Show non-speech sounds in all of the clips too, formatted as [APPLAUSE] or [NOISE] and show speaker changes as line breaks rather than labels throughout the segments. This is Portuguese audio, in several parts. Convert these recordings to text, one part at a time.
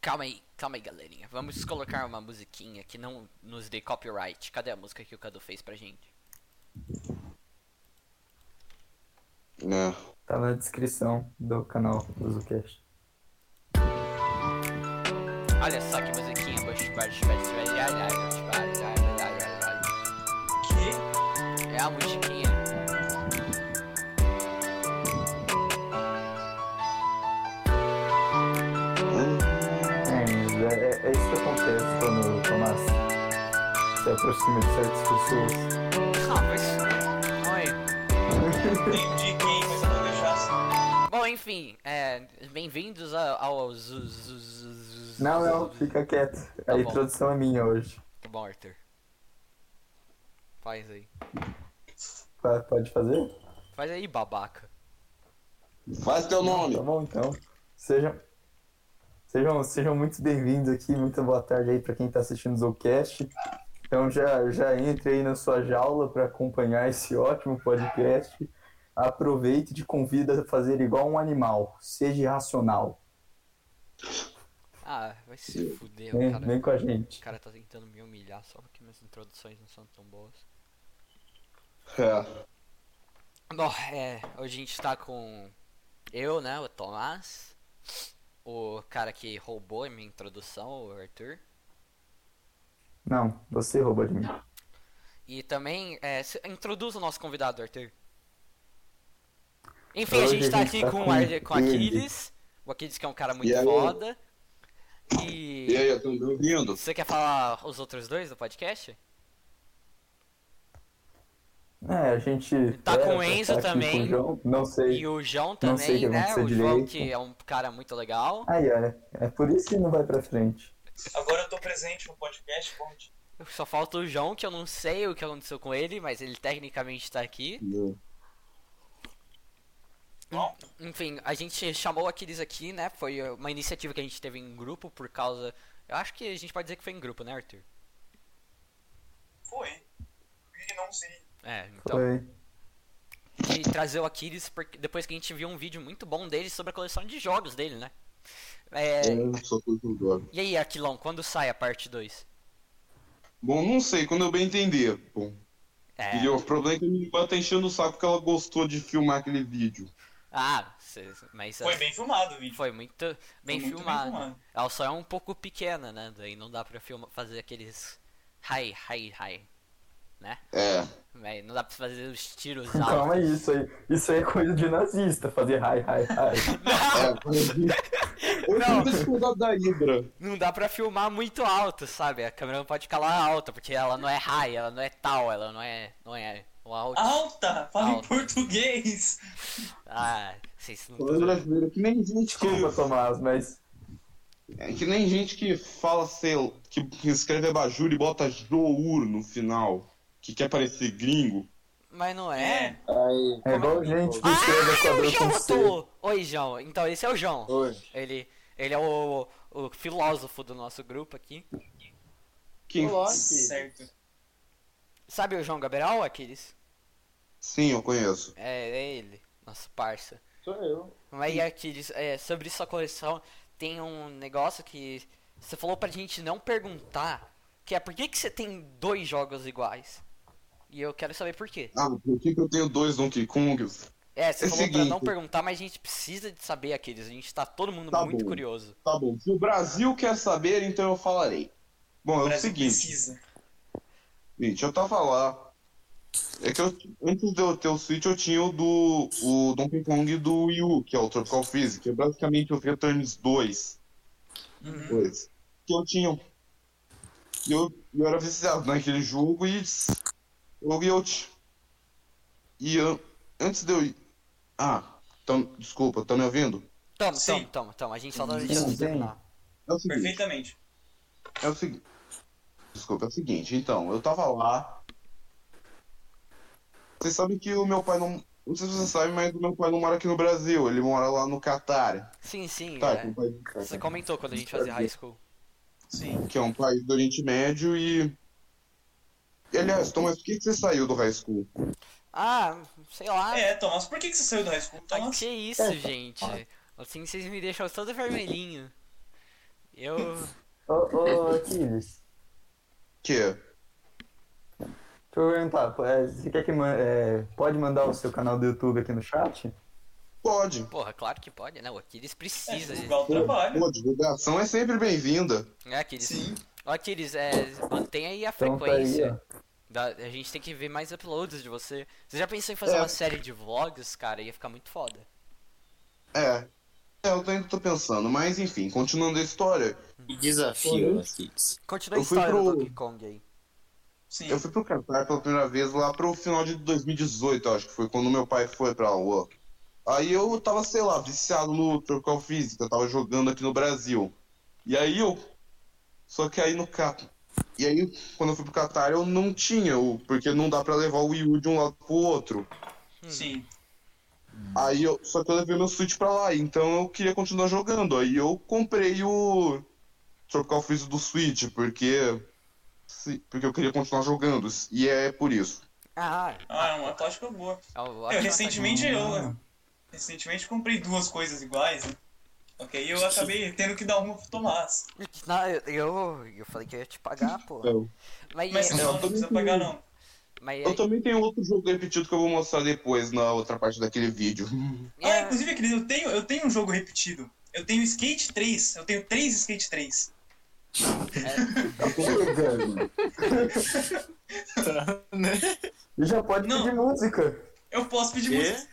Calma aí, calma aí, galerinha. Vamos colocar uma musiquinha que não nos dê copyright. Cadê a música que o Cadu fez pra gente?
Não.
Tá na descrição do canal do Zucast.
Olha só que musiquinha.
Que?
É a musiquinha.
É, mas é, é- é isso que acontece quando Tomás se aproxima de certas pessoas.
Ah, mas. Oi. [LAUGHS]
Entendi quem, mas eu vou deixar assim.
Bom, enfim, é, bem-vindos a- ao. zu- zu- zu- zu-
Não,
zu-
não, fica quieto.
Tá
A
bom.
introdução é minha hoje.
Tá bom, Arthur. Faz aí.
Tá, Pode fazer?
Faz aí, babaca.
Faz teu nome.
Tá bom, então. Sejam, sejam, sejam muito bem-vindos aqui. Muito boa tarde aí para quem está assistindo o Zocast. Então já, já entre aí na sua jaula para acompanhar esse ótimo podcast. Aproveite e te convida a fazer igual um animal. Seja irracional.
Ah, vai se fuder, o
Vem,
cara.
vem com a
O
gente.
cara tá tentando me humilhar só porque minhas introduções não são tão boas.
É.
Bom, é, hoje a gente tá com eu, né, o Tomás, o cara que roubou a minha introdução, o Arthur,
Não, você rouba de mim.
e também, é, se- introduza o nosso convidado, Arthur. Enfim, a
Hoje
gente tá aqui com, o Ar- com o
ele.
Aquiles, o Aquiles que é um cara muito
E aí?
foda,
E
e
aí, estão me ouvindo?
você quer falar os outros dois do podcast?
É, a gente.
Tá
era
com o
pra
Enzo
estar aqui
também.
com o João, Não sei.
E o João
Não sei
também,
o que
né,
aconteceu
o João
direito.
que é um cara muito legal,
Aí, é. É por isso que não vai pra frente.
Agora eu tô presente no podcast, bom dia.
só falta o João que eu não sei o que aconteceu com ele, mas ele tecnicamente tá aqui.
Bom,
Enfim, a gente chamou aqueles aqui, né? Foi uma iniciativa que a gente teve em grupo por causa. Eu acho que a gente pode dizer que foi em grupo, né, Arthur?
foi. E não sei.
É, então.
Foi.
De trazer o Aquiles porque depois que a gente viu um vídeo muito bom dele sobre a coleção de jogos dele, né? É,
Eu só tô com dor.
E aí, Aquilão, quando sai a parte 2?
Bom, não sei, quando eu bem entender. Bom,
É.
E o problema é que a minha irmã tá enchendo o saco porque ela gostou de filmar aquele vídeo.
Ah, cê- mas.
Foi bem filmado o vídeo.
Foi muito bem
muito bem
filmado.
filmado.
Ela só é um pouco pequena, né? Daí não dá pra filma, fazer aqueles. Hi, hi, hi.
É.
Véi, Não dá pra fazer os tiros
Calma
altos.
aí, isso aí. Isso aí é coisa de nazista, fazer hi, hi, hi.
[LAUGHS]
É, foi o vídeo. Eu
Não.
fui descuidado da Hydra.
Não dá pra filmar muito alto, sabe? A câmera não pode ficar lá alta, porque ela não é high, ela não é tal, ela não é. não é o alt.
Ah. Alta! Fala em
Alta.
português!
Ah, vocês não.
Falando brasileiro, é que nem gente que.
Desculpa, Tomás, mas
É que nem gente que fala, sei lá, que que escreve abajur e bota jour no final. Que quer parecer gringo.
Mas não é.
é igual gente que
Ah,
escreve
é o
Equador
João
com C.
voltou! Oi, João. Então, esse é o João.
Oi.
Ele, ele é o, o filósofo do nosso grupo aqui.
Quem...
Certo.
Sabe o João Gabriel, Aquiles?
Sim, eu conheço.
É, é ele, nosso parça.
Sou eu.
Mas Aquiles, é, sobre sua coleção, tem um negócio que você falou pra gente não perguntar, que é por que, que você tem dois jogos iguais? E eu quero saber por quê.
Ah, por que, que eu tenho dois Donkey Kongs?
É, você
É o
falou pra não
seguinte.
perguntar, mas a gente precisa de saber, Aquiles. A gente tá todo mundo
Tá
muito
bom.
curioso.
Tá bom. Se o Brasil quer saber, então eu falarei. Bom, é o
Brasil
seguinte,
Precisa.
gente, eu tava lá. É que eu, antes de eu ter o Switch, eu tinha o do o Donkey Kong do Wii U, que é o Tropical Freeze, que é basicamente o Returns 2.
Uhum.
Pois. Que eu tinha. um. Eu, eu era viciado naquele jogo e. Eu, eu, ti- e eu, antes de eu. ir- Ah, tão, desculpa, tá me ouvindo?
Tamo,
Sim.
tamo, tamo, tamo. A gente só tá
Sim,
deixando
sim.
terminar.
É o seguinte.
Perfeitamente.
É o seguinte. Desculpa, é o seguinte, então, eu tava lá. Vocês sabem que o meu pai não. Não sei se vocês sabem, mas o meu pai não mora aqui no Brasil, ele mora lá no Catar.
Sim, sim.
Tá,
é.
que é um país-
Você comentou quando a gente fazia high school.
Sim.
que é um país do Oriente Médio e. E, aliás, Tom, mas por que que você saiu do high school?
Ah, sei lá.
É, Thomas, por que, que você saiu do high school,
Ah,
É, tá.
Thomas?
que isso, gente? Assim vocês me deixam todo vermelhinho. Eu.
Ô, ô, Aquiles,
Que?
deixa eu perguntar, pô, é, você quer que man- é, pode mandar o seu canal do YouTube aqui no chat?
Pode.
Porra, claro que pode. Não, Aquiles
É,
precisa.
divulgar o trabalho.
Pô, divulgação é sempre bem-vinda.
É, Aquiles.
Sim.
Ó, Aquiles, é, mantém aí a
Então tá aí,
frequência.
ó.
Da- a gente tem que ver mais uploads de você. Você já pensou em fazer
É.
uma série de vlogs, cara? Ia ficar muito foda.
É. É, eu ainda tô pensando, mas enfim, continuando a história,
Desafio, Aquiles.
Continua a
Eu fui
história do
pro-
Donkey Kong aí.
Sim.
eu fui pro Qatar pela primeira vez lá pro final de 2018, acho que foi quando meu pai foi pra Lua. Aí eu tava, sei lá, viciado no Tropical Física, eu tava jogando aqui no Brasil. E aí eu. Só que aí no Qatar. E aí, quando eu fui pro Qatar, eu não tinha, o- porque não dá pra levar o Wii U de um lado pro outro.
Sim.
Aí eu, só que eu levei meu Switch pra lá, então eu queria continuar jogando. Aí eu comprei o Tropical Freeze do Switch, porque se- porque eu queria continuar jogando, e é por isso.
Ah,
Ah, é uma tática boa.
é o-
Eu
ótima
recentemente eu. né? Recentemente comprei duas coisas iguais, né? Ok, eu acabei tendo que dar uma pro Tomás.
tática. Não, eu, eu, eu falei que eu ia te pagar, pô.
Eu,
Mas,
Mas você
é-
falou, não precisa pagar não.
mas
eu também tenho outro jogo repetido que eu vou mostrar depois na outra parte daquele vídeo.
é-
Ah, inclusive, querido, eu tenho, eu tenho um jogo repetido. Eu tenho Skate 3. Eu tenho três Skate 3.
Tá E já pode
Tá, né? Não.
pedir música.
Eu posso pedir
Quê?
música.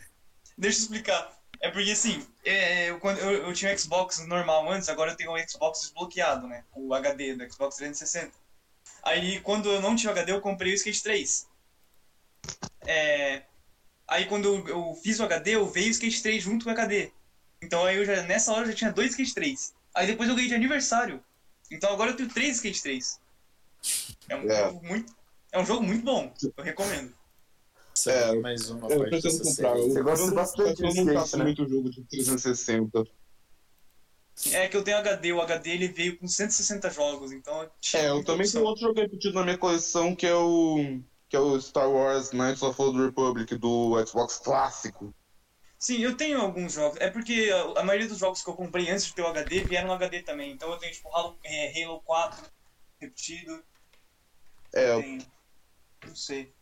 Deixa eu explicar. É porque assim, é, eu, quando, eu, eu tinha um Xbox normal antes, agora eu tenho um Xbox desbloqueado, né? O HD do Xbox 360. Aí quando eu não tinha o HD, eu comprei o Skate 3. É, aí quando eu, eu fiz o HD, eu veio o Skate 3 junto com o HD. Então aí eu já, nessa hora eu já tinha dois Skate 3. Aí depois eu ganhei de aniversário. Então agora eu tenho três Skate 3. É um,
É.
Jogo, muito, é um jogo muito bom, eu recomendo.
Saiu mais uma
É, eu
parte
pretendo
dessa
comprar.
série.
Eu,
Você gosta
eu não-
bastante de
eu não
skate,
faço
né?
muito jogo de 360.
É que eu tenho HD, o HD ele veio com 160 jogos, então. tinha
É, eu
muita
também
opção.
tenho outro jogo repetido na minha coleção que é o que é o Star Wars Knights of the Old Republic do Xbox clássico.
Sim, eu tenho alguns jogos. É porque a, a maioria dos jogos que eu comprei antes de ter o HD vieram no HD também. Então eu tenho, tipo, Halo, é, Halo 4 repetido.
É, eu
Tenho. Não sei.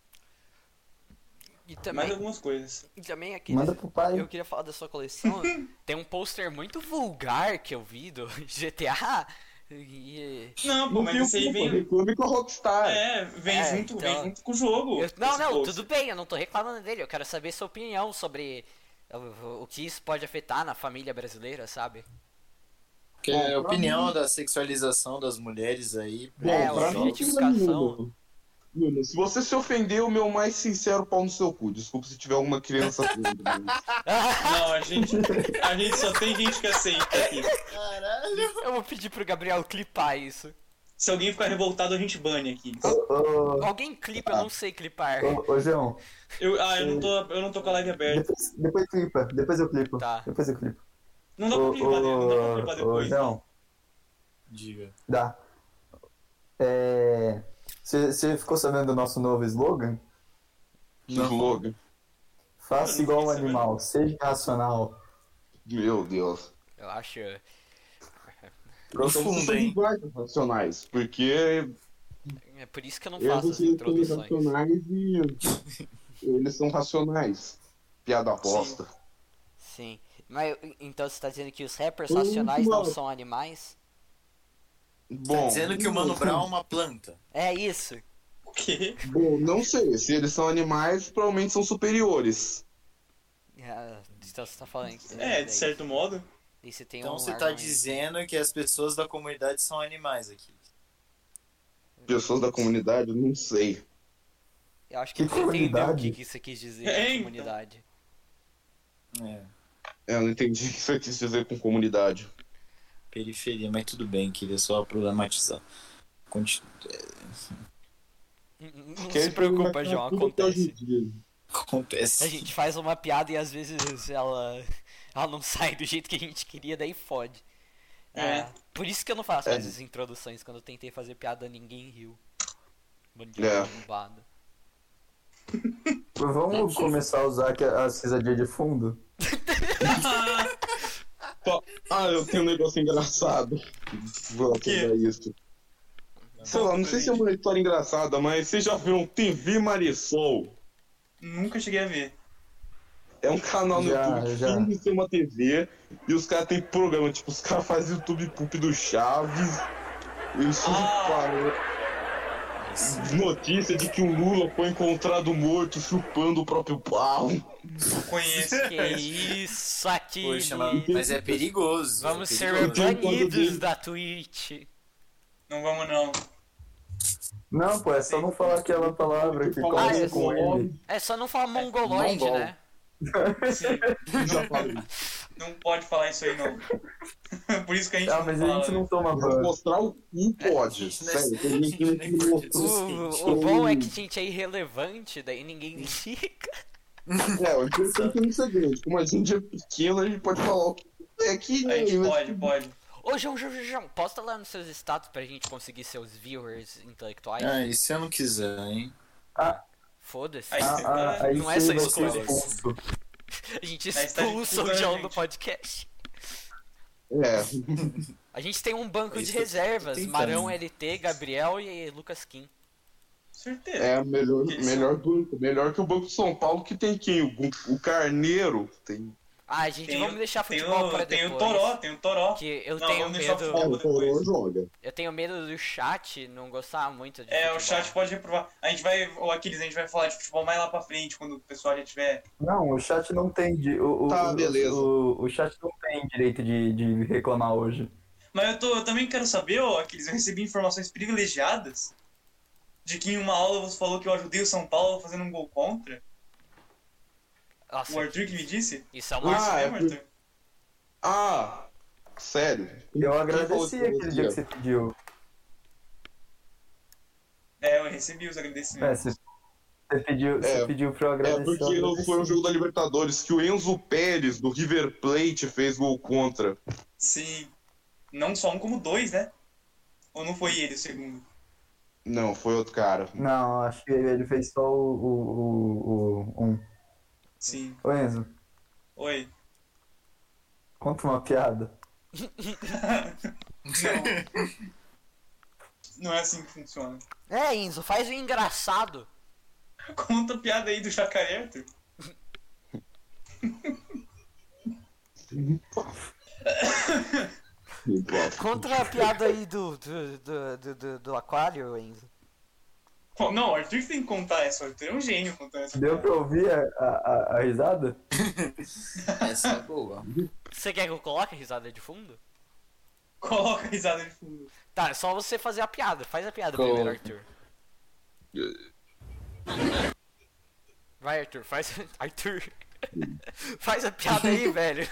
e
Mais
também,
algumas coisas.
e também aqui.
Manda pro pai.
Eu queria falar da sua coleção. Tem um pôster muito vulgar que eu vi do [LAUGHS] GTA. E.
Não, pô, mas
tenho
esse aí
culpa, né?
vem.
reclame com a tá Rockstar.
É, vem
É,
junto,
então-
vem junto com o jogo.
eu- não,
Esse
não,
post.
tudo bem, eu não tô reclamando dele. Eu quero saber sua opinião sobre o, o que isso pode afetar na família brasileira, sabe? [LAUGHS]
Que é a opinião da sexualização das mulheres aí. né?
É,
Bom,
pros
pra
pra mim,
mim,
jogos.
objetificação.
Bruno, Bruno, se você se ofendeu, o meu mais sincero pau no seu cu. Desculpa se tiver alguma
[LAUGHS]
criança. ouvindo, mas-
Não, a gente, a gente só tem gente que aceita aqui.
Caralho.
Eu vou pedir pro Gabriel clipar isso.
Se alguém ficar revoltado, a gente bane aqui.
Ô, ô,
Alguém clipa, eu não sei clipar.
ô, ô, João,
Eu, ah, eu não, tô, eu não tô com a live aberta.
depois, depois clipa, depois eu clipo.
Tá.
Depois eu clipo.
Não dá
Ô,
pra clipar, né? não dá pra clipar
ô, ô,
depois.
João,
Diga.
dá. É, Você você ficou sabendo do nosso novo slogan?
Slogan.
Faça
Eu não
igual um
fiquei sabendo.
animal, seja racional.
Meu Deus.
Eu acho.
Profundo,
Então,
hein?
iguais aos racionais, porque
É por isso que eu não faço
erros
as
são
introduções.
irracionais e
[LAUGHS]
eles são racionais. Piada aposta.
Tá Sim. Mas então você tá dizendo que os rappers
Ô,
racionais não
mano.
são animais?
Bom,
Dizendo que
[LAUGHS]
o Mano Brown é uma planta.
É isso.
O quê?
bom, não sei. Se eles são animais, provavelmente são superiores.
Ah, Então você tá falando que.
É, de certo modo.
E você tem
Então
um
você tá
argumento.
dizendo que as pessoas da comunidade são animais aqui.
Pessoas da comunidade, não sei.
Eu acho que,
Que
você entendeu o
comunidade?
que, que isso quis dizer,
É, então.
comunidade.
É,
É, Eu não entendi [LAUGHS] o que você quis dizer com comunidade.
periferia, mas tudo bem, queria só problematizar. Conti-
N- n- Não
Que
se
aí
preocupa,
foi
João,
tudo até hoje
acontece.
em dia.
[LAUGHS] Acontece.
A gente faz uma piada e às vezes ela, ela não [LAUGHS] sai do jeito que a gente queria, daí fode. É.
É.
por isso que eu não faço
É.
mais as introduções. Quando eu tentei fazer piada, ninguém riu. Bandido
É.
arrombado.
Vamos começar a usar aqui as risadinhas de fundo?
Ah, eu tenho um negócio engraçado. Vou acordar isso. Sei lá, não sei se é uma história engraçada, mas você já viu um TV Marisol?
Nunca cheguei a ver.
É um canal no
Já,
YouTube
já.
que tem uma TV e os caras têm programa, tipo, os caras fazem YouTube poop do Chaves. Eles ah. notícia de que o Lula foi encontrado morto chupando o próprio pau.
[LAUGHS]
Conheço.
Que isso, Atini.
Poxa, mas, mas é perigoso.
Vamos
é
ser
perigoso.
Eu tenho
banidos
quanto
da Twitch.
Não vamos não.
Não, pô, é só não falar aquela palavra que
Ah, é
começa com ele.
É só não falar mongoloide,
mongol.
né?
Sim.
[LAUGHS] Já falei.
Não pode falar isso aí não. [LAUGHS] Por isso que a gente
Ah,
não
mas a
fala.
gente não toma
Mas
banho.
mostrar o cu
É,
pode. Sério, tem gente que me mostrou.
né, O, o bom é que a gente é irrelevante, daí ninguém liga. [LAUGHS]
É, o interessante é um segredo. Como a gente é pequeno, a gente pode falar o que é que
A gente
nem-
pode, pode.
Ô, João, João, João, João, posta lá nos seus status pra gente conseguir seus viewers intelectuais.
É.
Ah, e se eu não quiser, hein?
Foda-se.
Aí- tá
A
Ah, ah, aí
Não é só
você vai
isso,
ser
Alex.
expulso.
gente
Aí tá de
expulsa
puta,
o João
né,
do
gente?
podcast.
É,
A gente tem um banco
É
de
tá
isso que eu tô
reservas.
tentando.
Marão LT, Gabriel e Lucas Kim.
Certeza.
é melhor,
Eles
melhor banco. Melhor que o Banco de São Paulo, que tem quem? O, Gu- o Carneiro. Tem.
Ah, gente,
Tem,
vamos
o-
deixar
tem,
futebol pra
o, tem
depois.
o Toró, tem o Toró.
Que eu
Não,
tenho
vamos deixar
medo.
É,
Vamos
o Toró
depois.
joga.
Eu tenho medo do chat não gostar muito de
É,
futebol.
o chat pode reprovar. A gente vai, ou aqueles, a gente vai falar de futebol mais lá pra frente, quando o pessoal já tiver.
Não, o chat não tem. De, o, o-
Tá,
o-
beleza.
O, o chat não tem direito de, de reclamar hoje.
Mas eu, tô, eu também quero saber, ó, aqueles, eu recebi informações privilegiadas de que em uma aula você falou que eu ajudei o São Paulo fazendo um gol contra. O
Nossa,
Arthur que me disse.
isso é
Foi
uma...
isso
Ah,
mesmo,
é
Arthur?
Ah, sério.
Eu
falou
agradeci
isso
aquele
aqui,
dia
ó?
que você pediu.
É, eu recebi os
É,
agradecimentos.
você, você pediu, você
Hum. É,
pediu pra eu
É,
agradecer.
porque
eu
eu- foi um
agradeci.
jogo da Libertadores que o Enzo Pérez, do River Plate, fez gol contra.
Sim. Não só um, como dois, né? Ou não foi ele o segundo?
Não, foi outro cara.
Não, acho que ele fez só o. o, o, o um.
Sim.
Ô, Enzo,
Oi.
conta uma piada.
Não. não é assim que funciona. [LAUGHS]
É, Enzo, faz o engraçado.
Conta a piada aí do jacaré, Arthur.
Conta a piada aí do, do, do, do, do- do aquário, Enzo.
Pô, Não, o Arthur que tem que contar essa. O Arthur é um gênio
[LAUGHS]
contando essa.
Deu
piada.
pra ouvir a, a, a- a risada?
Essa é boa.
Você quer que eu coloque a risada de fundo?
Coloca a risada de fundo.
Tá, é só você fazer a piada. Faz a piada
Coloca.
primeiro, Arthur. Vai, Arthur, faz. [LAUGHS] Arthur. faz a piada [LAUGHS] aí, velho.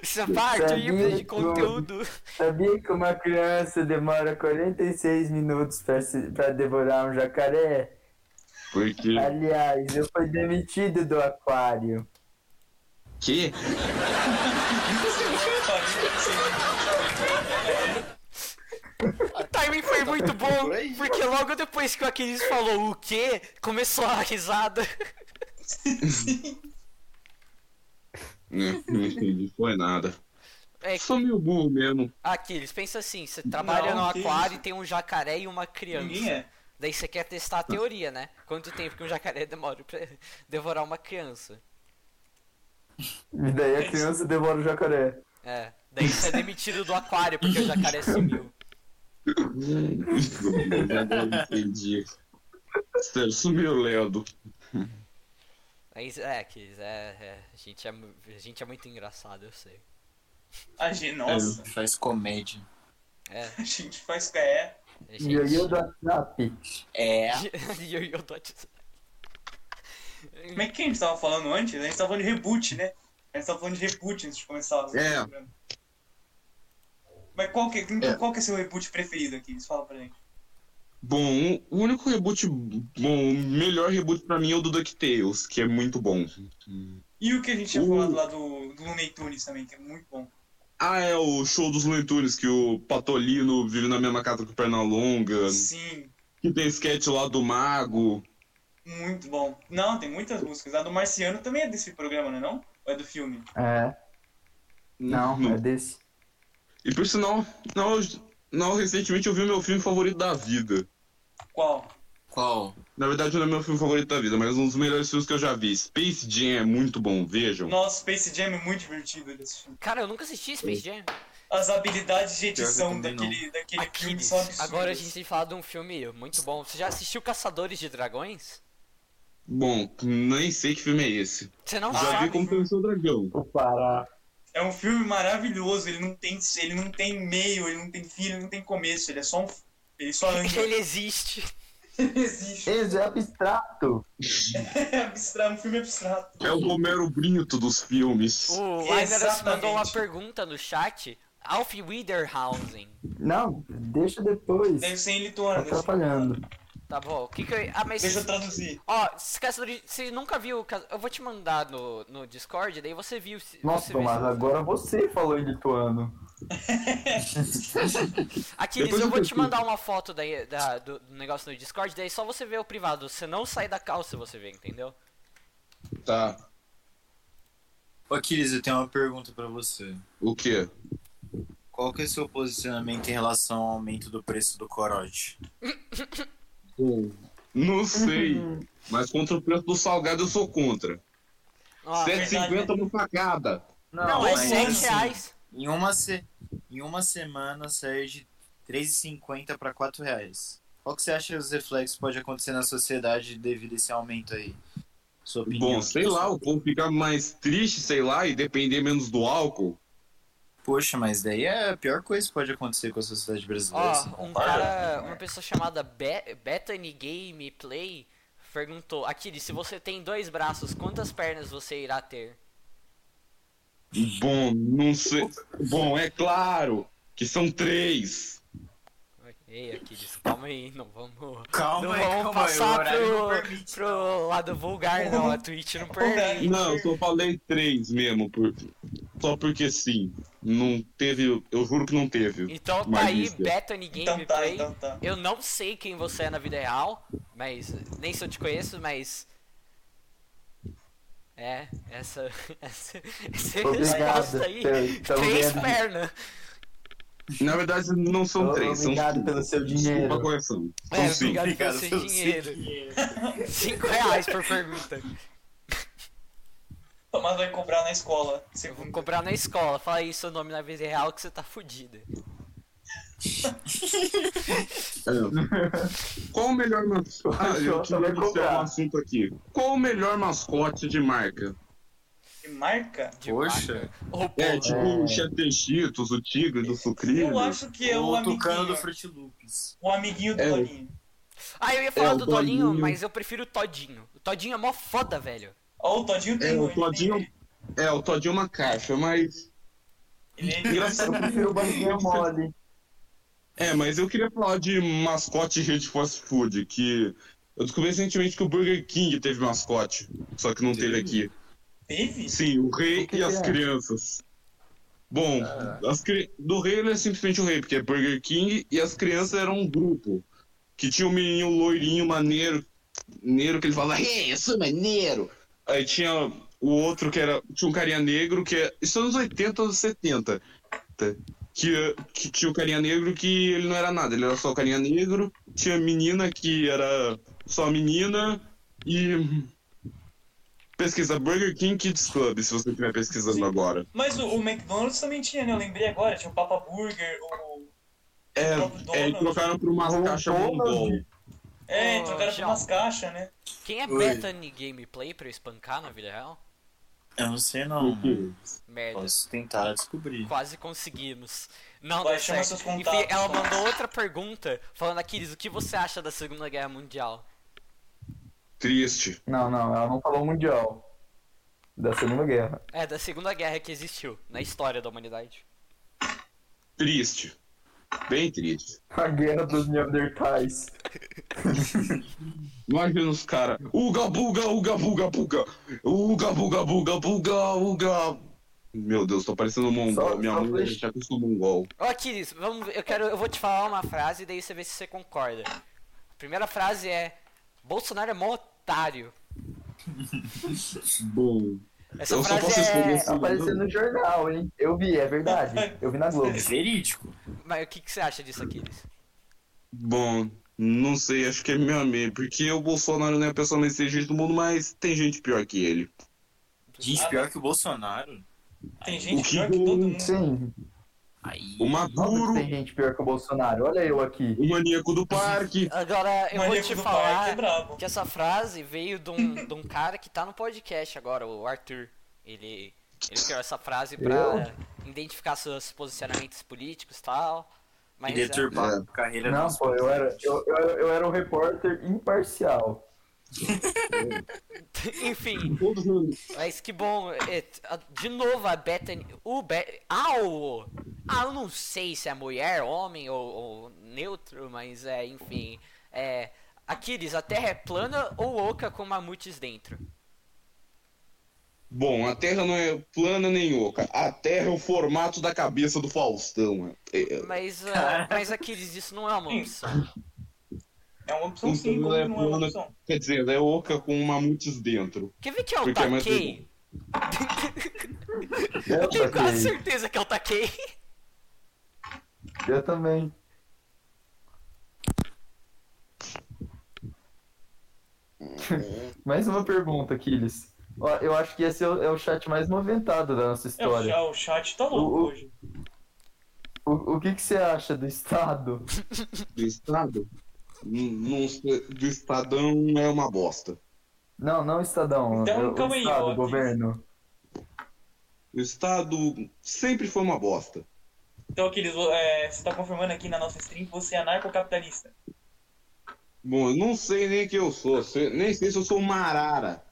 Você vai, Arthur,
Sabia
livre de
que-
conteúdo.
Sabia que uma criança demora 46 minutos pra, se, pra devorar um jacaré?
Porque.
É. Aliás, eu fui demitido do aquário.
Que?
O timing Tá foi muito bom, porque logo depois que o Aquiles falou o quê, começou a risada.
Né, Não entendi, foi nada.
É,
Sou meio burro mesmo.
Aquiles, pensa assim, você trabalha
Não,
no
que
aquário e tem um jacaré e uma criança.
Ninguém é.
Daí você quer testar a teoria, né? Quanto tempo que um jacaré demora pra [LAUGHS] devorar uma criança?
E daí a criança devora o jacaré.
É. Daí você é demitido do aquário porque o jacaré sumiu.
[LAUGHS] Não entendi. Sério, sumiu lendo.
Mas é, Aquiles, é, é, a, gente é, mu- a gente é muito engraçado, eu sei.
A gente, nossa,
Faz comédia.
É,
a gente faz é.
a
E aí eu
[LAUGHS] gente...
do WhatsApp.
É.
Yo-yo do WhatsApp.
Como é que a gente tava falando antes? A gente tava falando de reboot, né? A gente tava falando de reboot antes de começar. você
É.
tá lembrando? Mas qual que, então,
É.
qual que é seu reboot preferido aqui? Fala pra gente.
Bom, o único reboot. Bom, o melhor reboot pra mim é o do DuckTales, que é muito bom.
E o que a gente tinha
Uh.
falado lá do, do Looney Tunes também, que é muito bom.
Ah, é o show dos Looney Tunes, que o Patolino vive na mesma casa que o Pernalonga.
Sim,
Que tem sketch lá do Mago.
muito bom. Não, tem muitas músicas. A do é Marciano também é desse programa, não é não? Ou é do filme?
É, não, é desse.
E por sinal, não, não, recentemente eu vi o meu filme favorito da vida.
Qual?
Qual?
Na verdade, não é meu filme favorito da vida, mas um dos melhores filmes que eu já vi. Space Jam é muito bom, vejam.
Nossa, Space Jam é muito divertido de assistir.
Cara, eu nunca assisti Space Jam.
As habilidades de edição
também não.
daquele, daquele filme
Aquiles.
são absurdas.
Agora a gente tem falado de um filme muito bom. Você já assistiu Caçadores de Dragões?
Bom, nem sei que filme é esse.
Você não
Ah,
Já
sabe.
vi como tem o seu dragão.
O Pará.
É um filme maravilhoso, ele não tem, ele não tem meio, ele não tem fim, ele não tem começo, ele é só um. Ele só anda,
Ele existe.
[LAUGHS] ele existe.
Isso é abstrato.
É abstrato, um filme abstrato.
É o Romero Brito dos filmes.
O Liveras
Exatamente.
mandou uma pergunta no chat. Alf Widerhausen.
Não, deixa depois.
Deve ser ele
Tá
torna.
atrapalhando.
Tá bom. O que que eu... Ah, mas...
Deixa eu traduzir.
Ó, esse caçador... Você nunca viu... Ca- Eu vou te mandar no, no Discord, daí você viu... se-
Nossa,
você
Tomás, agora você falou em lituano.
Aquiles,
Depois
eu
eu
vou te
pesquiso.
mandar uma foto daí, da- do, do negócio no Discord, daí só você vê o privado. Você não sai da calça, você vê, entendeu?
Tá.
Ô, Aquiles, eu tenho uma pergunta pra você.
O quê?
Qual que é o seu posicionamento em relação ao aumento do preço do corote?
Hum. Não sei. Mas contra o preço do salgado eu sou contra.
Ó,
7,50 uma facada.
não, é
mas
7
assim,
reais.
Em uma, se... em uma semana saiu de 3,50 para 4 reais. Qual que você acha que os reflexos podem acontecer na sociedade devido a esse aumento aí? Sua opinião.
Bom, sei lá, o povo fica mais triste, sei lá, e depender menos do álcool.
Poxa, mas daí é a pior coisa que pode acontecer com a sociedade brasileira. assim. você
Ó, um
concorda?
cara, uma pessoa chamada Be Bethany Gameplay perguntou: Aquiles, se você tem dois braços, quantas pernas você irá ter?
Bom, não sei. Bom, é claro que são três.
Ei, Aquiles, calma aí, não vamos.
Calma
não
aí,
vamos
calma aí, o
passar
horário não
pro,
permite.
pro lado vulgar, não. A Twitch não permite.
Não, eu só falei três mesmo, por... só porque sim. Não teve, eu juro que não teve.
Então tá
Mas
aí,
isso. é-
Bethany
Então tá,
Gameplay.
então tá.
Eu não sei quem você é na vida real, mas. Nem se eu te conheço, mas. É, essa. [LAUGHS] Essa, essa
Obrigado.
resposta é aí. né?
Eu-
Então,
tamo
Três
vendo.
pernas.
Na verdade, não são três, são
Obrigado pelo seu
Desculpa a
dinheiro.
correção. São
É,
cinco.
obrigado pelo
Obrigado
seu
pelo
dinheiro. Cinco reais por pergunta.
Tomás vai comprar na escola.
Eu vou
Segundo.
comprar na escola. Fala aí seu nome na vida real que você tá fudida.
É. Qual o melhor mascote? Ah, eu
Jota
queria
vai
iniciar
cobrar.
um assunto aqui. Qual o melhor mascote de marca?
De marca?
De
Poxa,
marca. Ô, pô,
É, tipo
É.
o Chester Cheetos, o Tigre, do Sucrilho.
Eu acho que é o
o tucano
amiguinho.
do Fruit Loops.
O amiguinho do
É.
Bolinho.
Ah, eu ia falar
É, o
do Dolinho,
Dolinho.
mas eu prefiro o Todinho. O Todinho é mó foda, velho.
Ó, o Todinho tem
É,
um,
o
ele tem-
Todinho... É, o Todinho é uma caixa, mas...
Ele é
Engraçado.
Eu [LAUGHS] prefiro o barriguinha mole.
É, mas eu queria falar de mascote de rede fast food, que... Eu descobri recentemente que o Burger King teve mascote, só que não teve aqui.
Teve?
Sim, o rei
O que
e
Ah. que
as
é?
crianças. Bom, as cri... do rei ele é simplesmente o rei, porque é Burger King e as crianças eram um grupo. Que tinha um menino loirinho, maneiro, maneiro que ele falava, hey, eu sou maneiro. Aí tinha o outro que era. Tinha um carinha negro que é. Isso é anos 80 ou 70. tá? Que, que tinha o carinha negro que ele não era nada, ele era só o carinha negro. Tinha menina que era só menina. E Pesquisa Burger King Kids Club, se você estiver pesquisando agora.
Mas o, o McDonald's também tinha, né? Eu lembrei agora, tinha o Papa Burger, o.
É, é e trocaram por umas
Ronald.
caixas bombom.
É,
Ô,
trocaram por
João.
umas caixas, né?
Quem é
Oi.
Bethany Gameplay pra eu espancar na vida real?
Eu não sei não. mano.
Merda.
Posso tentar descobrir.
Quase conseguimos. Não
Vai,
deu
chama
certo.
seus contatos,
Enfim, ela
fala.
mandou outra pergunta falando, Aquiles, o que você acha da Segunda Guerra Mundial?
Triste.
Não, não, ela não falou mundial. Da Segunda Guerra.
É, da Segunda Guerra que existiu na história da humanidade.
Triste. Bem triste.
A Guerra dos Neandertais.
Imagina os caras. Uga, buga, uga, buga, buga. Uga, buga, buga, buga, uga. Meu Deus, tô parecendo um mongol.
Só-
Minha
só
mãe
flecha.
já que eu sou mongol.
Ó, Aquiles, vamos, eu quero, eu vou te falar uma frase e daí você vê se você concorda. A primeira frase é: Bolsonaro é mó otário.
Bom.
Essa
Eu só
frase
posso responder
é.
essa-
Apareceu Tá no jornal, hein? Eu vi, é verdade. Eu vi na
[LAUGHS]
Globo.
É verídico.
Mas o que, que você acha disso, Aquiles?
Bom, não sei, acho que é meu amigo, porque o Bolsonaro não é a pessoa mais inteligente do mundo, mas tem gente pior que ele.
Gente, pior que o Bolsonaro.
Tem
O
gente
que
pior que todo mundo.
Sim.
Aí.
O
Nossa,
Maduro,
tem gente pior que o Bolsonaro. Olha eu aqui.
o maníaco do parque.
Agora, eu vou
Maníaco
te
do parque é
falar
brabo.
que essa frase veio de um, de um cara que tá no podcast agora, o Arthur. Ele, ele criou essa frase pra identificar seus posicionamentos políticos e tal. Mas,
E deturpar
É.
a carreira
Não,
dos-
pô, eu era, eu, eu, era- eu era um repórter imparcial.
é, [LAUGHS] enfim,
Todo mundo.
mas que bom. é, a- de novo, a Bethany. O Be Au! Ah, eu não sei se é mulher, homem ou, ou neutro, mas é, enfim. É, Aquiles, a terra é plana ou oca com mamutes dentro?
Bom, a Terra não é plana nem oca. A Terra é o formato da cabeça do Faustão. É, é,
Mas, ah, mas Aquiles, isso não é uma opção.
É uma opção sim,
Então,
como
é
que não é uma
plano-
opção.
Quer dizer, ela é oca com mamutes dentro.
Quer ver que é o
Porque é mais
Takei? Eu tenho quase
Eu,
certeza que é o Takei.
eu também. mais uma pergunta, Aquiles. Ó, eu acho que esse é o, é o chat mais movimentado da nossa
É, o
história.
cha- o chat tá louco
O- o-
hoje.
O, o que, que você acha do Estado?
Do Estado? N- não sei, do Estadão é uma bosta.
Não, não Estadão.
Então,
é o,
calma aí,
Estado,
ó,
governo.
O Estado sempre foi uma bosta.
Então, Aquiles, vo- é, você tá confirmando aqui na nossa stream que você é anarcocapitalista.
Bom, eu não sei nem quem eu sou. se- Nem sei se eu sou uma arara.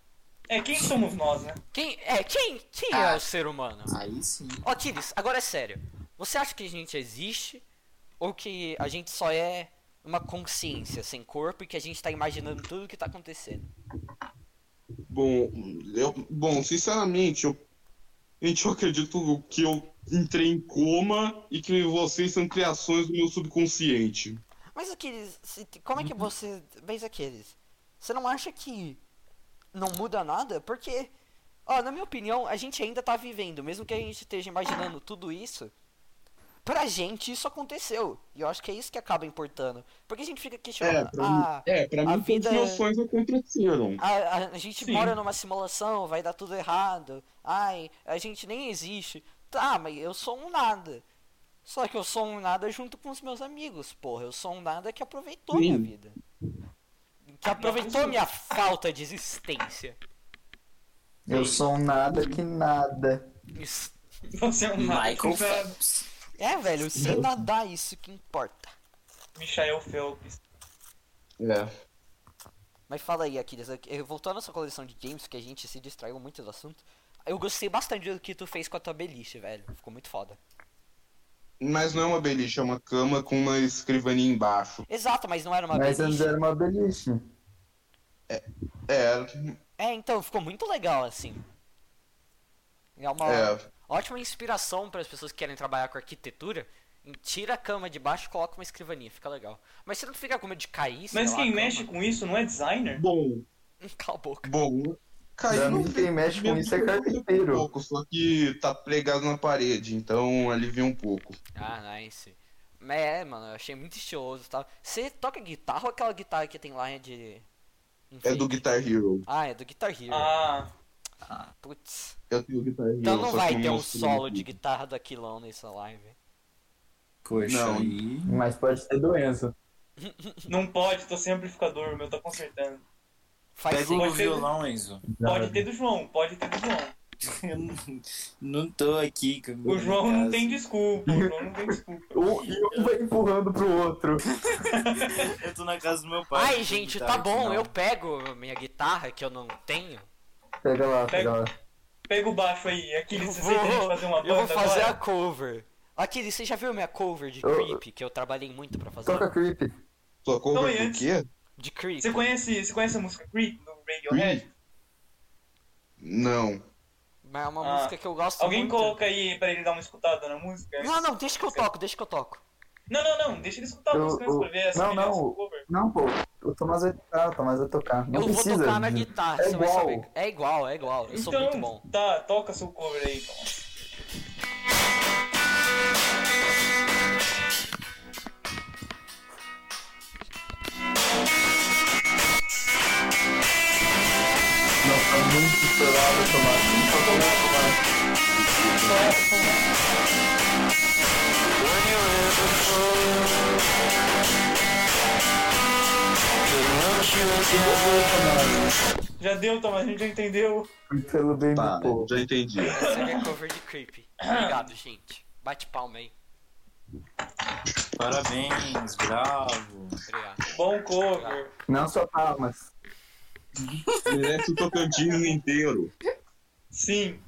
É, quem somos nós, né? [LAUGHS]
Quem é, quem, quem é o ser humano?
Aí sim.
Ó, Aquiles, agora é sério. Você acha que a gente existe? Ou que a gente só é uma consciência sem corpo e que a gente tá imaginando tudo o que tá acontecendo?
Bom, eu, bom, sinceramente, eu, gente, eu acredito que eu entrei em coma e que vocês são criações do meu subconsciente.
Mas Aquiles, se- como é que você. Mas Aquiles, você não acha que não muda nada? Porque, ó, na minha opinião, a gente ainda tá vivendo, mesmo que a gente esteja imaginando tudo isso. Pra gente isso aconteceu. E eu acho que é isso que acaba importando. Porque a gente fica questionando.
É, pra
ah,
É, pra
A
mim, todos
vida
os meus
é-
sonhos aconteceram.
a, a- a gente
Sim.
mora numa simulação, vai dar tudo errado. Ai, a gente nem existe. Tá, mas eu sou um nada. Só que eu sou um nada junto com os meus amigos, porra. Eu sou um nada que aproveitou minha
Sim.
vida. Que aproveitou minha falta de existência.
Eu sou um nada que nada.
Isso-
Você é um
Michael
anarcocapitalista.
Phelps.
É, velho, sem nadar, isso que importa.
Michael Phelps.
É.
Mas fala aí, Aquiles, eu- eu- voltando à sua coleção de games, que a gente se distraiu muito do assunto. Eu gostei bastante do que tu fez com a tua beliche, velho. Ficou muito foda.
Mas não é uma beliche, é uma cama com uma escrivaninha embaixo.
Exato, mas não era uma
Mas antes
beliche.
era uma beliche.
É,
É, então, ficou muito legal, assim. É uma
é.
ótima inspiração para as pessoas que querem trabalhar com arquitetura. E Tira a cama de baixo e coloca uma escrivaninha, fica legal. Mas você não fica com medo de cair, sei
Mas
lá, a
quem
cama?
mexe com isso não é designer?
Bom,
[LAUGHS] Cala a boca.
bom.
Pra
Caiu
um
mim, quem mexe com isso é
um
carpinteiro.
pouco, só que tá pregado na parede, então alivia um pouco.
Ah, nice. Mas É, mano, eu achei muito estiloso e tal. Você toca guitarra ou aquela guitarra que tem lá é de.
É do Guitar Hero.
Ah, é do Guitar Hero.
Ah,
Putz.
Eu tenho Guitar Hero.
Então não
só que
vai
eu
ter um
mostrei
solo
aqui.
de guitarra do Aquilão nessa live.
Poxa,
Não.
aí.
Mas pode ter doença.
não pode, tô sem amplificador, o meu tá consertando.
Faz
Pega
sim.
o
Pode ser-
violão, Enzo.
Pode ter do João, pode ter do João.
Eu não- não tô aqui. com-
O João
em
não
casa.
tem desculpa, o João não tem desculpa.
Um, e um vai empurrando pro outro.
Eu tô na casa do meu pai.
Ai,
não tem
gente,
guitarra
tá
aqui,
bom,
não.
eu pego minha guitarra que eu não tenho.
Pega lá, pega lá.
Pega o baixo aí, aquele
Eu
você tem que fazer uma
vou, eu vou
banda
fazer a
agora.
cover. Aqui, você já viu minha cover de
Eu-
Creep, que eu trabalhei muito pra fazer?
Toca creep.
Sua cover
Não, e
do quê?
De Creep.
Você conhece, você conhece a música Creep do
Então,
Radiohead?
Não.
Mas é uma
Ah.
música que eu gosto
Alguém
muito.
coloca aí pra ele dar uma escutada na música?
Não, não, deixa que eu toco, deixa que eu toco.
Não, não, não, deixa ele escutar a
Eu-
música antes
eu-
pra ver essa
não, não.
cover.
Não, pô. O Tomás vai tocar, o Tomás vai tocar. Não
Eu vou
precisa.
tocar na
de-
guitarra,
É
você vai
igual.
saber. É igual, é igual. Eu sou muito bom.
tá, toca seu cover aí, então.
Não, tá muito estourado o Tomás. Não tá tocando, Tomás.
Já deu, Tomás, a gente já entendeu.
Pelo bem
Tá,
do povo.
já entendi.
Isso aqui é cover de creep. Obrigado, gente. Bate palma aí.
Parabéns, bravo.
Obrigado.
Bom cover.
Não só palmas.
Merece o Tocantins inteiro.
Sim.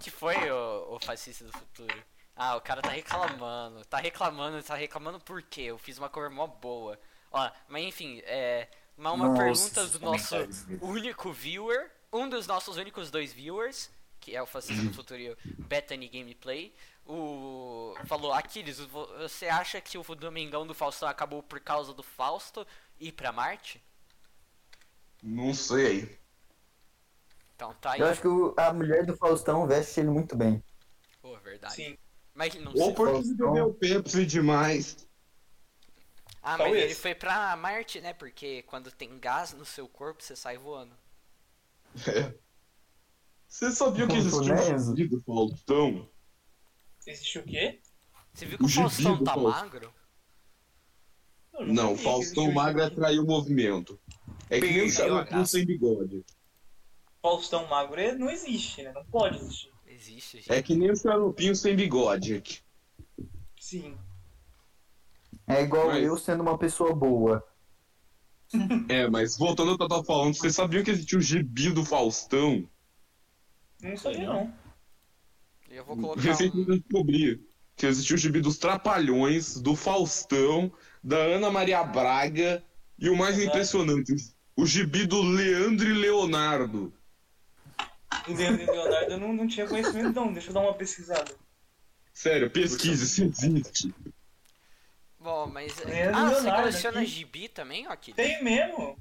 que foi o, o fascista do futuro? Ah, o cara tá reclamando, tá reclamando, tá reclamando por quê? Eu fiz uma cover mó boa. Ó, mas enfim, é. Uma, uma
Nossa,
pergunta
é
esses
do nosso
comentários.
único viewer, um dos nossos únicos dois viewers, que é o Fascista do Futuro e o Bethany Gameplay, o. Falou, Aquiles, vo- você acha que o Domingão do Faustão acabou por causa do Fausto ir pra Marte?
Não sei.
Então tá aí.
Eu acho que o- a mulher do Faustão veste ele muito bem.
Pô, é verdade.
Sim.
Mas ele não
Ou
se-
porque ele
então-
bebeu Pepsi demais.
Ah, mas
Talvez.
ele foi pra Marte, né? Porque quando tem gás no seu corpo, você sai voando.
Você sabia que
Não tô
existia
nem-
um gibi do Faustão?
Existe o quê?
Você viu que o,
O gibi
Faustão
do
tá
Faustão.
magro?
Eu nunca
Não,
vi que existe
Faustão
um
magro é
gibi.
atraiu o movimento. É que nem o
Perdeu a
Charutu
graça.
sem bigode.
Faustão magro ele não existe, né? Não pode existir.
Existe, gente.
É que nem o Charupinho sem bigode.
Sim.
É igual
Mas-
eu sendo uma pessoa boa.
É, mas voltando ao que eu tava falando, você sabia que existia o gibi do Faustão?
Não sabia, não.
E Eu vou colocar
[LAUGHS]
um...
Recentemente descobri que existia o gibi dos Trapalhões, do Faustão, da Ana Maria Braga e o mais
Verdade.
impressionante, o gibi do Leandro e Leonardo.
O Leandro e Leonardo eu não, não tinha conhecimento, não. Deixa eu dar uma pesquisada.
Sério, pesquise se existe.
Bom, mas...
Leandro
ah, você
Leonardo
coleciona
aqui.
gibi também, ó, aqui?
Tem mesmo?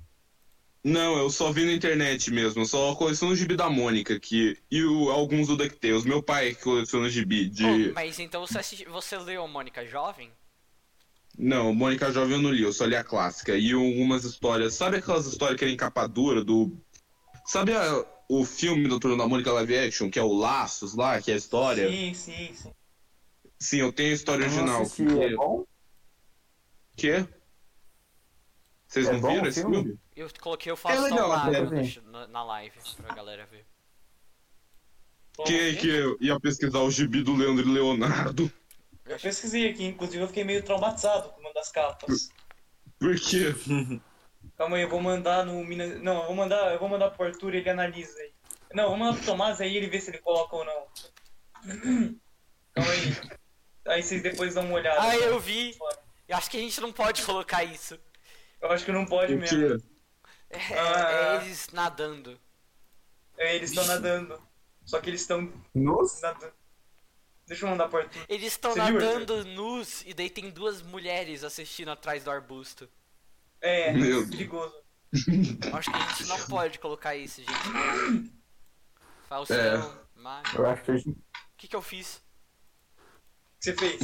Não, eu só vi na internet mesmo. Eu só coleciono o gibi da Mônica que, e o- alguns do DuckTales. Meu pai é coleciona gibi de...
Oh, mas então você, assisti... você leu Mônica Jovem?
Não, Mônica Jovem eu não li, eu só li a clássica. E algumas histórias. Sabe aquelas histórias que era em capa dura do. Sabe a- o filme do Turno da Mônica Live Action, que é o Laços lá, que é a história? Sim,
Sim, sim, sim.
eu tenho a história
Não
original.
assisti,
que...
é bom?
Quê? Vocês
É
não
bom
viram
o
esse
filme?
filme?
Eu coloquei o
É
Faustão
legal,
né?
magro
eu vi.
no- na live pra galera ver.
Bom,
Quem é que eu ia pesquisar o gibi do Leandro e Leonardo? [LAUGHS]
Eu pesquisei aqui, inclusive eu fiquei meio traumatizado com uma das capas.
Porque
Calma aí, eu vou mandar no Minas. Não, eu vou mandar, eu vou mandar pro Arthur e ele analisa aí. Não, eu vou mandar pro Tomás aí ele vê se ele coloca ou não. Calma aí. Aí vocês depois dão uma olhada.
Ah, eu vi! Eu acho que a gente não pode colocar isso.
Eu acho que não pode
Por
mesmo.
quê?
É,
Ah.
é eles nadando.
É, eles estão
Vixe.
nadando. Só que eles estão
Nossa,
nadando. Deixa eu mandar pro Arthur.
Eles estão
Você viu,
nadando nus e daí tem duas mulheres assistindo atrás do arbusto.
É,
Meu Deus.
perigoso.
Acho que a gente não pode colocar isso, gente. Faustão, Mário.
eu acho que a gente
O que, que eu fiz?
O que você fez?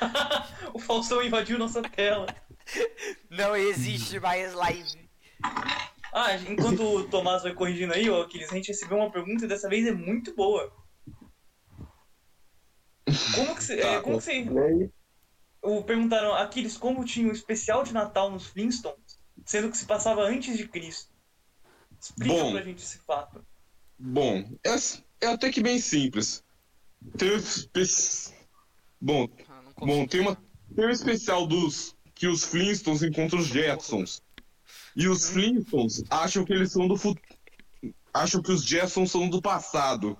[LAUGHS] o Faustão invadiu nossa tela.
Não existe mais live.
Ah, enquanto o Tomás vai corrigindo aí, ó, Aquiles, a gente recebeu uma pergunta e dessa vez é muito boa. Como que você. é,
Tá,
como que você
vê aí.
o, perguntaram, Aquiles, como tinha um especial de Natal nos Flintstones, sendo que se passava antes de Cristo? Explica
Bom.
pra gente esse fato.
Bom, é, é até que bem simples. Teve. espe- Bom,
Ah, não consigo.
Bom, tem, uma, tem um especial dos que os Flintstones encontram os Jetsons. E os Flintstones acham que eles são do futuro. Acham que os Jetsons são do passado.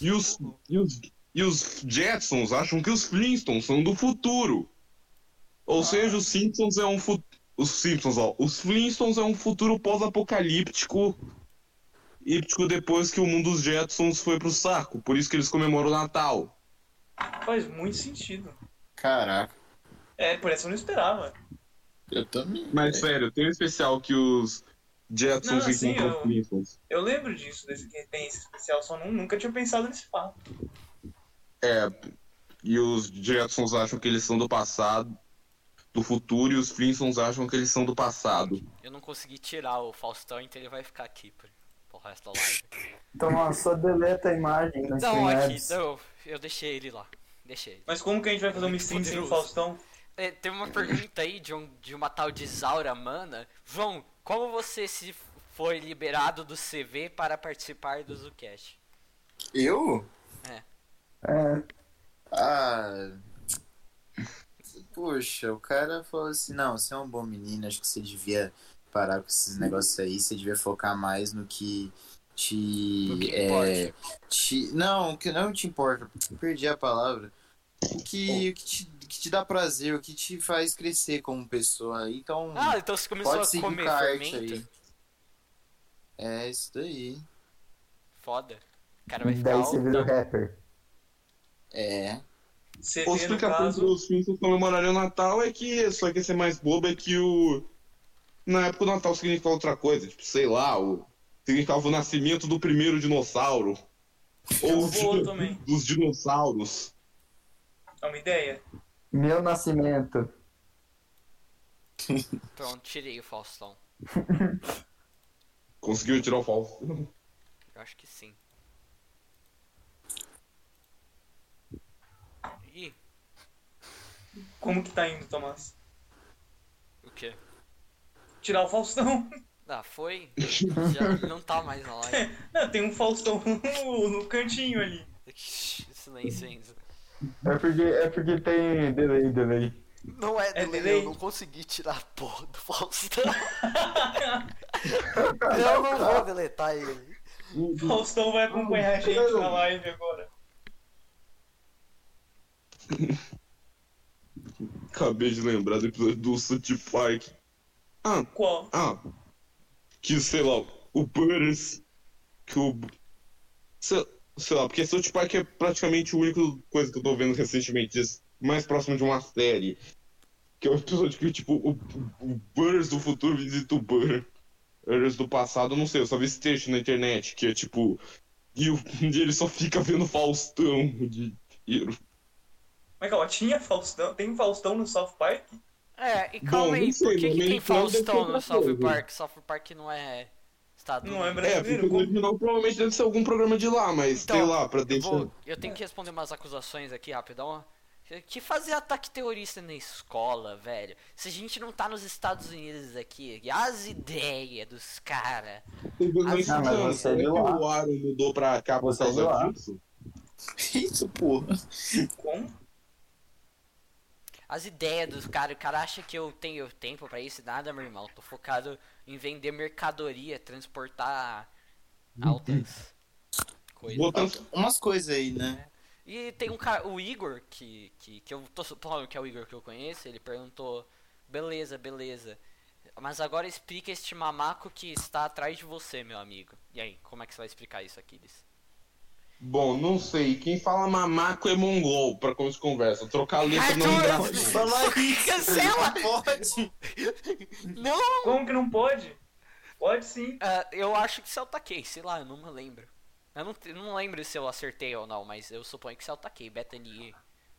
E os, e os, e os Jetsons acham que os Flintstones são do futuro.
Ah.
Ou seja, os Simpsons é um futuro. Os Simpsons, ó. Os Flintstones é um futuro pós-apocalíptico. Íptico depois que o mundo dos Jetsons foi pro saco. Por isso que eles comemoram o Natal.
Faz muito sentido.
Caraca.
É, por essa eu não esperava.
Eu também.
Mas sério, tem um especial que os
Não,
Jetsons
assim,
encontram
eu-
os Flintstones.
Eu lembro disso, desse, que tem esse especial, só nu- nunca tinha pensado nesse fato.
É, e os Jetsons acham que eles são do passado, do futuro, e os Flintstones acham que eles são do passado.
Eu não consegui tirar o Faustão, então ele vai ficar aqui pro, pro resto da live.
Então, ó, só deleta a imagem né? é do
Não,
Stream
Então, aqui,
Labs.
não, eu deixei ele lá. Deixei ele.
Mas como que a gente vai fazer uma stream sem o
Poderoso.
Faustão?
É, tem uma pergunta aí de, um, de uma tal de Zaura Mana. João, como você se foi liberado do CV para participar do Zucast?
Eu?
É,
Ah. Poxa, o cara falou assim: não, você é um bom menino, acho que você devia parar com esses negócios aí, você devia focar mais no que te.
No que
é, te- não, o que não te importa, perdi a palavra. O que, o que, te, que te dá prazer, o que te faz crescer como pessoa. Então,
Ah, então você começou
pode
a
seguir o
comer
kart
fermento?
aí. É isso daí.
Foda. O cara vai ficar
daí você vira o
altão.
rapper.
É.
CV,
A
no
explicação
caso.
dos Flintstones comemorarem o Natal é que, só que ia ser mais bobo, é que o... Na época o Natal significava outra coisa, tipo, sei lá, o... significava o nascimento do primeiro dinossauro. Ou
Boa também.
dos dinossauros.
É uma ideia?
Meu nascimento.
Pronto, tirei o Faustão.
Conseguiu tirar o falso.
Eu acho que sim. Ih,
Como que tá indo, Tomás?
o que?
Tirar o Faustão. [LAUGHS]
Ah, foi.
[LAUGHS]
Já não tá mais na live. [LAUGHS]
Não, tem um Faustão [LAUGHS] no, no cantinho ali.
Silêncio ainda.
É porque, é porque tem delay, delay.
Não é,
É
delay,
delay?
eu não consegui tirar a porra do [LAUGHS] Faustão. eu não vou deletar ele.
Faustão vai acompanhar a gente na live agora.
Acabei de lembrar do episódio do City Park. Ah,
Qual?
ah. Que, sei lá, o Butters. Que o. Sei, sei lá, porque South Park é praticamente a única coisa que eu tô vendo recentemente, disso, mais próximo de uma série. Que é o episódio que, tipo, o, o Butters do futuro visita o Butter- Butters do passado, eu não sei, eu só vi esse texto na internet, que é tipo. E, o- [LAUGHS] e ele só fica vendo Faustão de tiro.
Mas calma, é tinha Faustão? Tem Faustão no South Park?
É, e
Bom,
calma
não
aí,
sei,
por que, que
mas
tem
então deve ser
Faustão no
outra
South
coisa.
Park? South Park não é estado.
Não é
É, porque
brasileiro?
o
Como-
original provavelmente deve ser algum programa de lá, mas
Então,
sei lá, pra
eu,
deixar.
vou, eu tenho que responder umas acusações aqui rapidão. Que fazer ataque terrorista na escola, velho? Se a gente não tá nos Estados Unidos aqui, as ideias dos caras.
Eu vou
Ah,
dizer,
mas
então,
você
como é
viu
que
lá.
o Aaron mudou pra cá por
Você
causa
viu lá.
disso?
Isso, porra.
Como?
as ideias dos caras. O cara acha que eu tenho tempo pra isso e nada, meu irmão. Tô focado em vender mercadoria, transportar altas coisas.
Botando
Umas coisas aí, né?
E tem um cara, o Igor, que, que, que eu tô su- tô falando que é o Igor que eu conheço, ele perguntou: beleza, beleza. Mas agora explica este mamaco que está atrás de você, meu amigo. E aí, como é que você vai explicar isso, Aquiles?
Bom, não sei. Quem fala mamaco é mongol, pra como se conversa. Trocar letra não dá.
Arthur,
[LAUGHS]
cancela!
Pode.
Não!
Como que não pode? Pode sim.
Ah, eu acho que se eu taquei, sei lá, eu não me lembro. Eu não, te- não lembro se eu acertei ou não, mas eu suponho que se eu taquei, Bethany.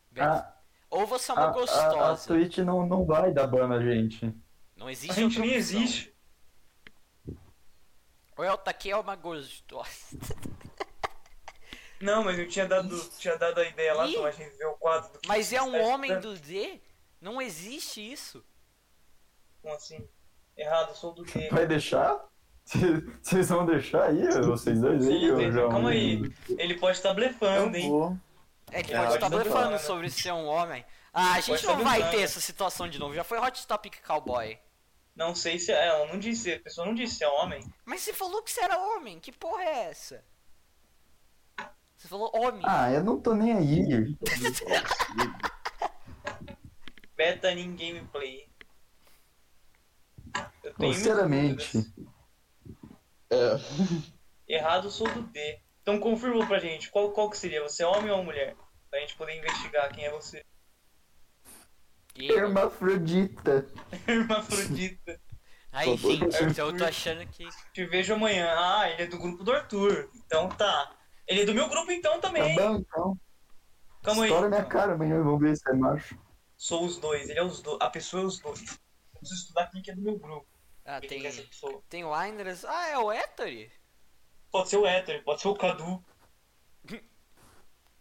Beth-
Ah,
A,
Ou você é
a,
uma
a, a
gostosa.
Twitch não, não vai dar ban a gente.
Não
A
existe
gente
outra
nem
opção.
existe.
Ou eu taquei ou uma gostosa.
Não, mas eu tinha dado, tinha dado a ideia lá,
Ih.
então a gente vê o quadro do que
Mas é
[LAUGHS] tá
um homem
escutando.
do D? Não existe isso.
Como assim? Errado, sou do D.
Vai deixar? [LAUGHS] Vocês- Vocês vão deixar aí, vocês dois
Sou
aí,
do D.
ô João?
Calma aí. Ele pode estar blefando,
Eu
hein?
vou.
É que
Ah,
pode estar
eu tô
blefando
tá falando.
sobre ser um homem. Ah, a gente
Pode
não
tá
vai
blefando.
ter essa situação de novo. Já foi Hot Topic Cowboy.
Não sei se é, ela não disse, a pessoa não disse se é homem.
Mas você falou que você era homem. Que porra é essa? Você falou homem.
Ah, eu não tô nem aí.
Beta em gameplay. Eu tenho
Sinceramente.
dúvidas.
É.
Errado, sou do D. Então confirma pra gente, qual, qual que seria? Você é homem ou mulher? Pra gente poder investigar quem é você.
E,
Hermafrodita.
[LAUGHS] Hermafrodita.
aí sim, então eu tô achando que.
Te vejo amanhã. Ah, ele é do grupo do Arthur. Então tá. Ele é do meu grupo então
Tá
também.
bom, então.
Calma aí. então.
Estoura minha cara amanhã, vamos ver se é macho.
Sou os dois. Ele é os dois. A pessoa é os dois. Eu preciso estudar quem que é do meu grupo.
Ah,
Quem que
tem.
é essa pessoa.
Tem Liners. Ah, é o Ettore?
Pode ser o Éter, pode ser o Cadu.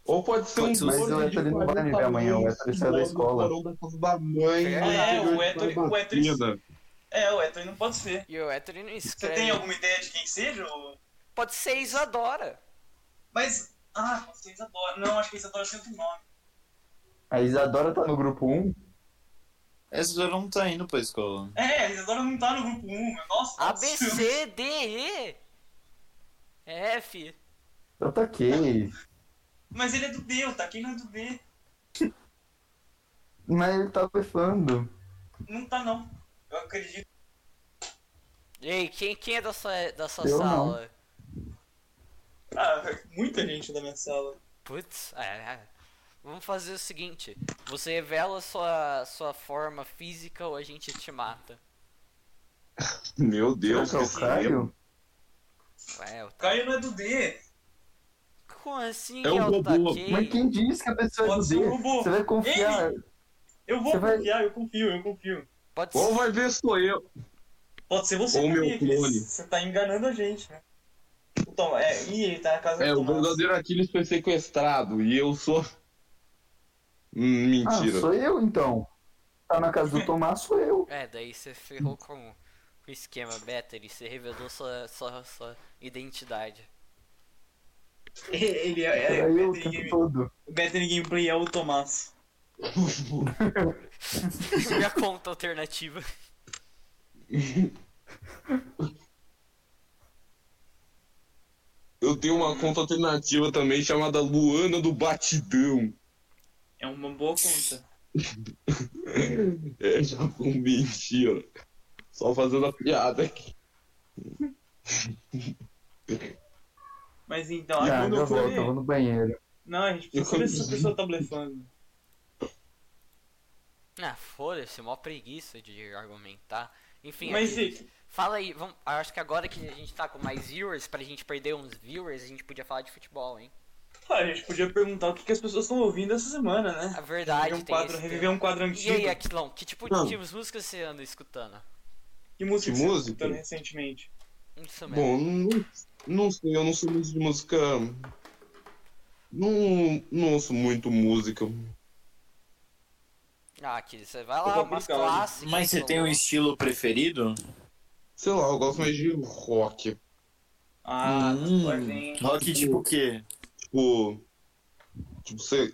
Ou pode ser um
Pode ser, mas
gordo
o Héctor
de
não vai
40
viver amanhã, o
anos,
Héctor saiu da escola.
morou na casa da mãe.
É,
aí
o
hoje
Héctor-
foi
o Héctor-
batida.
É, o Éter não pode ser.
E o Ettore não
Você
escreve.
tem alguma ideia de quem seja? Ou...
Pode ser Isadora.
Mas. Ah, pode ser Isadora. Não, acho que Isadora é sempre o nome.
A Isadora tá no grupo 1.
Essa pessoa não tá indo pra escola.
É, a Isadora não tá no grupo 1. Nossa, é
A, B, C, D, E. F.
Eu toquei.
Mas ele é do D, tá? Quem não é do D?
Mas ele tá befando.
Não tá, não. Eu acredito.
Ei, quem, quem é da sua, da sua
Eu não.
sala?
Ah, muita gente da minha sala.
Putz, é, é. Vamos fazer o seguinte: você revela sua, sua forma física ou a gente te mata.
Meu Deus,
Será que é o Caio?
É, o
O Caio não é do D.
Como assim,
É um
Altaquei?
robô.
Mas quem diz que a pessoa é do
Pode ser
D?
um robô.
Você vai confiar.
Eu vou
Você vai-
confiar, eu confio, eu confio.
Pode
Ou
ser.
vai ver sou eu.
Pode ser você
Ou meu
também, Cris.
clone.
Você tá enganando a gente, né? O Tom, é, ih, ele tá na casa
É,
do
o
Tomás.
verdadeiro Aquiles foi sequestrado e eu sou. Hum,
Ah,
mentira.
sou eu então. Tá na casa do Tomás, sou eu.
É, daí você ferrou com o esquema beta e você revelou sua, sua, sua identidade.
[LAUGHS] Ele é, é,
Era eu o
Better
tempo
Game-
todo.
Better Gameplay é o Tomás.
Ah,
é
[LAUGHS]
Minha conta alternativa.
[LAUGHS] Eu tenho uma conta alternativa também chamada Luana do Batidão.
É uma boa conta.
É, já com mentira. Só fazendo a piada aqui.
Mas então, aí
Ah,
quando
já
eu
volto, eu vou
falei.
no banheiro.
Não, a gente precisa saber se essa pessoa tá blefando.
Ah, foda-se, mó preguiça de argumentar. Enfim,
Mas
aqui-
e-
fala aí, vamos, acho que agora que a gente tá com mais viewers, pra gente perder uns viewers, a gente podia falar de futebol, hein?
Ah, a gente podia perguntar o que, que as pessoas estão ouvindo essa semana, né?
A verdade
reviver um
tem
quadro,
esse
reviver um quadro
E
antigo.
aí, Aquilão, que tipo
Não.
de música você anda escutando?
Que música
Que
que você tá
música?
escutando recentemente?
Isso mesmo.
Bom, não, não sei, eu não sou muito de música. Não, não ouço muito música.
Ah, Aquiles, você vai
Eu
lá,
vou
umas
brincar hoje.
clássicas.
Mas você
então,
tem um estilo preferido?
Sei lá, eu gosto mais de rock.
Ah,
Hum,
Guardian.
rock tipo o quê?
Tipo. Tipo, sei.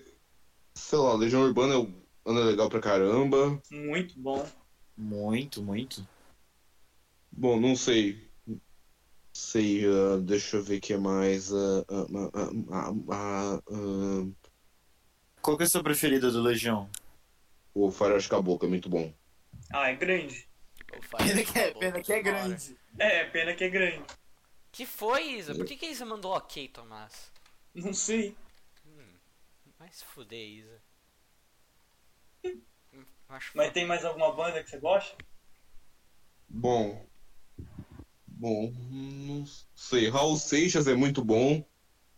Sei lá, Legião Urbana é o- anda legal pra caramba.
muito bom.
Muito, muito.
Bom, não sei. Sei, ah, deixa eu ver o que mais. ah, ah, ah, ah, ah, ah,
Qual que é a sua preferida do Legião?
o Farol de Caboclo é muito bom.
Ah, é grande.
eu falo,
é-
acabou, toda hora.
É, pena que é grande.
Que foi, Isa? Por que, que a Isa mandou ok, Tomás?
Não sei.
Vai se fuder, Isa. Hum, Acho
Mas tem mais alguma banda que você gosta?
Bom. Bom, não sei. Raul Seixas é muito bom.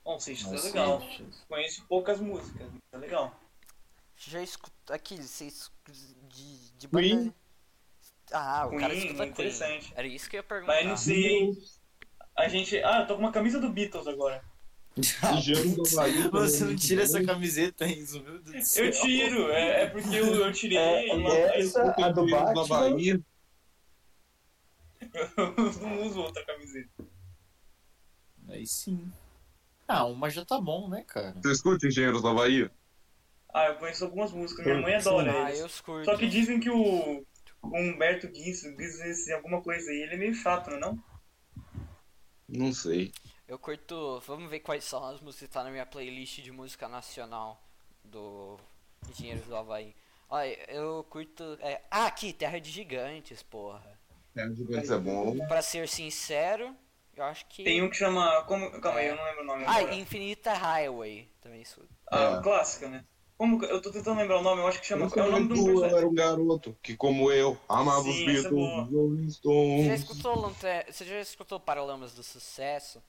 Bom, Seixas
Nossa,
é legal. Conheço poucas músicas, mas é legal.
Já escuta. Aquiles, você escuta de, de banda.
Queen.
Ah, o cara
Queen,
escuta Queen.
interessante.
Era isso que eu ia perguntar.
Mas não sei, hein? A gente. Ah, eu tô com uma camisa do Beatles agora.
Engenheiro do Havaí também é
Você não
muito
tira
bom.
essa camiseta, Enzo, meu Deus do céu.
Eu tiro, é, é porque eu, eu tirei.
É,
e-
é essa a
Engenheiro
do
do
Batman.
Havaí.
Eu [LAUGHS] não uso outra camiseta.
Aí sim. Ah, uma já tá bom, né, cara?
Você escuta Engenheiros do Havaí?
Ah, eu conheço algumas músicas, minha mãe adora
Ah,
eles.
eu escuto.
é Só que dizem que o o Humberto Guiz, Guiz esse, alguma coisa aí, ele é meio chato, não é não?
Não sei.
Eu curto. Vamos ver quais são as músicas que tá na minha playlist de música nacional do Engenheiros do Havaí. Olha, eu curto. é, Ah, aqui, Terra de Gigantes, porra.
É, o Gigantes é bom.
Pra ser sincero, eu acho que.
Tem um que chama. Como, calma aí, eu não lembro o nome.
Ah,
agora.
Infinita Highway. Também escuto.
Ah,
É.
clássica, né? Como que- eu tô tentando lembrar o nome, eu acho que chama.
Eu
É o nome de um personagem.
era um garoto que, como eu, amava os
Sim,
Beatles,
essa é boa.
os Rolling
Você já
Stones.
escutou, Lanter... Você já escutou Paralamas do Sucesso?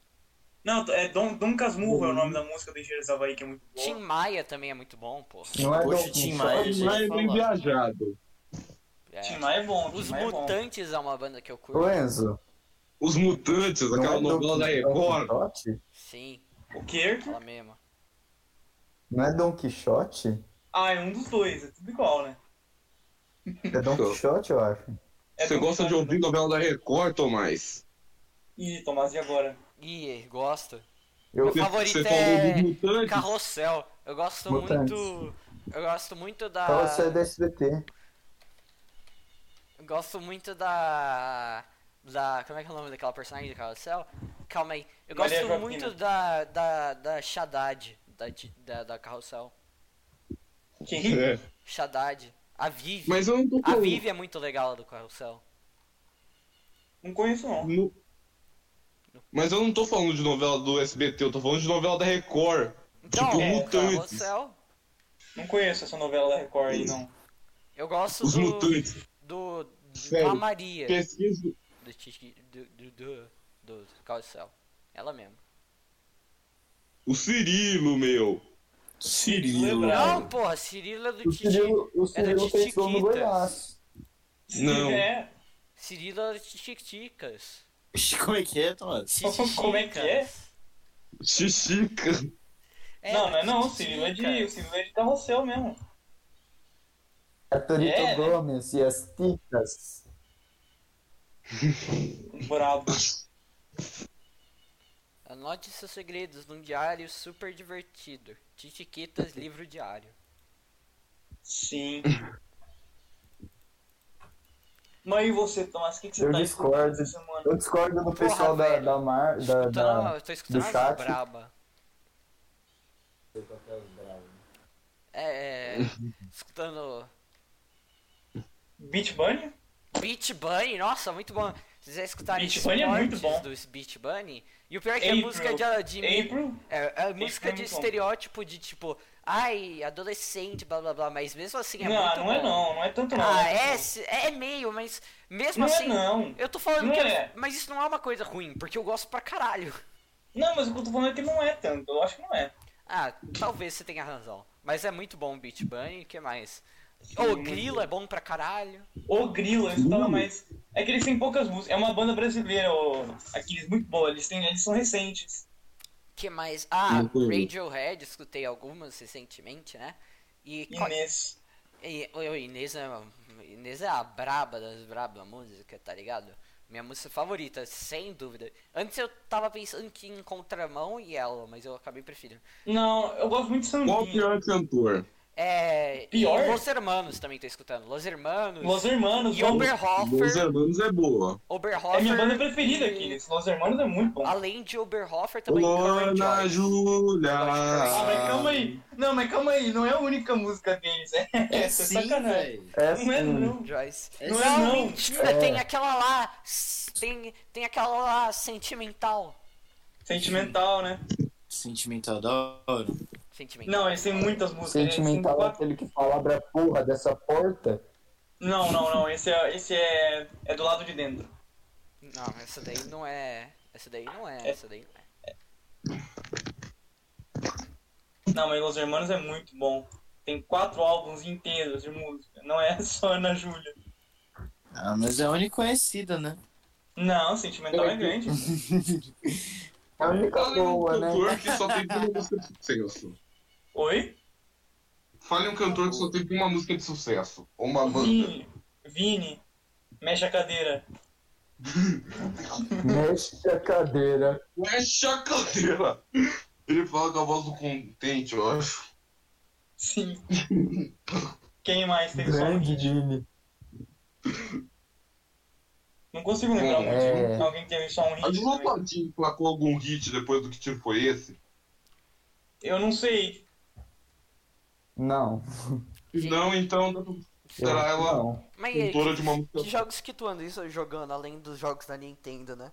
Não, é Dom, Dom Casmurro é o nome
Uhum.
da música do Engenheiros Havaí, que é muito boa.
Tim Maia também é muito bom, pô.
Não é
Poxa,
Dom-
Tim
só-
Maia, gente.
Mas é bem
Fala.
viajado.
É.
Tim Maia é bom,
Os
Tim Maia é bom.
Mutantes é uma banda que eu curto.
Ô, Enzo.
Os Mutantes,
não
aquela
é
novela
Don
da
Quixote
Record.
do Quixote?
Sim,
O quê?
ela mesma.
Não é Dom Quixote?
Ah, é um dos dois, é tudo igual, né?
É Dom
Então.
Quixote, eu acho.
É
Você
Dom
gosta de
Casmurro.
ouvir novela da Record, Tomás?
Ih, Tomás, e agora?
Ih, gosto.
Eu,
Meu favorito
Você
é-
falou dos Mutantes?
Carrossel. Eu gosto
Mutantes.
muito. Eu gosto muito da.
Fala você é do SBT.
Eu gosto muito da. Da. Como é que é o nome daquela personagem do Carrossel? Calma aí. Eu
Maria
gosto
Joaquina.
muito da. Da. Da Shaddad. Da, Ti- da, da Carrossel.
Quem?
É.
Shaddad. A Vivi.
Mas então- eu não tô
A
falando-
Vivi é muito legal a do Carrossel.
Não conheço, não.
no- Mas eu não tô falando de novela do SBT, eu tô falando de novela da Record.
Então,
Tipo,
o
Mutantes.
Carrossel.
Não conheço essa novela da Record aí, não.
Eu gosto
Os
do.
Mutantes.
Do.
Sério.
Da Maria.
Pesquisa.
Do, Tiki- do, do, do, do Carrossel. Ela mesmo.
O Cirilo, meu.
Cirilo.
Não, porra, Cirilo é do
O
Titi.
Cirilo, o Cirilo
Titiquitas.
pensou no Goiás.
Não.
É.
Cirilo é do Titicas.
Como é que é, Tomás?
[LAUGHS] Como é que é?
Titicas.
Xixica.
né?
Não, não é não, o
Titicas.
Cirilo é de. O Cirilo é de carrossel mesmo.
É Torito
É.
Gomes e as Titas.
Brabo.
Anote seus segredos num diário super divertido. Titiquitas, livro diário.
Sim. Mas e você, Tomás? O que, que você
Eu
tá
discordo.
escutando essa semana?
Eu discordo do
Porra,
pessoal da,
velho.
da Mar. Da,
Escutando-
da... É
eu tô escutando
do
as
chat.
braba.
[LAUGHS]
É, é, escutando
Beach Bunny?
Beach Bunny, nossa, muito bom. Se vocês escutarem
Beach Bunny é muito
cortes
bom.
dos Beach Bunny, e o pior é que é
April.
música de, de
April?
É, é música
é
de
muito bom.
estereótipo de tipo, ai, adolescente, blá blá blá, mas mesmo assim é muito
não, não é
bom.
não, não é tanto não.
Ah, é, se- é meio, mas mesmo
Não é
assim.
não.
Eu tô falando
Não
que.
é.
Mas isso não é uma coisa ruim, porque eu gosto pra caralho. [LAUGHS]
Não, mas o que eu tô falando é que não é tanto, eu acho que não é.
Ah, talvez você tenha razão. Mas é muito bom o Beat Bunny, o que mais? O Grilo é bom pra caralho.
O Grilo, eu escutava mais. É que eles têm poucas músicas. É uma banda brasileira, o... aqueles muito boa, eles, têm... eles são recentes.
que mais? Ah,
Não conheço.
Radiohead, escutei algumas recentemente, né? E, qual-
Inês.
E, o o Inês é, Inês é a braba das braba da música, tá ligado? Minha música favorita, sem dúvida. Antes eu tava pensando que em contramão e ela, mas eu acabei preferindo.
Não, eu gosto muito
[LAUGHS]
de
Qual o
Sandinho.
pior cantor?
É.
Pior?
E Los Hermanos também tô escutando. Los Hermanos.
Los Hermanos,
E
eu-
Los
Oberhofer.
Hermanos é boa.
Oberhofer.
é minha banda preferida
e-
aqueles. Los Hermanos é muito bom.
Além de Oberhofer, também Current
Lona
Joy.
Ah,
Júlia.
mas calma aí. Não, mas calma aí, não é a única música deles. É, [LAUGHS] essa, é
Sim,
sacanagem.
velho.
É
Não é
assim.
não.
Joyce.
É
não,
sim, não.
mentira, tem aquela lá. s- Tem, tem aquela lá sentimental.
Sentimental, né?
Sentimental, adoro.
Sentimental.
Não, eles têm muitas músicas. eles têm
Sentimental é
quatro-
aquele que fala abre a porra dessa porta.
Não, não, não. Esse é, esse é, é do lado de dentro.
Não, essa daí não é. Essa daí não é,
É.
essa daí não é.
Não, mas Los Hermanos é muito bom. Tem quatro álbuns inteiros de música. Não é [LAUGHS] só Ana Júlia.
Ah, mas é a única conhecida, né?
Não, Sentimental é grande.
É a única
Fale um
boa, né?
cantor
é
que só teve uma música de sucesso.
Oi?
Fale um cantor que só teve uma música de sucesso. Ou uma banda.
Vini. Vini. Mexe a cadeira.
Mexe a cadeira.
É chacadeira. Ele fala com a voz do contente, eu acho.
Sim. Quem mais tem som?
Grande Jimmy.
Não consigo lembrar muito.
É.
Alguém teve só um hit.
A Dilma
também.
Platinho placou algum hit depois do que tiro foi esse?
Eu não sei.
Não.
Se não, então dá pra
eu
considerar
acho que
ela
Não.
Mas e aí,
cantora de uma música.
que, que jogos que tu anda isso jogando além dos jogos da Nintendo, né?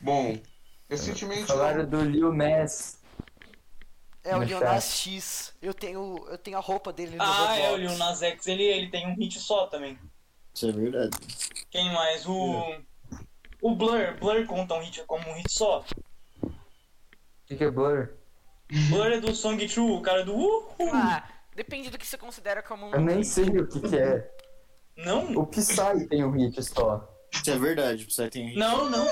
Bom, recentemente.
Falaram do Lil Ness.
É o
No
Lil Nas X. Eu tenho, eu tenho a roupa dele no
Ah,
Roblox.
é, o Lil Nas X, ele, ele tem um hit só também.
Isso é verdade.
Quem mais? O. O Blur. Blur conta um hit como um hit só.
O que, que é Blur?
Blur é do Song True, o cara do Uhul.
Ah, depende do que você considera como um.
Eu nem sei o que, que é.
Não?
O Psy tem um hit só.
Isso é verdade, o Psy tem hit. [LAUGHS]
Não, não.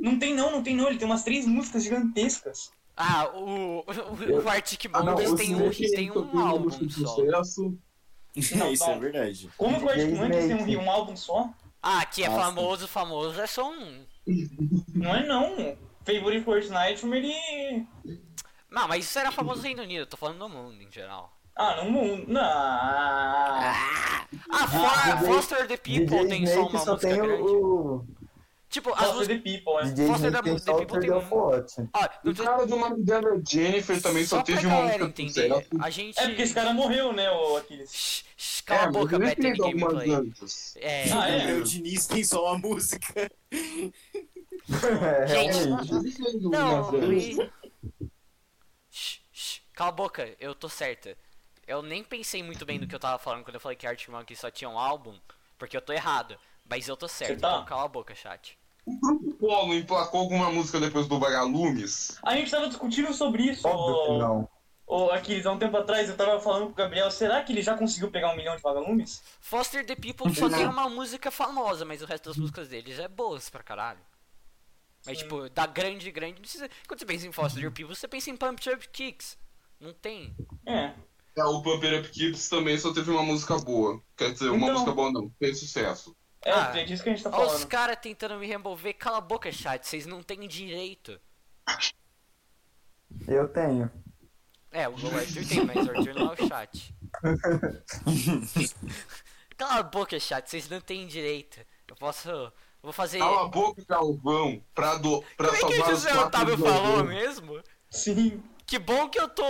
Não tem não, não tem não. Ele tem umas três músicas gigantescas.
Ah, o, o, o Arctic
Ah, não,
Monkeys
o
tem, um,
Smash
tem
tocou
um álbum só.
sucesso.
Não,
Isso
não.
é verdade.
Como que o Arctic
Ninguém
Monkeys tem um,
merece.
um álbum só?
Ah, que é
Nossa.
famoso, famoso, é só um.
Não é não. Favorite Worst Nightmare, ele...
Não, mas isso era famoso no Reino Unido, tô falando do mundo em geral.
Ah, no mundo. Não.
Ah, For- Foster the People
DJ
tem só
Snake
uma
só
música
tem
grande.
o, o
Tipo, as
Foster
músicas.
the People, é.
DJ
Foster
Snake
da-
tem
The
só o
People tem
Turn
um.
of Watch.
Ó, não
O
tô-
cara do nome dela, Jennifer, também só,
só
teve
pra
uma
galera
música
entender,
sucesso.
a gente.
É porque esse cara morreu, né, o Aquiles?
Shh, shh, cala a boca,
É, mas
vai ter
ele tem algumas
gameplay.
antes.
É.
Ah, é?
Gabriel Diniz tem só uma música.
[LAUGHS] É,
Gente,
realmente.
Ele tem algumas
Não,
antes.
e... Shh, shh, cala a boca, eu tô certa. Eu nem pensei muito bem no que eu tava falando quando eu falei que Arctic Monkey só tinha um álbum, porque eu tô errado. Mas eu tô certo,
Você tá?
então cala a boca, chat.
O grupo Polo emplacou alguma música depois do Vagalumes?
A gente tava discutindo sobre isso,
Óbvio
oh.
que
ô,
não.
ô Aquiles, há um tempo atrás. Eu tava falando com o Gabriel, será que ele já conseguiu pegar um milhão de vagalumes?
Foster the People só tem uma música famosa, mas o resto das músicas deles é boas pra caralho. Mas
Sim.
tipo, da grande, grande, não precisa... Quando você pensa em Foster the People, você pensa em Pump Up Kicks. Não tem.
É.
É, o Pumper Up Kids também só teve uma música boa. Quer dizer, uma
Então-
música boa não, fez sucesso.
É,
Ah.
é disso que a gente tá
Olha os
falando.
caras tentando me remover, cala a boca, chat, vocês não têm direito.
Eu tenho.
É, o Arthur tem, mas o Arthur não é o chat. Cala a boca, chat, vocês não têm direito. Eu posso. Eu vou fazer.
Cala a boca, Galvão, pra, do, pra
Como é que
salvar
o
os
José
quatro
Otávio
jogadores.
falou mesmo?
Sim.
Que bom que eu tô.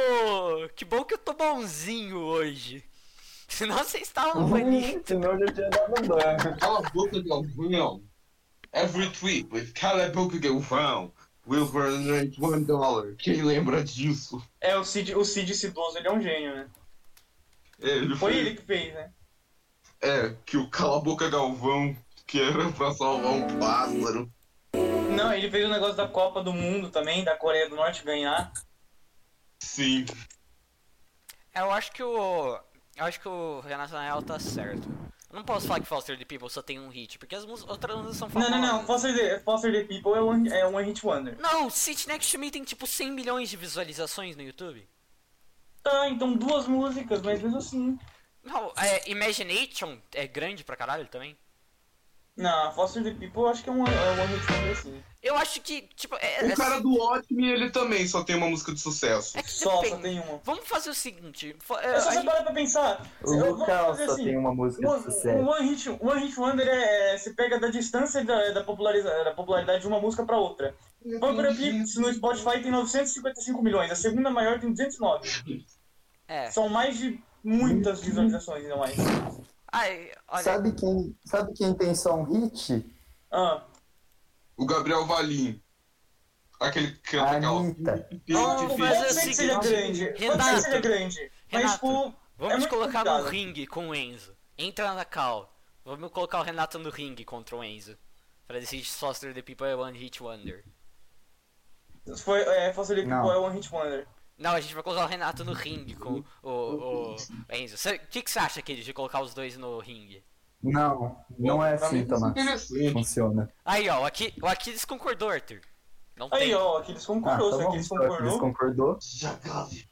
Que bom que eu tô bonzinho hoje. [LAUGHS] Senão vocês
Uhum.
estavam banidos.
Senão eu já tinha dado ban.
Cala a boca, Galvão. Every tweet with Cala a boca, Galvão. Will generate one dollar. Quem lembra disso?
É, o Cid, o Cid Cidoso, ele é um gênio, né?
É, ele
Foi ele que fez, né?
É, que o Cala a boca, Galvão, que era pra salvar um pássaro.
Não, ele fez o negócio da Copa do Mundo também, da Coreia do Norte ganhar.
Sim.
Eu acho que o. Eu acho que o Renato Nael tá certo. Eu não posso falar que Foster the People só tem um hit, porque as mus- outras músicas são
Não,
famosas.
não, não. Foster the, Foster the People é um, é um hit wonder.
Não, Sit Next to Me tem tipo 100 milhões de visualizações no YouTube.
Tá, então duas músicas, mas mesmo assim.
Não, é, Imagination é grande pra caralho também.
Não, Foster the People eu acho que é um, é um hit wonder sim.
Eu acho que, tipo, é.
O
é-
Um cara do Otme, ele também só tem uma música de sucesso.
é que
Só, só
depende.
tem uma.
Vamos fazer o seguinte. fa- é,
É só
a
você
gente-
parar pra pensar.
O
Eu- vamos
Lucas
fazer assim.
só
assim.
tem uma música de
Um, um
sucesso.
one, hit, one hit Wonder é, é, se pega da distância da, da, populariza- da popularidade de uma música pra outra. Vampire Apocalypse no Spotify tem 955 milhões, a segunda maior tem 209.
é.
São mais de muitas visualizações, é? ainda mais.
Ai, olha.
é
Sabe quem, sabe quem tem só um hit?
Ah,
O Gabriel Valim. Aquele que canta aquela.
Anitta.
Não,
Difícil.
mas
pode ser que
assim,
seja
Renato,
é grande, pode ser que
Renato,
seja grande, mas
Renato.
tipo,
Vamos
é
te
muito
colocar no
complicado.
ringue com o Enzo. Entra na cal. Vamos colocar o Renato no ringue contra o Enzo. Pra decidir se Foster the People é One Hit Wonder.
foi, é, Foster the People
Não.
é One Hit Wonder.
Não, a gente vai colocar o Renato no ringue com o, o- o Enzo. O que, que você acha, querido, de colocar os dois no ringue?
Não, não é
Pra mim,
assim,
isso
Tomás.
Interessante.
Funciona.
Aí, ó, o Aqui- o Aquiles concordou, Arthur. Não
Aí,
tem.
ó, Aquiles
Ah,
concordou,
tá
se
bom.
Aquiles concordou.
Eles concordou.
Jagali.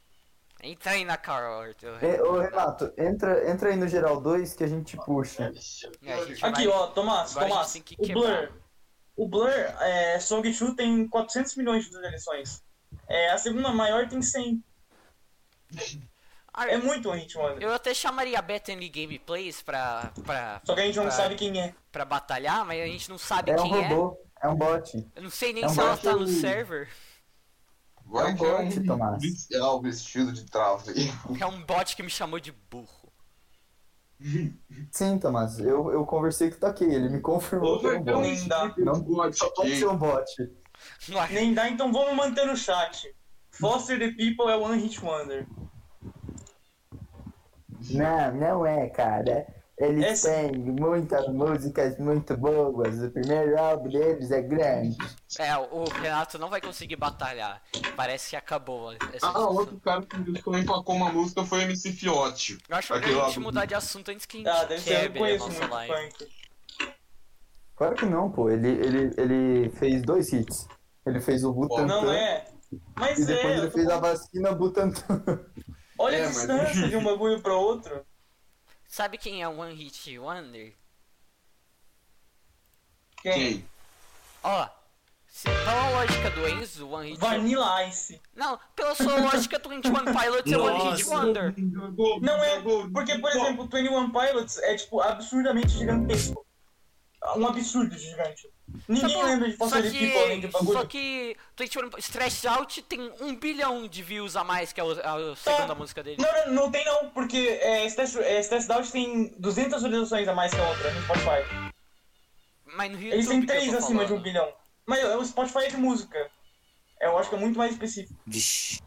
Entra aí na Carol, Arthur.
E, É, ô, Renato, entra, entra aí no geral 2 que a gente puxa.
gente-
Aqui,
Vai-
ó, Tomás,
agora a gente
Tomás.
tem que
O
quebrar.
Blur. O Blur, é, Song Chu tem 400 milhões de visualizações. É, a segunda maior tem 100.
Ah,
É muito um hit wonder.
Eu até chamaria a Bethany Gameplays pra, pra,
Só que a gente não
Ah.
sabe quem é.
pra batalhar, mas a gente não sabe
É um
quem é.
robô, é um bot.
Eu não sei nem
É um
se ela
bot
tá no
ou-
server.
Vai
É um
que é
bote,
um
Tomás.
policial vestido de trave.
[LAUGHS]
É um bot que me chamou de burro.
Sim, Tomás, eu, eu conversei com o Takei, ele me confirmou que é um bot.
Nem dá.
Não, só pode ser um bot.
Não acho-
Nem dá, então vamos manter no chat. Foster the People é One Hit Wonder.
Não, não é, cara. Eles
Esse-
têm muitas músicas muito boas. O primeiro álbum deles é grande.
É, o Renato não vai conseguir batalhar. Parece que acabou essa
Ah, outro
discussão.
cara que também empacou uma música foi o MC Fiote.
Eu acho melhor a
Aquele lá
gente
do-
mudar de assunto antes que a gente
Ah, deve ser, eu não
quebre a
conheço
nossa
muito
live.
funk.
Claro que não, pô. Ele, ele, ele fez dois hits. Ele fez o Butantan
Não é? Mas
e depois
é.
ele fez a vacina Butantan.
[LAUGHS] Olha
É,
a
mas-
distância de um bagulho pra outro.
Sabe quem é One Hit Wonder?
Quem?
Quem?
Ó, se, pela lógica do Enzo, One Hit
Vanilla Ice.
Não, pela sua lógica, 21 Pilots é One Hit
Nossa.
Wonder.
Não é, porque, por exemplo, 21 Pilots é, tipo, absurdamente gigantesco. Um absurdo de gigante.
Tá
Ninguém
bom,
lembra de
só
Foster the People além de
que, só
bagulho.
que 21 Stressed Out tem um bilhão de views a mais que a, a
Ah.
segunda música dele.
Não, não, não tem não, porque é, Stash, é, Stash Out tem 200 visualizações a mais que a outra no Spotify.
Mas no YouTube
Eles têm
que eu tô
3 acima de um
falando.
bilhão. Mas é o Spotify é de música. Eu acho que é muito mais específico.
Vixe.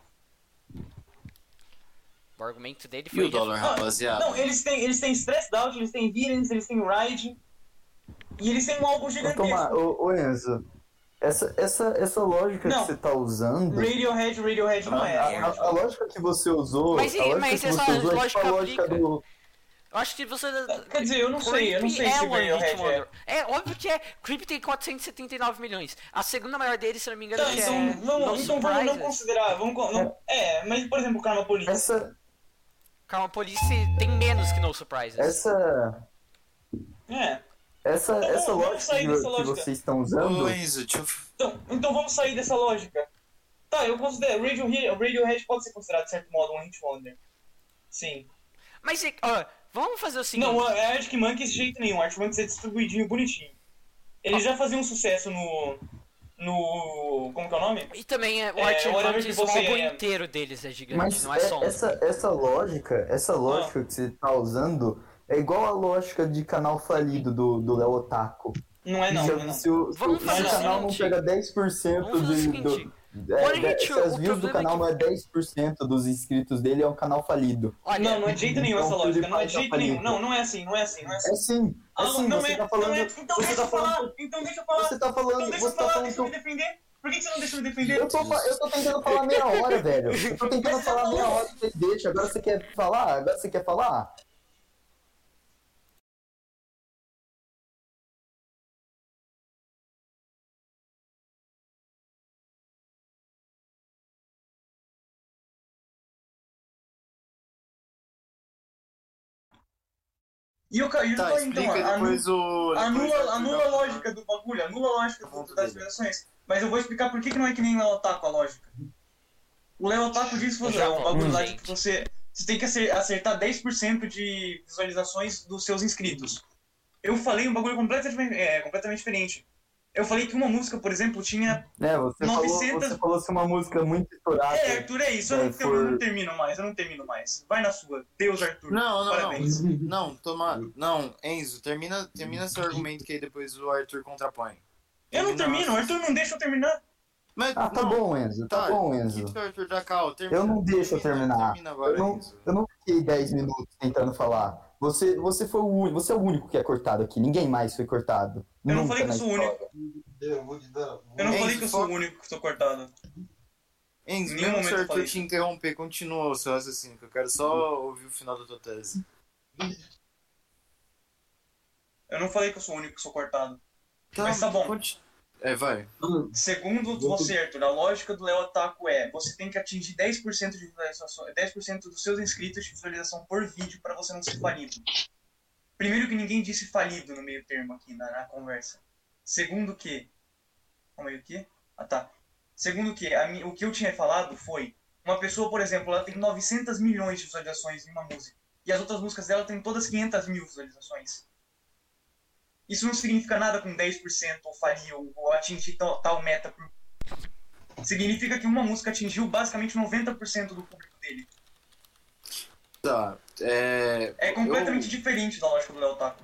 O argumento dele
E
foi...
o dólar,
Ah,
rapaziada?
Não, eles têm, eles têm Stressed Out, eles têm Hearings, eles têm Ride. E eles têm um álbum
Ô, Então Toma,
gigantesco.
ô, ô, Enzo, essa, essa, essa lógica
Não.
que você tá usando.
Radiohead, Radiohead não
A,
é.
a- a lógica que você usou.
Mas e-
a lógica
mas
que
essa
você usou é tipo
lógica
a lógica
aplica.
do.
Eu acho que você...
Quer dizer, eu não sei, eu não sei
é
se
One Hit
Radiohead é.
Wonder. É. óbvio que é. Creep tem 479 milhões. A segunda maior dele, se não me engano,
Então,
que
então,
é...
vamos, então vamos não
Surprises.
considerar. Vamos, co- não- é. mas por exemplo, Karma Police.
Essa.
Calma, Police tem menos que No Surprises.
Essa.
É.
Essa,
Não,
essa
vamos
lógica,
sair
que,
dessa
que
lógica.
vocês estão usando.
Ô, Enzo, deixa eu...
Então, então vamos sair dessa lógica. Tá, eu considero. Radiohead, Radiohead pode ser considerado, de certo modo, um hit wonder. Sim.
Mas, e- ó, vamos fazer o seguinte.
Não, é Arctic Monkeys de jeito nenhum. Arctic Monkeys é distribuidinho, bonitinho. Ele já fazia um sucesso no. No. Como que é o nome?
E também é, o
É,
Arctic
whatever
Monkeys,
que
o
você
álbum
é.
inteiro deles é gigante,
Mas
não é
é-
só um.
essa, essa lógica, essa
Ah.
lógica que você tá usando é igual a lógica de canal falido do, do Léo Otaku.
Não é não,
se,
não, é não.
se o, se
Vamos
o-
fazer
se
o
o canal não
seguinte.
pega 10%
Vamos fazer o
de- do,
seguinte.
é,
Olha,
da-
gente,
se
o
as views do
problema é
canal
que-
não é 10% dos inscritos dele, é um canal falido.
Olha,
Não, não é de jeito nenhum essa
Então,
lógica.
ele
Não é
faz
de
a
jeito nenhum.
farinha.
Não, não é assim, não é assim, não é assim.
É sim, é
Ah,
sim,
não
você
é,
tá falando.
não é. Então
você
deixa
tá
eu falar.
falando.
Então deixa eu falar.
Você tá
Então
falando,
deixa eu
você tá
falar,
falando
deixa
que
eu me
eu
defender. Por que que você não deixa eu me defender?
Eu tô, fa- eu tô tentando
[LAUGHS]
falar meia hora, velho. Eu tô tentando falar meia hora, você deixa. Agora você quer falar? Agora você quer falar?
E o Caio
Tá,
vai, então,
explica
a-
depois o... depois
Anula,
o-
anula a lógica do bagulho, anula a lógica do, das visualizações. Mas eu vou explicar por que, que não é que nem o Léo Otaku a lógica. O Léo Otaku diz que você-
Já
o bagulho
volto,
lá
gente.
que você, você tem que acer- acertar 10% de visualizações dos seus inscritos. Eu falei um bagulho completamente, é, completamente diferente. Eu falei que uma música, por exemplo, tinha.
É, você, falou,
900
você falou se uma música muito estourada.
É, Arthur, é isso. Eu, não,
É, por-
eu não termino mais, eu não termino mais. Vai na sua. Deus, Arthur.
Não, não,
Parabéns.
não. Não, toma... Não, Enzo, termina, termina seu argumento que aí depois o Arthur contrapõe.
Eu não
Termina.
termino, o Arthur não deixa eu terminar.
Mas,
Ah, tá
não,
bom, Enzo. Tá, bom, Enzo.
Que que o Arthur dá cal? Termina,
Eu não deixo eu terminar.
Termina agora,
Eu não,
Enzo.
eu não fiquei 10 minutos tentando falar. Você, você foi o único, você é o único que é cortado aqui. Ninguém mais foi cortado.
Eu não
Nunca
falei que
na
eu sou o
história.
único. Eu não
Ei,
falei que eu sou
foca.
o único que tô cortado. Nenhum
Enzo, mesmo se o
momento
Arthur
falei.
te interromper, continua o seu raciocínio, que eu quero só ouvir o final da tua tese.
Eu não falei que eu sou o único que sou cortado.
Tá,
Mas tá bom.
conti- É, vai.
Segundo você, Arthur, a lógica do Léo Otaku é você tem que atingir 10% de visualização, 10% dos seus inscritos de visualização por vídeo para você não ser falido. Primeiro que ninguém disse falido no meio termo aqui na, na conversa. Segundo que... Calma aí, o quê? Ah, tá. Segundo que, a mi- o que eu tinha falado foi uma pessoa, por exemplo, ela tem 900 milhões de visualizações em uma música. E as outras músicas dela têm todas 500 mil visualizações. Isso não significa nada com 10% ou falir ou, ou atingir tal, tal meta. por- Significa que uma música atingiu basicamente 90% do público dele.
Tá. É.
É completamente
eu-
diferente da lógica do Léo Taco.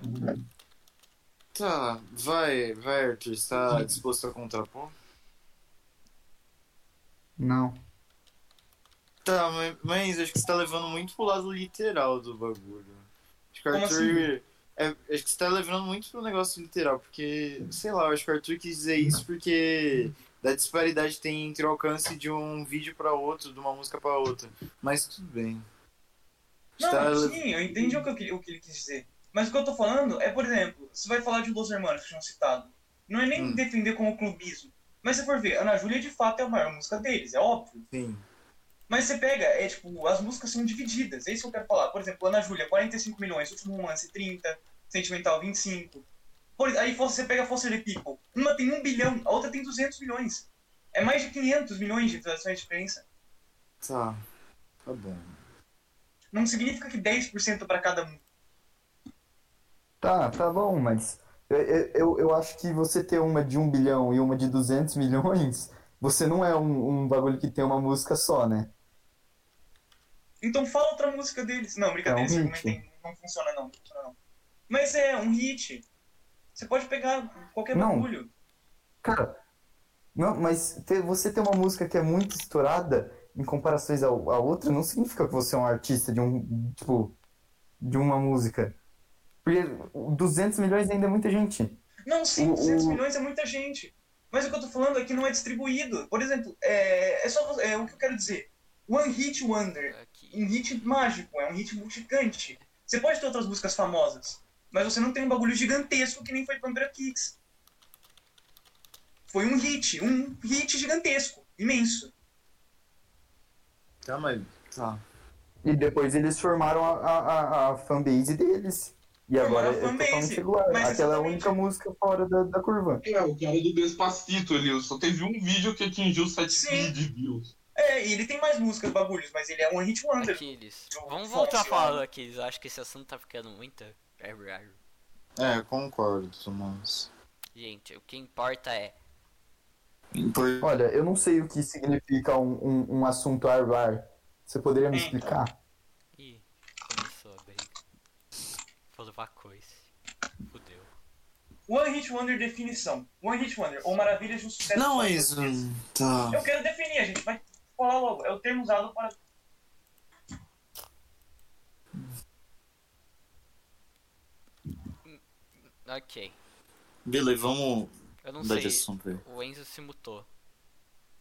Tá, vai, vai, Arthur. Você tá disposto a contrapor?
Não.
Tá, mas, mas acho que você tá levando muito pro lado literal do bagulho. Acho que o
Como
Arthur.
assim?
é, acho que você tá levando muito pro negócio literal, porque, sei lá, eu acho que o Arthur quis dizer isso porque da disparidade que tem entre o alcance de um vídeo pra outro, de uma música pra outra. Mas tudo bem. Você tá
Não,
le-
sim, eu entendi o que, eu queria- o que ele quis dizer. Mas o que eu tô falando é, por exemplo, você vai falar de Los Hermanos, que tinham citado. Não é nem
Hum.
defender como clubismo. Mas se for ver, Ana Júlia de fato é a maior música deles, é óbvio.
Sim.
Mas você pega, é tipo, as músicas são divididas, é isso que eu quero falar. Por exemplo, Ana Júlia, 45 milhões, Último Romance, 30, Sentimental, 25. Por- aí você pega Foster the People, uma tem 1 bilhão, a outra tem 200 milhões. É mais de 500 milhões de visualizações de diferença.
Tá. Tá bom.
Não significa que 10% pra cada um.
Tá, tá bom, mas eu, eu, eu acho que você ter uma de 1 bilhão e uma de 200 milhões, você não é um, um bagulho que tem uma música só, né?
Então fala outra música deles. Não, brincadeira,
É um
esse
hit.
argumento aí não funciona não, não funciona não. Mas é um hit. Você pode pegar qualquer
Não.
bagulho.
Cara, não, mas ter- você ter uma música que é muito estourada em comparações ao- a outra não significa que você é um artista de um, tipo, de uma música. Porque 200 milhões ainda é muita gente.
Não, sim,
O-
200
o-
milhões é muita gente. Mas o que eu tô falando é que não é distribuído. Por exemplo, é, é só você- é o que eu quero dizer. One Hit Wonder.
é Aqui.
Um hit mágico, é um hit multicante. Você pode ter outras músicas famosas, mas você não tem um bagulho gigantesco que nem foi Pandora Kicks. Foi um hit, um hit gigantesco, imenso.
Tá, mas. Tá.
E depois eles formaram a, a, a, a fanbase deles. E
Formaram
agora
a
é
fanbase,
totalmente regular. Aquela é
mas
a
exatamente.
única música fora da, da curva.
É, o cara do Despacito ali, só teve um vídeo que atingiu 7
Sim.
mil de views.
É, e ele tem mais músicas, bagulhos, mas ele é um One Hit Wonder.
Aquiles. Vamos voltar a falar do Aquiles. Eu acho que esse assunto tá ficando muito. Arr, arr.
É, eu concordo, Tomás.
Gente, o que importa é.
Por...
Olha, eu não sei o que significa um, um, um assunto arvar. Você poderia me
Então.
explicar?
Ih, começou a briga. Vou levar coice. Fudeu.
One Hit Wonder definição. One Hit Wonder, ou maravilha de um sucesso.
Não,
é
só.
mas. hum, Tá.
Eu quero definir, a gente vai falar logo. É o termo usado para.
Ok.
Beleza, vamos
Eu não
mudar de
sei.
assunto aí.
O Enzo se mutou.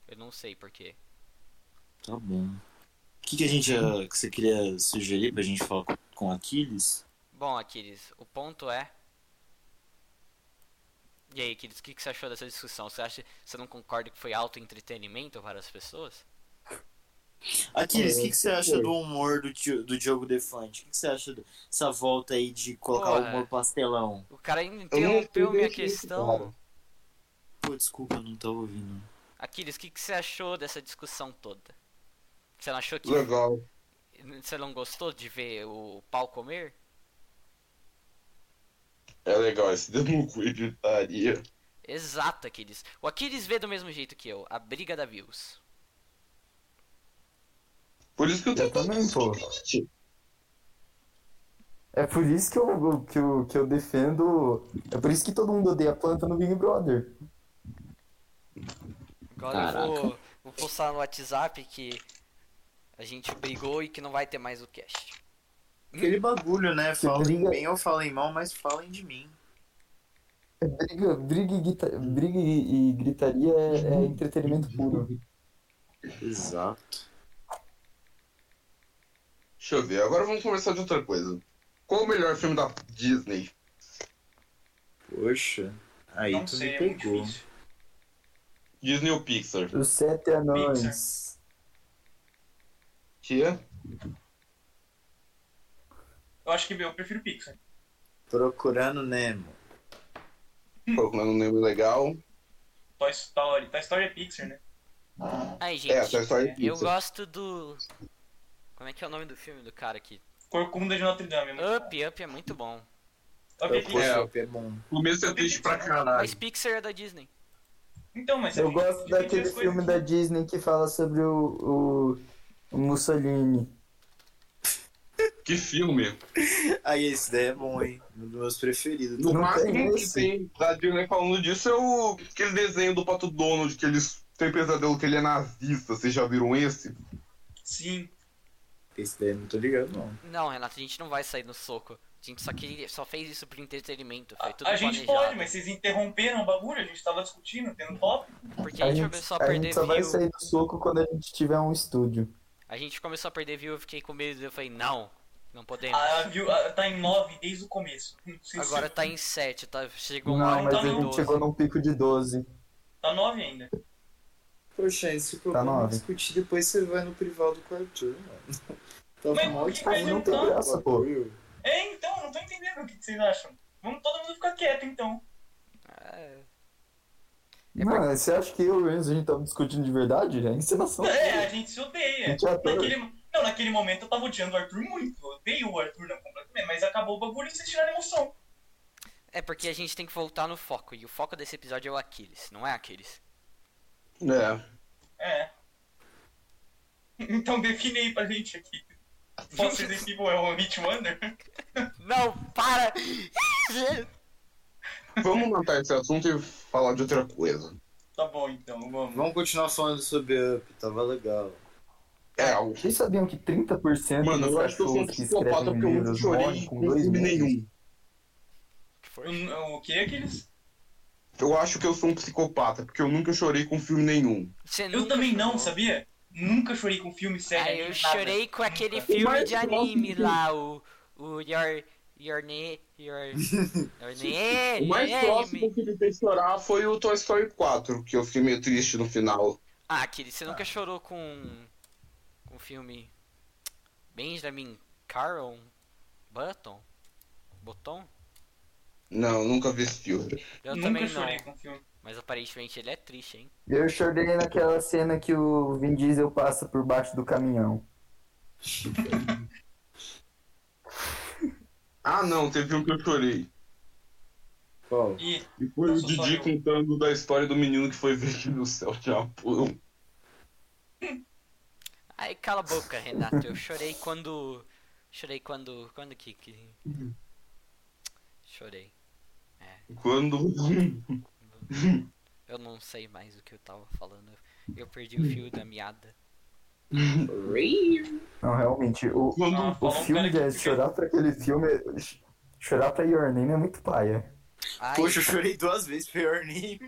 Eu não sei porquê.
Tá bom. O que, que a gente ah, que você queria sugerir pra gente falar com- com Aquiles?
Bom, Aquiles, o ponto é. E aí, Aquiles, o que, que você achou dessa discussão? Você acha você não concorda que foi auto-entretenimento para as pessoas?
Aquiles, o que, que você acha
Oi.
do humor do, Ti- do Diogo Defante? O que, que você acha dessa volta aí de colocar o
Porra.
humor pastelão?
O cara ainda
não
interrompeu
entendi
minha
isso,
é
questão.
Pô, desculpa, eu não tava ouvindo.
Aquiles, o que, que você achou dessa discussão toda? Você não achou que.
Legal.
Você não gostou de ver o pau comer?
É legal, esse demuco editaria.
Exato, Aquiles. O Aquiles vê do mesmo jeito que eu. A briga da Views.
Por isso que eu
Eu
tô
também, pô. É por isso que eu, que, eu, que eu defendo. É por isso que todo mundo odeia a planta no Big Brother.
Agora eu vou, vou postar no WhatsApp que a gente brigou e que não vai ter mais o cast.
Aquele bagulho, né? Falem
briga-
bem ou falem mal, mas falem de mim.
É Briga, briga, e, guita- briga e, e gritaria é, é entretenimento puro.
Exato.
Deixa eu ver, agora vamos conversar de outra coisa. Qual o melhor filme da Disney?
Poxa. Aí
não
tu
sei,
me
é muito
pegou.
difícil.
Disney ou Pixar?
Os sete anões.
Que é?
Eu acho que eu prefiro Pixar.
Procurando Nemo.
Hum.
Procurando um Nemo legal.
Toy Story. Toy Story é Pixar, né?
Aí, gente.
É, essa história é
Eu
Pixar.
gosto do. Como é que é o nome do filme do cara aqui?
Corcunda de Notre Dame. é muito bom.
Up, Up é muito bom.
Up é Pixar.
Procurando é bom.
O começo é triste pra
Mas
caralho.
Pixar é da Disney.
Então, mas
Eu
é-
gosto
divide as
daquele
coisas.
filme da Disney que fala sobre o, o, o Mussolini.
Que filme?
Aí esse daí é bom, hein? Um dos meus preferidos.
No
Não tem
máximo que
esse.
tem da Disney falando disso é o aquele desenho do Pato Donald que eles têm pesadelo que ele é nazista. Vocês já viram esse?
Sim.
Esse daí eu não tô ligado, não.
Não, Renato, a gente não vai sair no soco. A gente só, queria, só fez isso por entretenimento. Foi tudo
a gente né?
planejado.
pode, mas vocês interromperam o bagulho, a gente tava discutindo, tendo top.
Porque a gente, começou a
a
perder
gente só vai
view.
sair do soco quando a gente tiver um estúdio.
A gente começou a perder view, eu fiquei com medo. Eu falei, não, não podemos.
Ah, viu, ah, tá em 9 desde o começo. Não sei se-
Agora tá em 7, tá, chegou uma
não,
hora
mas
tá
então
a
em 12.
gente chegou num pico de 12.
Tá 9 ainda.
Poxa, esse
Tá
problema
nove.
é discutir depois você vai no privado com o Arthur, mano. [LAUGHS] Tá
Mas um
mal
por que vai
discutindo
não tem
o
graça, pô.
bagulho.
É, então, não tô entendendo o que que vocês acham. Vamos todo mundo ficar quieto, então.
É, É
Mano, você acha que eu e o Enzo a gente tava discutindo de verdade? É encenação.
É, a gente se odeia.
Gente, Arthur.
Naquele, não, naquele momento eu tava odiando o Arthur muito. Eu odeio o Arthur, não, completamente. Mas acabou o bagulho e vocês tiraram a emoção.
é porque a gente tem que voltar no foco. E o foco desse episódio é o Aquiles, não é Aquiles.
É.
É. Então define aí pra gente aqui. Você define é o Hit Wonder?
Não, para! [LAUGHS]
Vamos matar esse assunto e falar de outra coisa.
Tá bom, então, vamos.
Vamos continuar falando sobre Up, tava legal.
É, o...
Vocês sabiam que 30%
mano,
dos
eu acho que eu sou um
cachorros É, que
psicopata
escrevem
porque eu nunca
livros morrem
chorei
com
com
dois
filme
meses?
nenhum.
Que foi?
O, o que é que eles.
Eu acho que eu sou um psicopata porque eu nunca chorei com filme nenhum.
Você
Eu
nunca
também não,
chorou.
sabia? Nunca chorei com filme sério.
Ah, eu
nada.
chorei com
[LAUGHS]
aquele
Nunca.
filme
mais um
de
legal
anime
que-
lá, o, o Your... Your Ne...
[LAUGHS]
Your... Your Ne...
O mais próximo que me fez chorar foi o Toy Story 4, que eu fiquei meio triste no final.
Ah, Aquiles,
Tá.
você nunca chorou com... Com o filme... Benjamin Carl Button? Bottom?
Não, nunca vi esse filme.
Eu
nunca
também não.
chorei com filme.
Mas aparentemente ele é triste, hein?
Eu chorei naquela cena que o Vin Diesel passa por baixo do caminhão.
Ah, não, teve um que eu chorei.
Qual?
Ih,
E foi
Nossa,
o
só
Didi
eu.
contando da história do menino que foi vendido no céu de Apolo.
Ai, cala a boca, Renato. Eu chorei quando. Chorei quando. Quando que. que...
Uhum.
Chorei.
Quando.
Eu não sei mais o que eu tava falando. Eu perdi o fio da meada.
Não, realmente, o,
Quando.
Ah,
o
falou um
filme
cara
de
que fica-
chorar pra aquele filme. ch- Chorar pra Your Name é muito paia.
Ai,
Poxa, eu chorei duas vezes pior name.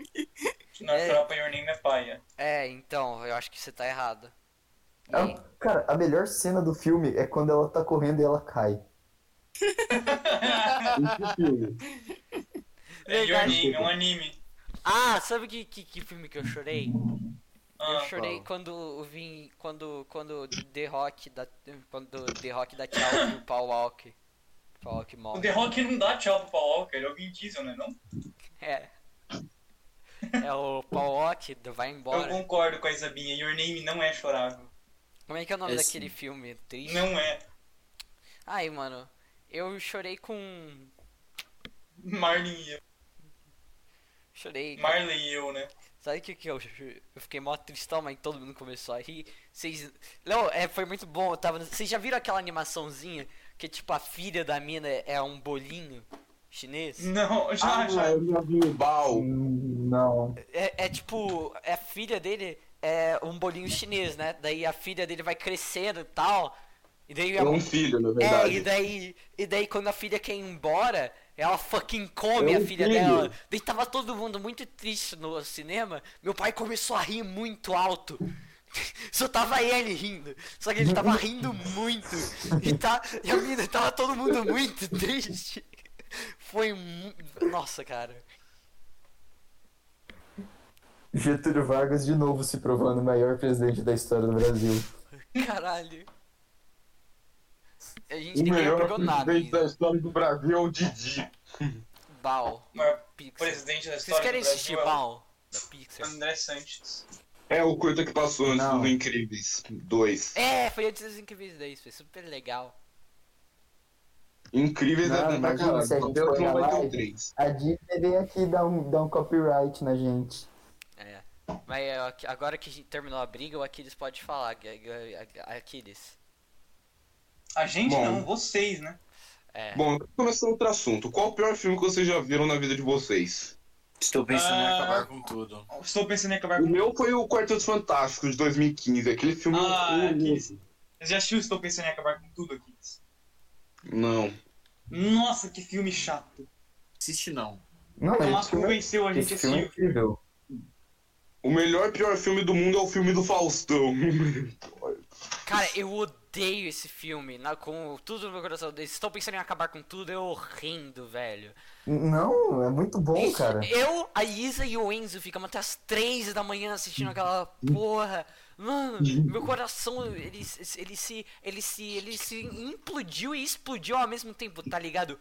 Não,
É.
chorar pra Your Name é paia.
[LAUGHS] É, então, eu acho que você tá errado. E-
A- cara, a melhor cena do filme é quando ela tá correndo e ela cai.
Ah.
Esse
[LAUGHS]
filme.
É Your
Verdade.
Name, é um anime.
Ah, sabe que, que, que filme que eu chorei? Eu
Ah,
chorei
qual?
quando o Vin. Quando. Quando The Rock dá. Quando The Rock dá tchau pro Paul Walk. Paul Walk
o
morre.
The Rock não dá tchau pro Paul Walker, ele é o Vin Diesel, né? Não?
É. É o Paul Walk, vai
Eu
embora.
concordo com a Isabinha, Your Name não é chorável.
Como é que é o nome
É
daquele filme? Triste?
Não é.
Ai, mano, eu chorei com.
Marlin e eu.
Chorei.
Marley e eu, né?
Sabe o que, que eu. Eu fiquei mó tristão, mas todo mundo começou a rir. Vocês. Não, é, foi muito bom. Eu tava. no- Vocês já viram aquela animaçãozinha que, tipo, a filha da mina é é um bolinho chinês?
Hum. Não, já,
Ah,
já.
eu já vi o Bal.
Hum, Não.
É, é tipo, é a filha dele é um bolinho chinês, né? Daí a filha dele vai crescendo e tal. E daí
É
a
um filho, na
É, e
verdade.
daí, e daí quando a filha quer ir embora, ela fucking come
É
a
um
filha
filho.
dela. Daí tava todo mundo muito triste no cinema. Meu pai começou a rir muito alto. [LAUGHS] Só tava ele rindo. Só que ele tava rindo muito. E, tá, e a menina tava todo mundo muito [LAUGHS] triste. Foi muito. Nossa, cara.
Getúlio Vargas de novo se provando o maior presidente da história do Brasil.
Caralho. A gente
O
nem
melhor
pegou nada. né?
presidente da história do Brasil é o Didi.
Bal.
Mas
Pixar.
presidente da
Vocês
história
querem
do Brasil
assistir
é o
Bal? Da Pixar.
André Sanches.
É o curta que passou antes
Não.
do Incríveis 2.
É, foi antes dos Incríveis 10, foi super legal.
Incríveis
Não,
é
mas
cara,
se a gente é.
não vai
olhar
ter um
lá,
o 3.
A Disney vem aqui dar um, dar um copyright na gente.
É. Mas é, aqui- agora que a gente terminou a briga, o Aquiles pode falar. Gu- gu- a- Aquiles.
A gente
Bom.
não, vocês, né?
É.
Bom, começando outro assunto. Qual o pior filme que vocês já viram na vida de vocês?
Estou pensando em
Ah.
acabar com tudo.
Estou pensando em acabar
O
com.
meu foi o Quarteto Fantástico de 2015. Aquele filme
Ah,
horroroso.
aquele- Você já assistiu Estou Pensando em Acabar com Tudo aqui?
Não.
Nossa, que filme chato.
Assiste não.
Não,
É,
O
esse
Márcio
filme,
convenceu a gente
esse
a
filme é
assistir.
incrível.
O melhor e pior filme do mundo é o filme do Faustão.
Cara, eu odeio esse filme. Na, com tudo no meu coração. Eles estão pensando em acabar com tudo, eu rindo, velho.
Não, é muito bom, cara.
Eu, a Isa e o Enzo ficamos até as 3 da manhã assistindo aquela porra. Mano, meu coração, ele, ele se. ele se. ele se implodiu e explodiu ao mesmo tempo, tá ligado?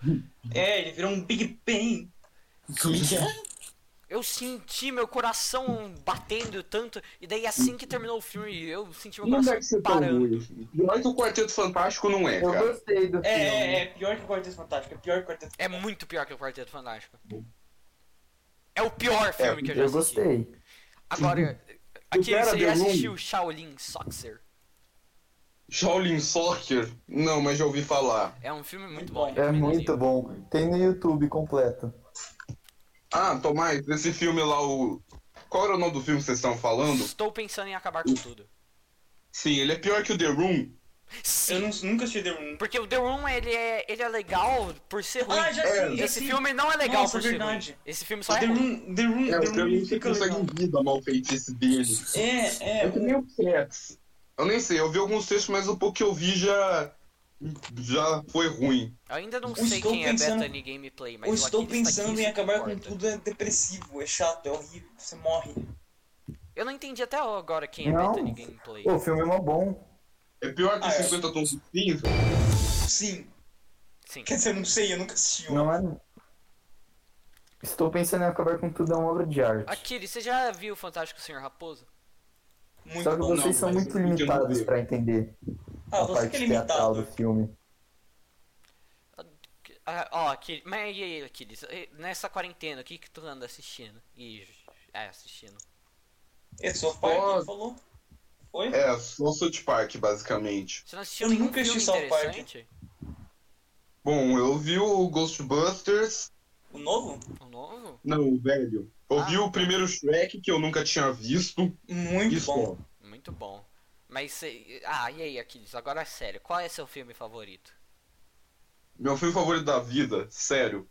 É, ele virou um Big Bang.
Eu senti meu coração batendo tanto, e daí assim que terminou o filme, eu senti meu
[LAUGHS] Não deve
coração
ser tão
parando.
ruim. Pior que o Quarteto Fantástico não é,
Eu
cara.
gostei do filme.
É, é, é, pior que o Quarteto Fantástico. É pior que o Quarteto
É
Fantástico.
muito pior que o Quarteto Fantástico. É o pior filme que eu já
Eu
assisti.
gostei.
Agora, aqui
Pera,
você já
Delon.
assistiu Shaolin Soccer.
Shaolin Soccer? Não, mas já ouvi falar.
É um filme muito
Muito
bom.
É
bom.
recomendo
muito
aí.
bom. Tem no YouTube completo.
Ah, Tomás, esse filme lá, o. Qual era o nome do filme que vocês estão falando?
Estou pensando em acabar com tudo.
Sim, ele é pior que o The Room.
Eu
Sim,
não, nunca assisti The Room.
porque o The Room, ele é, ele é legal por ser ruim.
Ah, já
É,
sei, já
Esse
sei.
filme não é legal
Nossa,
por ser
verdade.
ruim. Esse filme só é
The
ruim.
Room, The
É,
Room,
o
The
The
Room
Room você
fica
consegue um
legal.
vida mal feitiço dele.
É, é.
que nem o Cats. Eu nem sei, eu vi alguns textos, mas o pouco que eu vi já. já foi ruim.
Eu ainda não
Eu
sei
estou
quem
pensando-
é Bethany Gameplay, mas
Eu
o
estou
Aquiles tá aqui,
pensando
isso
em
que
acabar com
importa.
tudo, é depressivo, é chato, é horrível, você morre.
Eu não entendi até agora quem é
Não.
Bethany Gameplay.
Pô, o filme é mó bom.
É pior que
Ah, é.
50 tons de cinza?
Sim.
Sim.
Quer dizer, eu não sei, eu nunca assisti. um ó.
Não é. Estou pensando em acabar com tudo, é uma obra de arte.
Aquiles, você já viu o Fantástico Senhor Raposo?
é Muito
Só que
bom. né?
vocês
não,
são
mas
muito
eu entendi, eu não
limitados
vi.
pra entender
Ah,
a
você
parte
que é
teatral do
limitado.
filme.
Ah, ó, Aquiles, mas e aí, Aquiles, e- nessa quarentena, o que que tu anda assistindo? E, é, assistindo.
Eu sou pai,
Ó.
quem falou? Oi?
É, só South Park, basicamente.
Você não assistiu
Eu
nenhum
nunca assisti
filme
South Park.
interessante?
Bom, eu vi o Ghostbusters.
O novo?
O novo?
Não, o velho. Eu
Ah.
vi o primeiro Shrek, que eu nunca tinha visto.
Muito
Isso,
bom.
ó.
Muito bom. Mas, cê- ah, e aí, Aquiles, agora é sério, qual é seu filme favorito?
Meu filme favorito da vida, sério.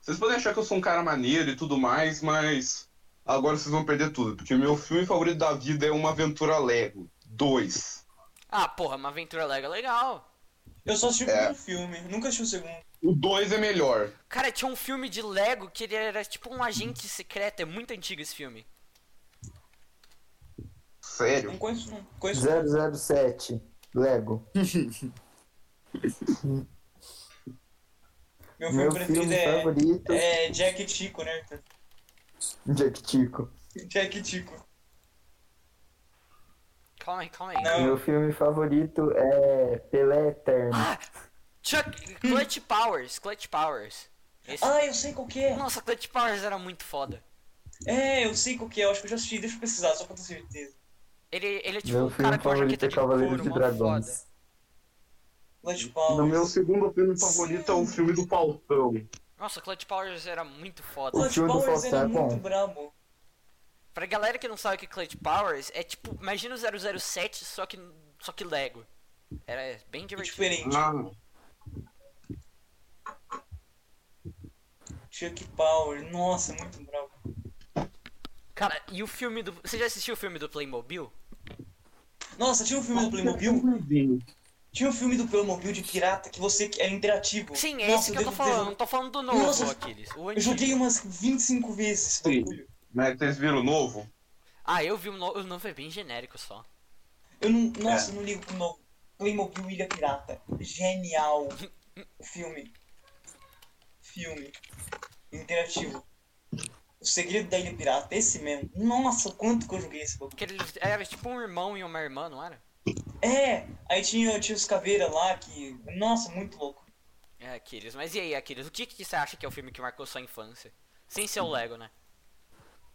Vocês podem achar que eu sou um cara maneiro e tudo mais, mas agora vocês vão perder tudo, porque meu filme favorito da vida é Uma Aventura Lego 2.
Ah, porra, uma aventura Lego é legal.
Eu só assisti o
É.
primeiro filme, nunca assisti o segundo.
O 2 é melhor.
Cara, tinha um filme de Lego que ele era tipo um agente secreto, é muito antigo esse filme.
Não
Sério.
conheço, não. Conheço.
007, Lego.
Meu filme
Meu
preferido
filme
é,
favorito,
é Jack e Tico, né? Arthur?
Jack Tico.
Jack e Tico.
Calma aí, calma aí.
Não.
Meu filme favorito é Pelé Eterno.
Ah! Chuck, Clutch Powers, Clutch Powers. Esse-
Ah, eu sei qual que é.
Nossa, Clutch Powers era muito foda.
É, eu sei qual que é, eu acho que eu já assisti, deixa eu pesquisar, só pra ter certeza.
Ele, ele é tipo
Meu
um cara
filme
com uma
favorito
jaqueta
é
de
Cavaleiros
couro,
de
mó
Dragões.
foda.
Light Power.
No meu segundo filme favorito é o filme do Faustão.
Nossa, Clutch Powers era muito foda.
Oi.
Light
filme do
Powers
Faustão
era
é bom.
muito brabo.
Pra galera que não sabe o que é Clutch Powers, é tipo, imagina o 007, só que, só que Lego. Era bem
É
divertido.
diferente.
Ah,
Chuck Power, nossa, muito brabo.
Cara, e o filme do... Você já assistiu o filme do Playmobil?
Nossa, tinha um filme do Playmobil? Tinha um filme do Playmobil de pirata que você que era interativo.
Sim, é
Nossa,
esse que eu tô
devo ter-
falando. Não tô falando do novo,
um Nossa,
Aquiles. O
Eu
antigo.
joguei umas 25 vezes esse
Sim.
bagulho.
Mas vocês viram o Né, novo?
Ah, eu vi o novo. O novo é bem genérico só.
Eu não.
É.
Nossa, eu não ligo pro novo. Playmobil Ilha Pirata. Genial. Filme. Filme. Interativo. O segredo da Ilha Pirata, esse mesmo. Nossa, quanto que eu joguei esse bagulho.
Que ele era tipo um irmão e uma irmã, não era?
É! Aí tinha, tinha os caveiras lá que. Nossa, muito louco.
É, Aquiles. Mas e aí, Aquiles? O que, que você acha que é o filme que marcou sua infância? Sem ser o Lego, né?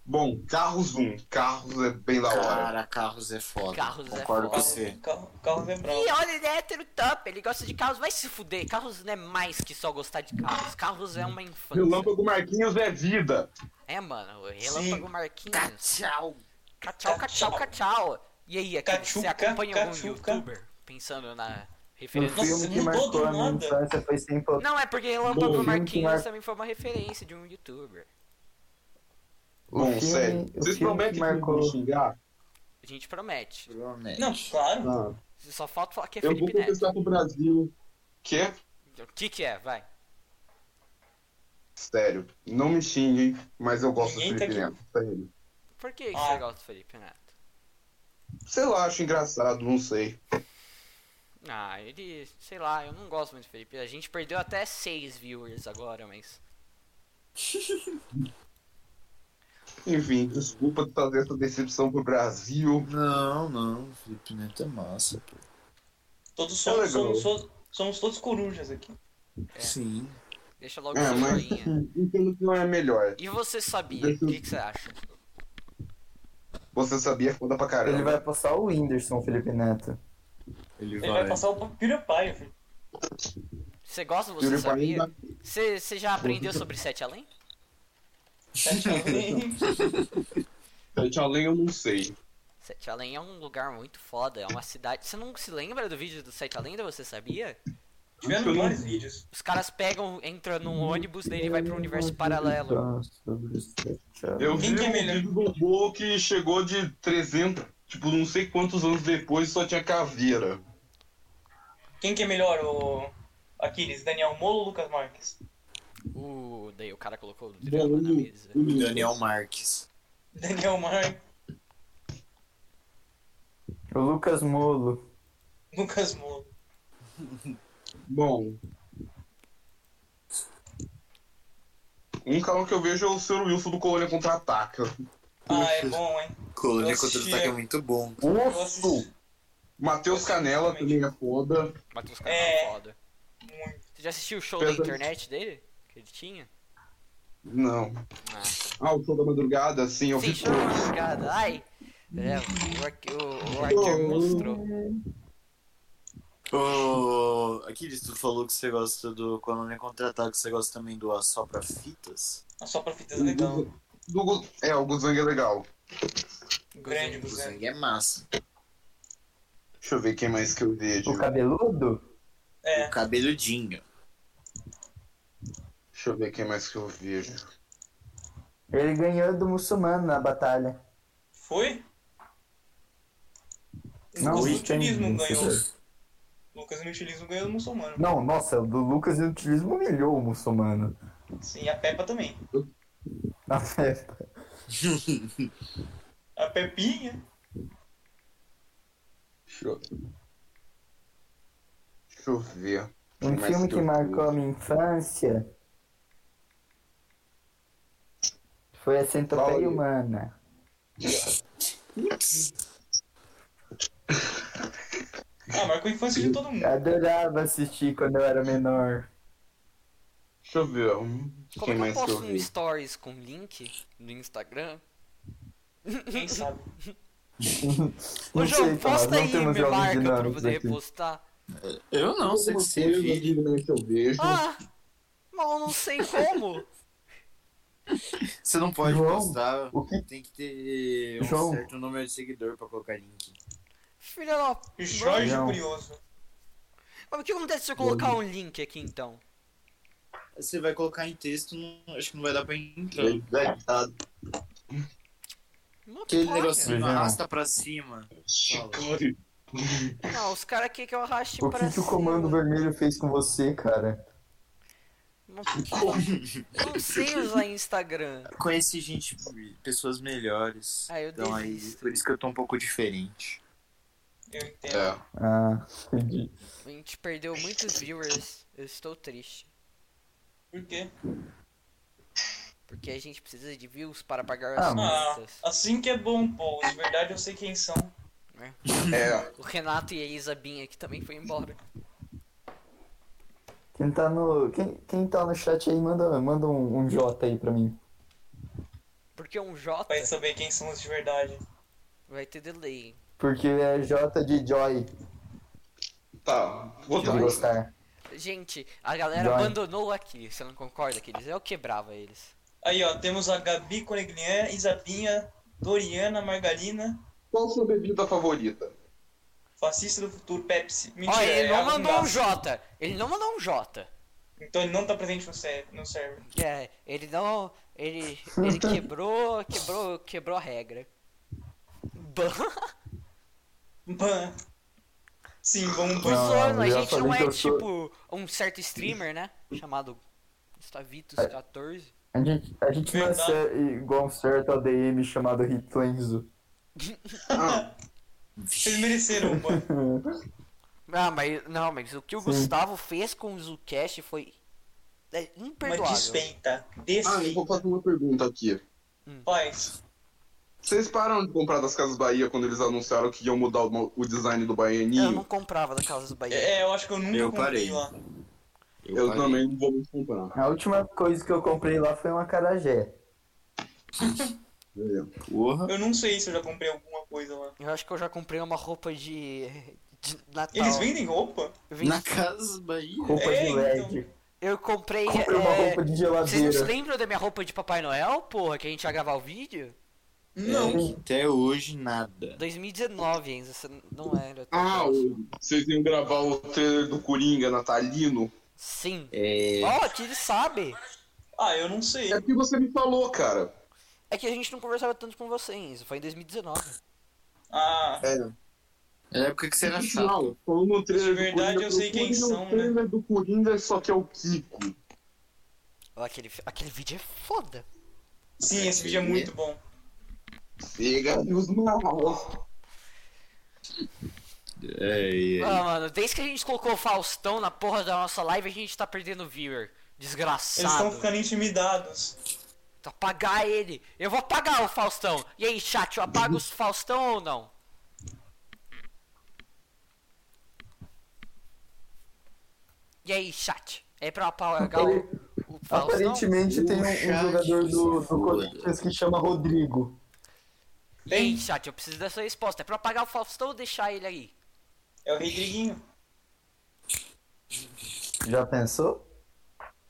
Bom, Carros 1. Carros é bem da hora.
Cara, carros é foda.
Carros é
Concordo
foda.
com você.
Carro, carro vibral.
Ih, olha, ele é hétero top. Ele gosta de carros. Vai se fuder. Carros não é mais que só gostar de carros. Carros é uma infância.
Relâmpago Marquinhos é vida.
É, mano. o Relâmpago Marquinhos.
Tchau.
Cachau, cachau,
Cachau.
cachau. E aí, Aquiles, você
Cachuca,
acompanha algum
cachuca.
youtuber? pensando na
O
referência.
Nossa,
filme que
mudou
marcou
do
a minha
nada.
infância foi Simple
Não, é porque
Bom,
Relâmpago
filme que
Marquinhos
mar-
também foi uma referência de um youtuber.
O
Bom,
filme-
sério.
o
Vocês
filme
prometem que não
marcou-
vão xingar?
A gente promete.
né? Não, claro.
Ah,
Só falta falar que é
eu vou
Felipe Neto.
contestar pro Brasil. Que é
O que que é? Vai.
sério. Não me xinguem, mas eu gosto do
Ninguém
Felipe
tá
é
Neto. sério.
Por que que
Ah.
você gosta do Felipe Neto?
Sei lá, acho engraçado, não sei.
Ah, ele... Sei lá, eu não gosto muito do Felipe. A gente perdeu até 6 viewers agora, mas...
Enfim, desculpa de trazer essa decepção pro Brasil.
Não, não, Felipe Neto é massa, pô.
Todos
É
somos,
legal.
somos, somos, somos todos corujas aqui.
É.
Sim.
Deixa logo
É,
sua
mas
joinha.
entendo que não é melhor.
E você sabia? O que que você acha?
Você sabia foda pra
Ele
caramba.
vai passar o Whindersson, Felipe Neto.
Ele
Ele vai passar o PewDiePie, filho.
Você gosta do
Yuri
Você Sabia?
Paim
Você você já aprendeu sobre Sete Além?
Sete além.
vai- Sete além eu não sei.
Sete Além é um lugar muito foda, é uma cidade. Você não se lembra do vídeo do Sete Além, da você sabia?
Tiveram vários vídeos.
Os caras pegam, entram num ônibus, daí ele vai pra um universo paralelo.
Eu
Quem
vi
que é
um
melhor?
vídeo do Bo que chegou de 300, tipo, não sei quantos anos depois só tinha caveira.
Quem que é melhor, o Aquiles? Daniel Molo ou Lucas Marques? [LAUGHS]
O... Daí o cara colocou o drama na mesa.
Daniel Marques.
Daniel Marques,
O Lucas Molo.
Lucas Molo.
Bom. Um canal que eu vejo é o Sr. Wilson do Colônia Contra-Ataca.
Ah, é bom, hein?
Colônia
Nossa,
contra o ataque é
tia.
muito bom.
Eu assisti.
Osso! Matheus Canela também é foda.
Matheus Canal
É.
foda. Você já assistiu o show da
Verdade.
internet dele? Que ele tinha?
Não.
Ah.
Ah, o show da madrugada, sim, eu
Sim,
vi
show
todos.
da madrugada. Ai! É, o, Arque- o, o Arthur mostrou.
Ô, Aquiles, tu falou que você gosta do Colônia Contra-Ataque, você gosta também do Assopra Fitas?
Ah, Só pra fitas é legal.
Do Gu- É, o Guzang é legal.
Grande
O
Guzan.
sangue é massa.
Deixa eu ver quem mais que eu vejo.
O cabeludo?
É.
O cabeludinho.
Deixa eu ver quem mais que eu vejo.
Ele ganhou do muçulmano na batalha.
Foi?
Não, é.
Lucas
isso tem-
Inutilismo
isso
ganhou.
tem-
Lucas Inutilismo ganhou do muçulmano.
Não, nossa, o do Lucas e o utilismo humilhou o muçulmano.
Sim, a Peppa também.
[LAUGHS] Na festa.
A Pepinha.
Deixa eu... Deixa eu ver.
Um
Mas
filme
que
que
eu-
marcou a minha infância foi a
Fala aí.
Centopeia Humana.
Ah, marcou a infância de todo mundo.
Adorava assistir quando eu era menor.
Deixa eu ver. hum,
Como é
quem
que eu
mais que eu
posto um
vi?
stories com link no Instagram?
Quem
[LAUGHS]
sabe?
Ô,
Não
João,
sei, Tomás,
posta
não
aí e
temos
me
jogos
marca pra eu
dinâmicos
poder
aqui.
repostar.
Eu não, sei
Alguma
que você
coisa
vive.
né,
de que eu vejo.
Ah, mas eu não sei como.
Você não pode
João,
postar,
o que-
tem que ter um
João.
certo número de seguidor pra colocar link.
Filha da... p-
Jorge
Não.
Curioso.
Mas o que acontece se eu colocar um link aqui, então?
Você vai colocar em texto, não- acho que não vai dar pra entrar. tá
Uma
Aquele
porra.
negocinho
João.
arrasta pra cima.
Não, os caras aqui é que eu arraste
O
pra
que, que o
cima.
Comando Vermelho fez com você, cara?
Uma- Eu não sei usar Instagram.
Conheci gente, pessoas melhores.
Ah, eu
então aí,
desisto.
por isso que eu tô um pouco diferente.
Eu entendo.
É.
Ah, entendi.
A gente perdeu muitos viewers. Eu estou triste.
Por quê?
Porque a gente precisa de views para pagar
Ah,
as
Ah,
contas.
assim que é bom, pô. De verdade eu sei quem são.
É.
O Renato e a Isabinha aqui também foi embora.
Quem tá no, quem, quem tá no chat aí, manda, manda um, um J aí pra mim.
Porque um J
Vai saber quem são os de verdade.
vai ter delay.
Porque é J de Joy,
Tá. Vou
de
dar.
gostar.
Gente, a galera
Vai.
abandonou aqui. Você não concorda, queridos? Eu quebrava eles.
Aí, ó, temos a Gabi Coneglian, Isabinha, Doriana, Margarina.
Qual a sua bebida favorita?
Fascista do futuro, Pepsi. Mentira,
Olha, ele
é
não
algo
mandou
embaixo.
um J. Ele não mandou um J.
Então ele não tá presente no server. No server.
É, ele não. Ele,
[LAUGHS]
ele quebrou, quebrou, quebrou a regra. Ban.
Ban. Sim, vamos
Por
Não,
ban.
sono, a
eu já
gente
falei
não é
que eu sou-
tipo um certo streamer, né? Chamado
É.
Stavitus14.
A gente, a gente não é
Verdade.
ser- igual um certo ADM chamado Hitlenzo.
Ah,
Vocês mereceram um ban.
Ah, mas não, mas o que o
Sim.
Gustavo fez com o Zucast foi é
Mas
imperdoável.
desfeita.
ah, eu vou
Desfeita.
fazer uma pergunta aqui.
Hum.
Faz.
Vocês pararam de comprar das Casas Bahia quando eles anunciaram que iam mudar o, o design do
Eu não
baianinho?
comprava da Casa do Bahia.
É, eu acho que eu nunca
Eu
comprei
parei.
lá.
Eu, também não vou mais comprar.
A última coisa que eu comprei lá foi uma carajé.
É.
Porra.
Eu não sei se eu já comprei alguma coisa lá.
Eu acho que eu já comprei uma roupa de, de Natal.
Eles vendem roupa?
Vem-
Na Casa Bahia?
Roupa
É,
de
então.
LED.
Eu comprei.
Comprei uma
é,
roupa de
Vocês não se
geladeira.
lembram da minha roupa de Papai Noel, porra, que a gente ia gravar o vídeo?
Não.
É, que até hoje nada.
2019, Enzo, você não era. tão
Ah,
próximo.
o- vocês iam gravar o trailer do Coringa natalino?
Sim.
É.
Ó, que ele sabe.
Ah, eu não sei.
É o que você me falou, cara.
É que a gente não conversava tanto com você, Enzo. Foi em 2019.
Ah,
É a época que você era chato.
Não, falando no trailer
De verdade,
um do Coringa,
eu sei quem
procurem
são,
o
né?
trailer do Coringa, só que é o Kiko.
Ó, aquele, aquele vídeo é foda.
sim, esse vídeo é muito bom.
Pega os maus.
É, é.
Ah, mano, desde que a gente colocou o Faustão na porra da nossa live, a gente tá perdendo viewer.
Eles um estão
Desgraçado.
ficando intimidados.
Então, Apagar ele. Eu vou apagar o Faustão. E aí, chat, eu apago o Faustão ou não? E aí, chat? É pra apagar o, o Faustão?
Aparentemente tem um, um jogador do, do Corinthians que chama Rodrigo.
E aí, chat, eu preciso dessa resposta. É pra apagar o Faustão ou deixar ele aí?
É o Rodriguinho.
Já pensou?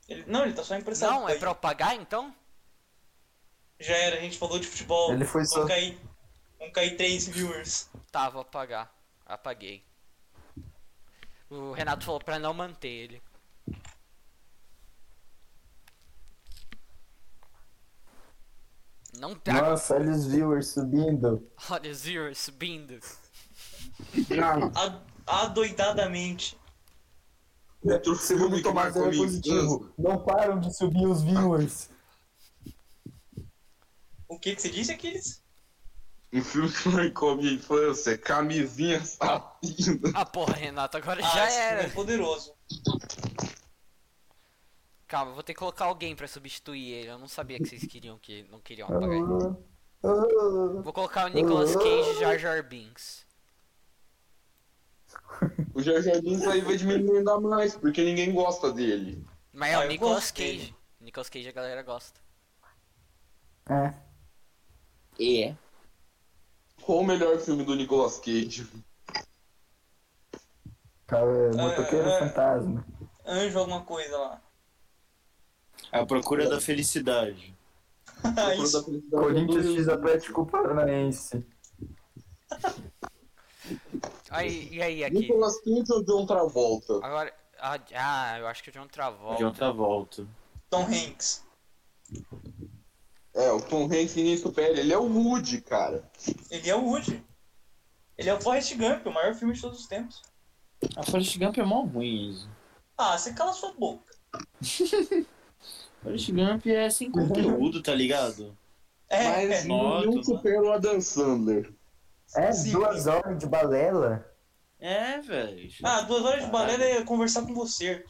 Ele... Não, ele tá só emprestado.
Não, é
Aí.
pra eu apagar então?
Já era, a gente falou de futebol.
Ele foi só-
Vão cair, vão cair três viewers.
Tá, vou apagar. Apaguei. O Renato falou pra não manter ele. Não tá.
Nossa, olha os viewers subindo.
Olha, Zero subindo.
Não,
A... Adoidadamente.
outro filme
Segundo o
É que
Tomás
marcou
era
minha
é positivo. Não param de subir os viewers.
O que que você disse, Aquiles?
Um filme que marcou minha infância, Camisinha Assassina.
Ah, porra, Renato, agora
ah,
já
esse filme
era.
é poderoso.
Calma, eu vou ter que colocar alguém pra substituir ele. Eu não sabia que vocês queriam que não queriam
Ah,
apagar ele.
ah.
Vou colocar o Nicolas Cage e Jar Jar Binks.
O Jorge Binks aí vai diminuindo ainda mais, porque ninguém gosta dele.
Mas é
Ah,
o
eu
Nicolas
gosto dele.
Cage. Nicolas Cage a galera gosta.
É.
É.
Qual o melhor filme do Nicolas Cage?
Cara, é motoqueiro
Ah, ah.
fantasma.
Anjo alguma coisa lá.
A procura da felicidade.
Ah,
Procura da
[LAUGHS] isso.
Felicidade
Corinthians
do-
X Atlético Paranaense.
Aí, e aí, aqui?
Nicolas Cage ou John Travolta?
Agora. Ah, ah, eu acho que o John
De
Travolta.
outra volta.
Tom Hanks.
É, o Tom Hanks nem supera, ele é o Woody, cara.
Ele é o Woody. Ele é o Forrest Gump, o maior filme de todos os tempos.
A Forrest Gump é mó ruim isso.
Ah, você cala sua boca.
Forrest Gump é sem conteúdo, tá ligado?
É,
Mas
é.
Notas,
nenhum
né?
supera o Adam Sandler.
É,
Sim.
duas horas de balela.
É, velho.
Ah, duas horas de balé é conversar com você.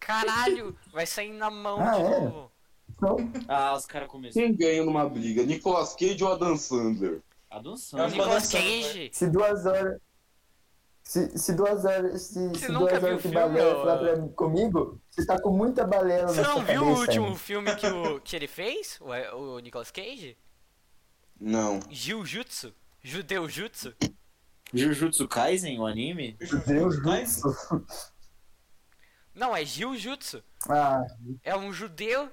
Caralho, vai sair na mão
Ah,
de
é?
novo.
Não,
Ah, os caras começaram
Quem ganha numa briga, Nicolas Cage ou Adam Sandler?
a
O
é?
dançar.
Eu-
Nicolas
balançando,
Cage.
se duas horas. Se, se duas horas. Se, se
nunca
duas
viu
horas de
filme,
balela
ô?
falar pra mim, comigo, você tá com muita balela
Você
na
não
sua
viu o
cabeça,
último
hein?
filme que, o, que ele fez? O, o Nicolas Cage?
Não.
Jiu-Jutsu? Judeu-Jutsu?
Jujutsu Kaisen, o anime?
Deus
Mas-
do
Não, é Jiu-Jutsu.
Ah,
É um judeu.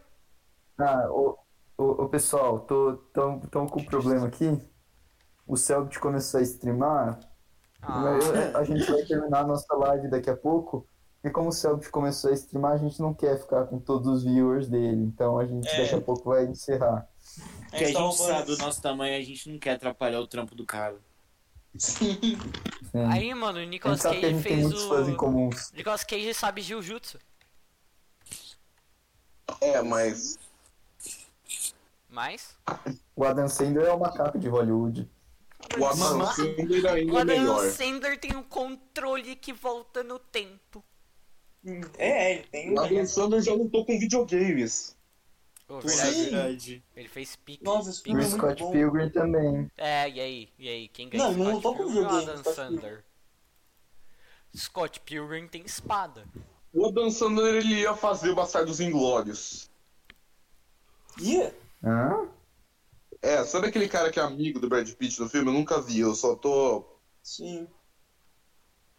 ah o, o, o pessoal, tô, tão, tão com um problema aqui. O Selbit começou a streamar
Ah,
Mas A gente vai terminar a nossa live daqui a pouco. E como o Selbit começou a streamar, a gente não quer ficar com todos os viewers dele. Então a gente
É.
daqui a pouco vai encerrar.
A
Porque a
gente tá
gente sabe
roubando.
do nosso tamanho, a gente não quer atrapalhar o trampo do cara.
Sim.
Sim.
Ah, aí, mano, o
a gente
Nicolas
sabe que a
Cage
gente tem
fez
muitos fãs em
o.
comuns.
Nicolas Cage sabe Jiu-Jitsu.
É, mas.
Mas.
O Adam Sandler é o macaco de Hollywood.
O Adam
Mas-
Sandler
O
ainda é melhor.
Adam Sandler tem um controle que volta no tempo.
É, ele tem.
O Adam Sandler já lutou com videogames.
É
Ô,
Verdade,
verdade.
Sim.
verdade.
Ele fez pique.
Nossa, esse
E
filme
o
é muito
Scott
bom.
Pilgrim também.
É, e aí? E aí? Quem ganha
Não, não
Scott
tô com
Pilgrim ou
videogame,
Adam
Scott Pilgrim.
Sandler? Scott Pilgrim tem espada.
O Adam Sandler ele ia fazer o Bastardos Inglórios.
Ih,
Hã?
É, sabe aquele cara que é amigo do Brad Pitt no filme? Eu nunca vi, eu só tô.
Sim.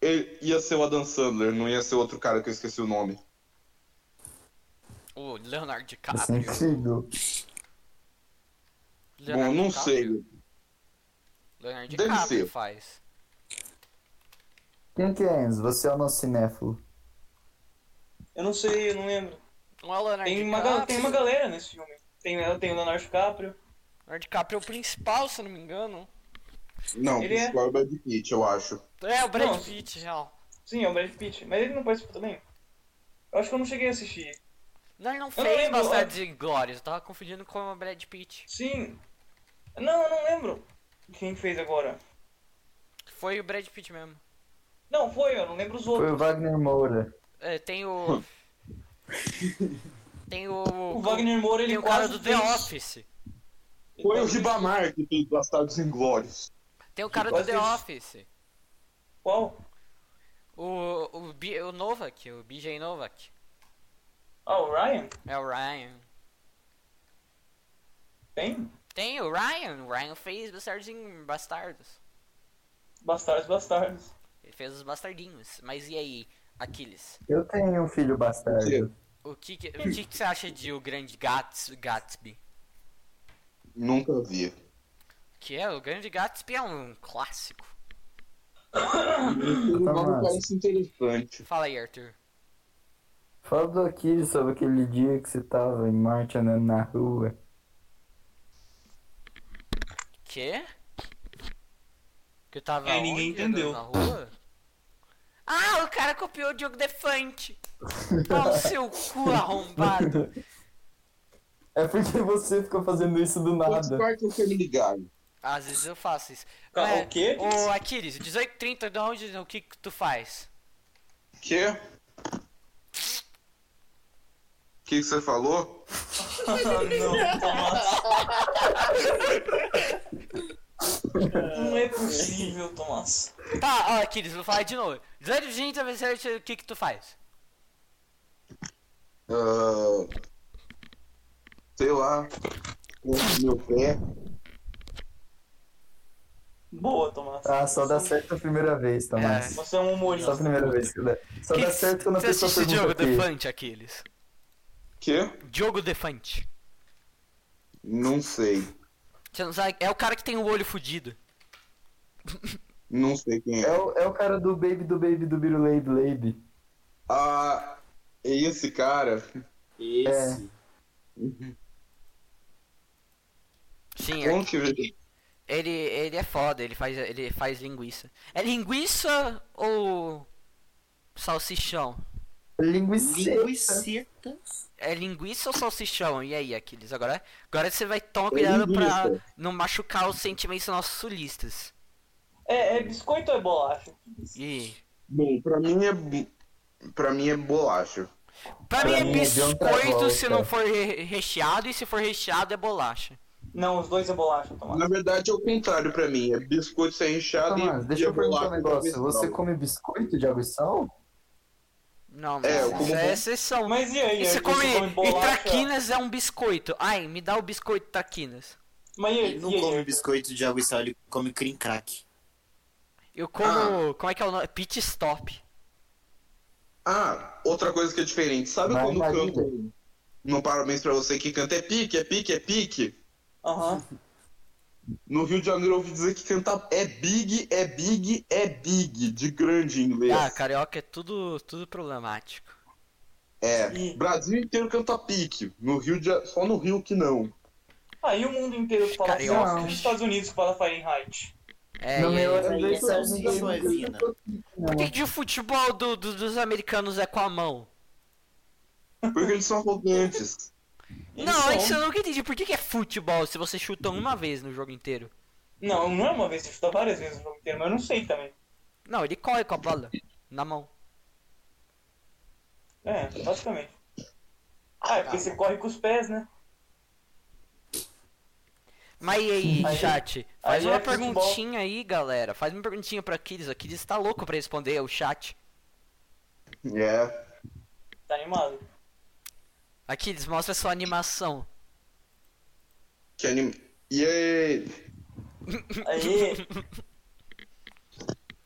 Ele ia ser o Adam Sandler, não ia ser outro cara que eu esqueci o nome.
O Leonardo
Faz
DiCaprio.
sentido.
Bom, eu
Leonardo
não
DiCaprio?
sei.
Leonardo
Deve
DiCaprio
ser.
faz.
Quem que é, Enzo? Você é o nosso cinéfilo.
Eu não sei, eu não lembro.
Não é o Leonardo
Tem uma,
DiCaprio.
ga- tem uma galera nesse filme. Tem, tem o Leonardo DiCaprio.
Leonardo DiCaprio é o principal, se eu não me engano.
Não,
Ele é-
principal é o Brad Pitt, eu acho.
É, o Brad
Não.
Pitt, real.
Sim, é o Brad Pitt. Mas ele não participa também? Eu acho que eu não cheguei a assistir.
Não, ele não
não
fez
lembro, é.
Bastardos Inglórios. Eu tava confundindo com o Brad Pitt.
Sim. Não, eu não lembro quem fez agora.
Foi o Brad Pitt mesmo.
Não, foi, eu não lembro os outros.
Foi o Wagner Moura.
É, tem o... tem o...
Hum. O Wagner Moura, ele
Tem o cara
quase
do The
fez-
Office.
Então.
Foi o Ribamar que fez Bastardos Inglórios.
Tem o cara
Quase
do The
fez-
Office.
Qual?
O, o, B, o Novak, o BJ Novak.
Ah, o Ryan?
É o Ryan.
Tem?
Tem o Ryan. O Ryan fez Bastardos em Bastardos.
Bastardos, bastardos.
Ele fez os Bastardinhos. Mas e aí, Aquiles?
Eu tenho um filho bastardo.
O que, que- o que, que você acha de O Grande Gats, Gatsby?
Nunca vi.
Que é, O Grande Gatsby é um clássico.
O nome
massa.
parece interessante.
Fala aí, Arthur.
Fala do Aquiles sobre aquele dia que você tava em Marte andando na rua.
Que? Que eu tava
É, ninguém
onde,
entendeu.
andando Na rua? Ah, o cara copiou o Diogo Defante. Dá o seu cu arrombado.
É porque você ficou fazendo isso do
Quantos
nada.
quartos você me ligaram?
Às vezes eu faço isso.
Ca-
Mas,
Tá, o quê?
Ô, Aquiles, 18h30, de onde, o que que tu faz?
Que? O que que você falou?
Ah, não, Tomás. não é possível, Tomás.
Tá, ó, Aquiles, vou falar de novo. 18h30, vai ser o que que tu faz?
Ah, sei lá. Corto meu pé.
Boa, Tomás.
Ah, só dá certo a primeira vez, Tomás.
Você é um
Só a
humorista.
primeira vez que dá. Só
Que
dá
que
certo quando a
você
pessoa
assiste Diogo
pergunta aqui.
Defante, Aquiles?
Que?
Diogo Defante.
Não sei.
Você não sabe? É o cara que tem o olho fudido.
Não sei quem
É
é.
o, é o cara do Baby do Baby do Biruleibe Leibe.
Ah, esse cara.
Esse.
Sim,
Como que.
ele, ele é foda, ele faz, ele faz linguiça. É linguiça ou salsichão?
É.
Linguiça.
Linguiceta.
É linguiça ou salsichão? E aí, Aquiles? Agora, agora você vai tomar cuidado pra
linguiça.
não machucar os sentimentos dos nossos sulistas.
É, é biscoito ou é bolacha?
E.
Bom, pra mim é. bu- Pra mim é bolacha.
Pra,
Pra
mim é
mim é de outra
biscoito se
volta.
não for re- recheado e se for recheado é bolacha.
Não, os dois é bolacha, Tomás.
Na verdade é o contrário pra mim. É biscoito sem recheado
Tomás,
e.
Tá, deixa
e é
eu perguntar
bolacha
um
com
negócio. Você
vegetal.
come biscoito de água e sal?
Não, mas
É, eu
isso
como
é
bom.
exceção.
Mas e aí?
E você
aí,
come. E
bolacha?
traquinas é um biscoito. Ai, me dá o biscoito traquinas.
Mas e,
Ele não
e aí?
come biscoito de água e sal, ele come cream
[LAUGHS]
crack.
Eu como. Como é que é o nome? Pit stop.
Ah, outra coisa que é diferente. Sabe
Vai,
quando
vai,
canto. Não parabéns pra você que canta é pique, é pique, é pique.
Aham.
No Rio de Janeiro eu ouvi dizer que cantar é big, é big, é big, de grande em inglês.
Ah, carioca é tudo, tudo problemático.
É,
E-
Brasil inteiro canta pique. No Rio de Ja- só no Rio que não.
Aí ah, o mundo inteiro que fala
Carioca.
Fahrenheit. Os Estados Unidos que fala Fahrenheit.
É,
No
e-
meu
aí,
inglês,
essa
eu-
música
eu-
não é fina.
Por que que o futebol do- do- dos americanos é com a mão?
Porque eles são arrogantes.
Eles
não,
são-
isso eu nunca entendi. Por que, que é futebol se você chuta uma vez no jogo inteiro?
Não, não é uma vez, você chuta várias vezes no jogo inteiro, mas eu não sei também.
Não, ele corre com a bola na mão.
É, basicamente. Ah, é porque você corre com os pés, né?
Mas e aí, chat? Faz
aí
uma
é futebol.
perguntinha aí, galera. Faz uma perguntinha pra Aquiles. Aquiles tá louco pra responder é o chat.
[LAUGHS] É.
Tá animado.
Aquiles, mostra sua animação.
Que anime. E aí,
Aí,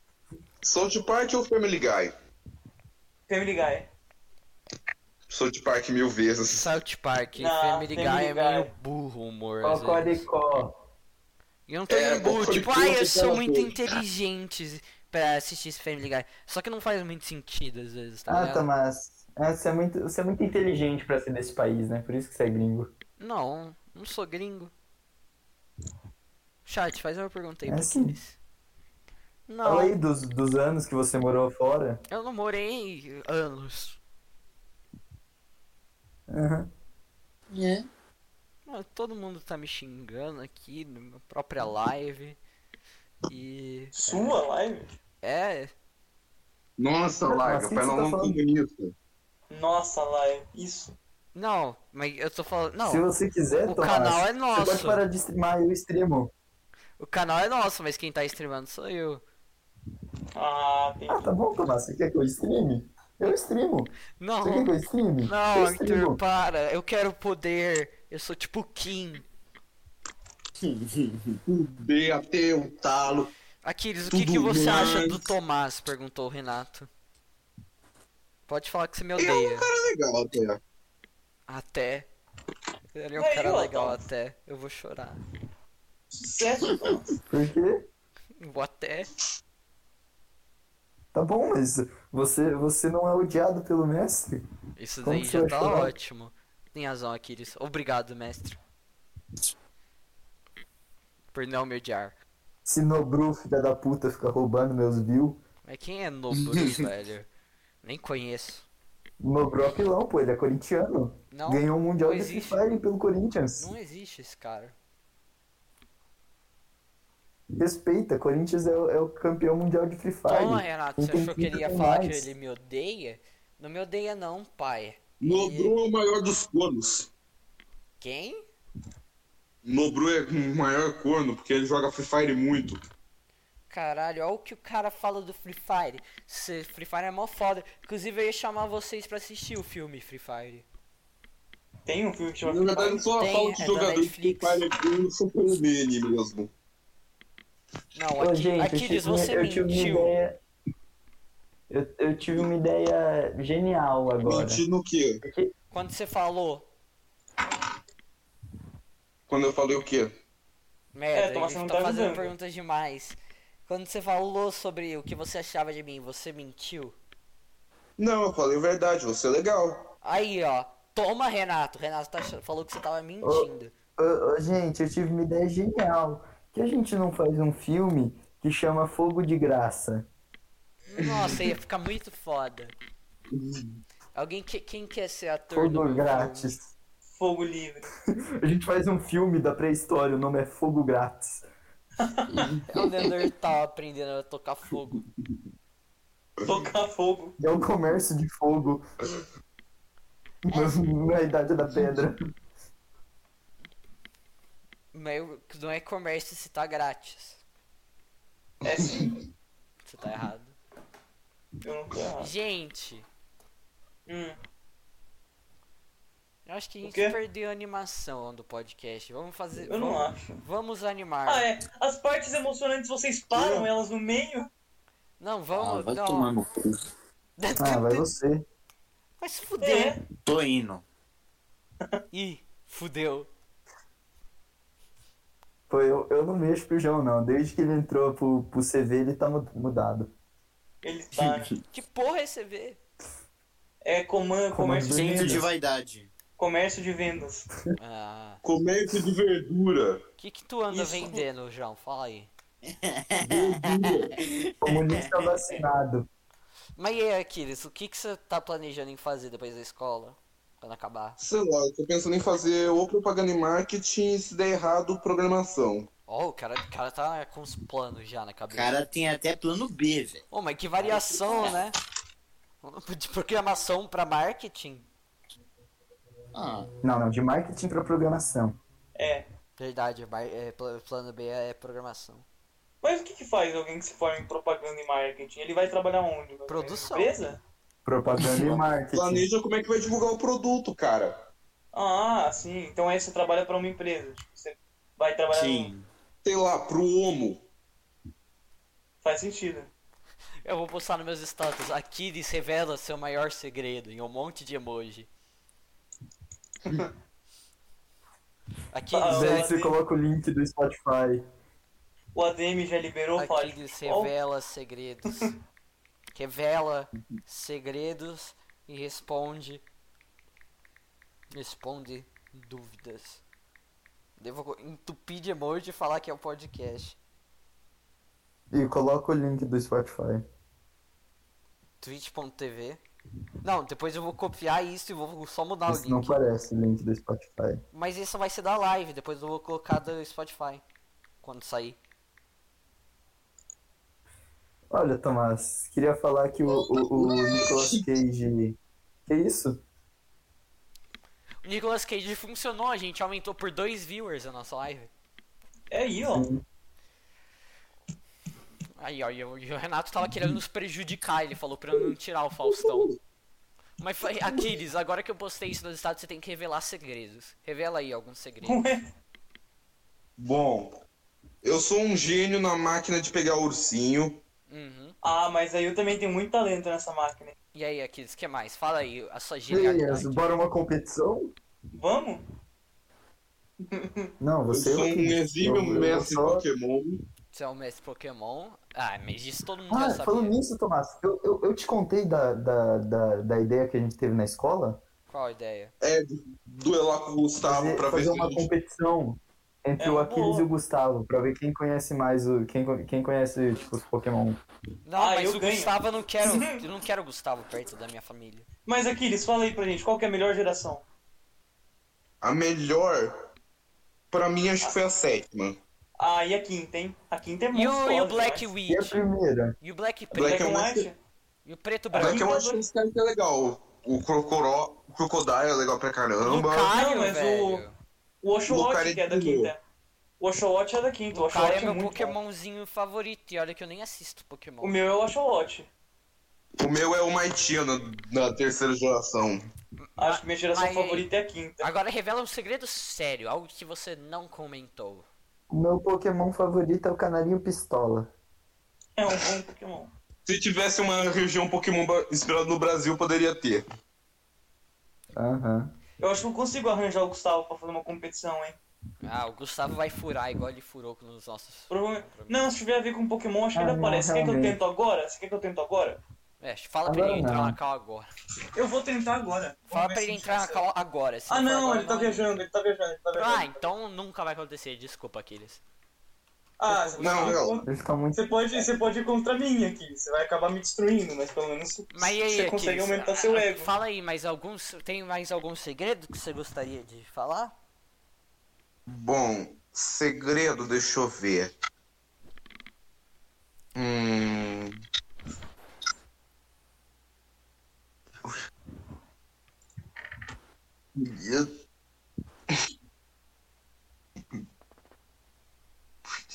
[LAUGHS]
South Park ou Family Guy?
Family Guy.
South Park mil vezes.
South Park,
Não,
Family Guy
Family
é
Guy.
meio burro o humor. às vezes.
Cocoricó.
E eu não tô
É,
nem burro,
bom,
tipo,
foi
ai,
tudo
eu sou
aquela
muito
coisa."
inteligente pra assistir esse Family Guy. Só que não faz muito sentido às vezes, tá
Ah,
ligado?
Tomás. Ah, Você é, muito, você é muito inteligente pra ser desse país, né? Por isso que você é gringo.
Não, não sou gringo. Chat, faz uma pergunta aí
É
pra
assim.
eles. Não,
Fala aí dos, dos anos que você morou fora.
eu não morei anos.
Aham.
Não, todo mundo tá me xingando aqui na minha própria live. E.
Sua live?
É,
Nossa, larga,
Mas quem
pai
você
não
tá
não
falando?
comunista.
Nossa, live. Isso.
não, mas eu tô falando.
Se
Não,
você quiser,
o
Tomás,
canal é
você
nosso.
pode parar de streamar, eu streamo.
O canal é nosso, mas quem tá streamando sou eu.
Ah, tem
Ah,
que...
tá bom, Tomás. Você quer que eu streame? Eu streamo. Você tá quer
Não.
que eu streame?
Não,
eu
Arthur, para. Eu quero poder. Eu sou tipo Kim.
Dei até o talo.
Aquiles, o que,
Tudo
que você
mais.
acha do Tomás? Perguntou o Renato. Pode falar que você me
Ele é um
odeia.
cara legal até.
Até. Ele é um
Aí,
cara
ó, tá.
legal
Tomás.
até. Eu vou chorar.
sucesso.
Por quê?
Eu Vou até.
Tá bom, mas você, você não é odiado pelo mestre?
Isso
Como
daí
que
já
você
tá
vai chorar?
ótimo. Tem razão, Aquiles. Obrigado, mestre. Por não me odiar.
Se Nobru, filha da puta, fica roubando meus views.
Mas quem é Nobru,
[LAUGHS]
velho? Nem conheço.
Nobru é pilão, pô, ele é corintiano.
Não,
Ganhou o Mundial
não
de Free
existe.
Fire pelo Corinthians.
não existe esse cara.
Respeita, Corinthians é, o- é o campeão mundial de Free Fire.
Toma, Renato, você
Não tem
achou que ele ia
nada
falar que
mais.
ele me odeia? Não me odeia não, pai.
Nobru é o maior dos cornos.
Quem?
Nobru é o maior corno, porque ele joga Free Fire muito.
Caralho, olha o que o cara fala do Free Fire. Cê- Free Fire é mó foda. Inclusive eu ia chamar vocês pra assistir o filme Free Fire.
Tem um filme que chama
Na verdade, só a
Tem,
falta de
é da
jogador de Free
Netflix.
Fire é corno são pelo meme mesmo.
Não,
Ô,
aqui,
gente, eu
Aquiles,
tive-
você
eu tive uma
mentiu.
ideia. Eu, eu tive uma ideia genial agora.
Mentir no quê?
Quando você falou
Quando eu falei o quê?
É,
merda, a
Tomás,
gente
você
tá
não tá
fazendo
ajudando.
perguntas demais. Quando você falou sobre o que você achava de mim, você mentiu?
Não, eu falei a verdade, você é legal.
Aí, ó. Toma, Renato. Renato tá ach- falou que você tava mentindo.
Ô, ô, gente, eu tive uma ideia genial. Que a gente não faz um filme que chama Fogo de Graça.
Nossa, ia ficar muito foda. Alguém que, quem quer ser ator do
Fogo
meu filme?
grátis.
Fogo Livre.
A gente faz um filme da pré-história, o nome é Fogo Grátis.
É o Neandertal aprendendo a tocar fogo.
Tocar fogo.
É o comércio de fogo. [LAUGHS] Na, na Idade da Pedra.
Meio que não é comércio se tá grátis.
É sim.
Você tá errado.
Eu não tô errado.
Gente,
Hum.
eu acho que a
O
gente
quê?
perdeu a animação do podcast. Vamos fazer.
Eu não
vamos,
acho.
vamos animar.
Ah, é. As partes emocionantes vocês param elas no meio?
Não,
Ah,
vamos.
vai
não. [LAUGHS]
tomar no cu.
Ah, vai você.
Vai se
É.
fuder.
Tô indo.
Ih, fudeu.
Pô, eu, eu não mexo pro João, não. Desde que ele entrou pro, pro CV, ele tá mu- mudado.
Ele tá.
Que porra é CV?
É coman- comércio, de
Comando
Centro
vendas.
de vaidade.
comércio de vendas.
Ah,
Comércio de
[LAUGHS]
verdura.
o que que tu anda
Isso.
vendendo, João? Fala aí.
Comunista vacinado.
Mas e aí, Aquiles, o que que você tá planejando em fazer depois da escola? Quando acabar?
Sei lá, eu tô pensando em fazer ou propaganda e marketing, se der errado, programação.
Ó, o cara, o cara tá com os planos já na
O
cabeça.
cara tem até plano B, velho.
Ô, mas que variação, né? [LAUGHS] De programação pra marketing.
Ah,
Não, não, de marketing pra programação.
É.
Verdade, mar- é, pla- plano B é programação.
Mas o que, que faz alguém que se forma em propaganda e marketing? Ele vai trabalhar onde? Vai
Produção.
trabalhar em Empresa?
Propaganda e marketing.
Planeja como é que vai divulgar o produto, cara.
Ah, sim. Então aí você trabalha pra uma empresa. Tipo, você vai trabalhar.
sim.
Sei lá, pro homo.
Faz sentido.
Eu vou postar nos meus status. Aquiles revela seu maior segredo em um monte de emoji. Aquiles,
Ah,
Daí
é,
você coloca o link do Spotify.
O ADM já liberou o código.
Aquiles revela segredos. Revela segredos e responde. Responde dúvidas. Devo entupir de emoji e falar que é o podcast.
E coloca o link do Spotify.
Twitch.tv. Não, depois eu vou copiar isso e vou só mudar o
Isso não
link.
parece o link do Spotify.
Mas isso vai ser da live, depois eu vou colocar do Spotify. Quando sair.
Olha, Tomás, queria falar que o, o, o Nicolas Cage. Que isso?
O Nicolas Cage funcionou, a gente aumentou por dois viewers a nossa live.
É aí, ó.
Aí, ó, e o e o Renato tava querendo nos prejudicar, ele falou pra eu não tirar o Faustão. Mas foi, Aquiles, agora que eu postei isso nos estados, você tem que revelar segredos. Revela aí alguns segredos.
Ué,
Bom, eu sou um gênio na máquina de pegar ursinho.
Uhum.
[LAUGHS] Ah, mas aí eu também tenho muito talento nessa máquina.
E aí, Aquiles, o que mais? Fala aí a sua
Beleza,
genialidade.
bora uma competição?
Vamos?
Não, você é
eu sou um exímio
eu- eu
mestre
só-
Pokémon.
Você é o mestre Pokémon. Ah, mas isso todo mundo já
Ah,
sabia.
falando nisso, Tomás, eu, eu, eu te contei da, da, da, da ideia que a gente teve na escola?
Qual a ideia?
É, duelar com o Gustavo
fazer
Tá, pra ver
fazer
se
uma
a gente...
competição entre
É
o
uma
Aquiles
boa.
e o Gustavo, pra ver quem conhece mais o. Quem, co- quem conhece, tipo, os Pokémon.
Não,
Ah,
mas
eu
o
ganho.
Gustavo eu não quero. Eu não quero o Gustavo perto da minha família.
Mas Aquiles, fala aí pra gente, qual que é a melhor geração?
A melhor, pra mim, acho que foi a sétima.
Ah, e a quinta, hein? A quinta é
E
monstruosa.
o, e o Black
né?
E a
Witch?
primeira?
E o Black
Black
Preto?
é o
and
mais-
White?
E o Preto
Pra
Black
Branco?
Ah, eu
mim, tá
acho que
doido.
esse cara que é legal. O Crocoró, o Crocodile é legal pra caramba.
Lucario,
Não, mas o-
velho.
O
Lucario
Oshawott que é da
de novo.
quinta. O Oshawott é da quinta. O
Lucario
Oshawott
é meu
muito bom.
Pokémonzinho favorito. E olha que eu nem assisto Pokémon.
O meu é o Oshawott.
O meu é o Maitia na, na terceira geração.
Ah,
Acho que minha geração
Ai,
favorita é a quinta.
Agora revela um segredo sério, algo que você não comentou.
O meu Pokémon favorito é o Canarinho Pistola.
É um bom Pokémon.
Se tivesse uma região Pokémon ba- inspirada no Brasil, poderia ter.
Aham.
Eu acho que eu consigo arranjar o Gustavo pra fazer uma competição, hein?
Ah, o Gustavo vai furar igual ele furou nos nossos.
Provavelmente... Não, se tiver a ver com Pokémon, acho que
Ah,
ele
não,
aparece. Você quer que eu
realmente.
tento agora? Você quer que eu tento agora?
É, fala pra
Agora
ele entrar
não.
na cal agora.
Eu vou tentar agora.
Fala
Vamos ver
pra
se
ele entrar na
consegue.
cal agora. se
Ah,
for
não,
agora,
ele tá viajando, ele tá viajando, ele tá viajando.
Ah, então nunca vai acontecer. Desculpa, Aquiles.
Ah, você
Não, não.
Ele tá muito.
Você pode, você pode ir contra mim aqui, você vai acabar me destruindo, mas pelo menos
Mas e aí,
você consegue
Aquiles?
aumentar seu
Ah,
ego.
Fala aí, mais alguns. Tem mais algum segredo que você gostaria de falar?
Bom, segredo, deixa eu ver. Hum. Eu-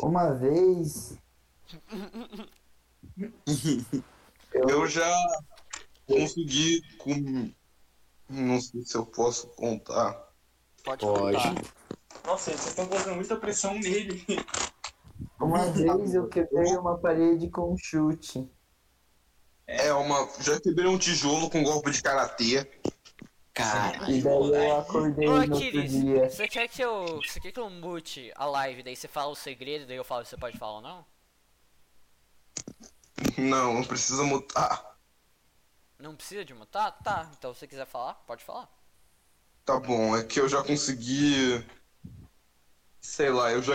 Uma vez.
Eu já consegui. Com... Não sei se eu posso contar.
Pode,
Pode.
contar.
Nossa, vocês estão colocando muita pressão nele. [LAUGHS]
Uma vez eu quebrei uma parede com um chute.
É uma. Já quebrei um tijolo com golpe de karatê.
Cara,
E daí eu acordei
Ô,
no outro
Aquiles,
dia.
você quer que eu. Você quer que eu mute a live, daí você fala o segredo, daí eu falo se você pode falar ou não?
Não, não precisa mutar.
Não precisa de mutar? Tá, então se você quiser falar, pode falar.
Tá bom, é que eu já consegui. Sei lá, eu já.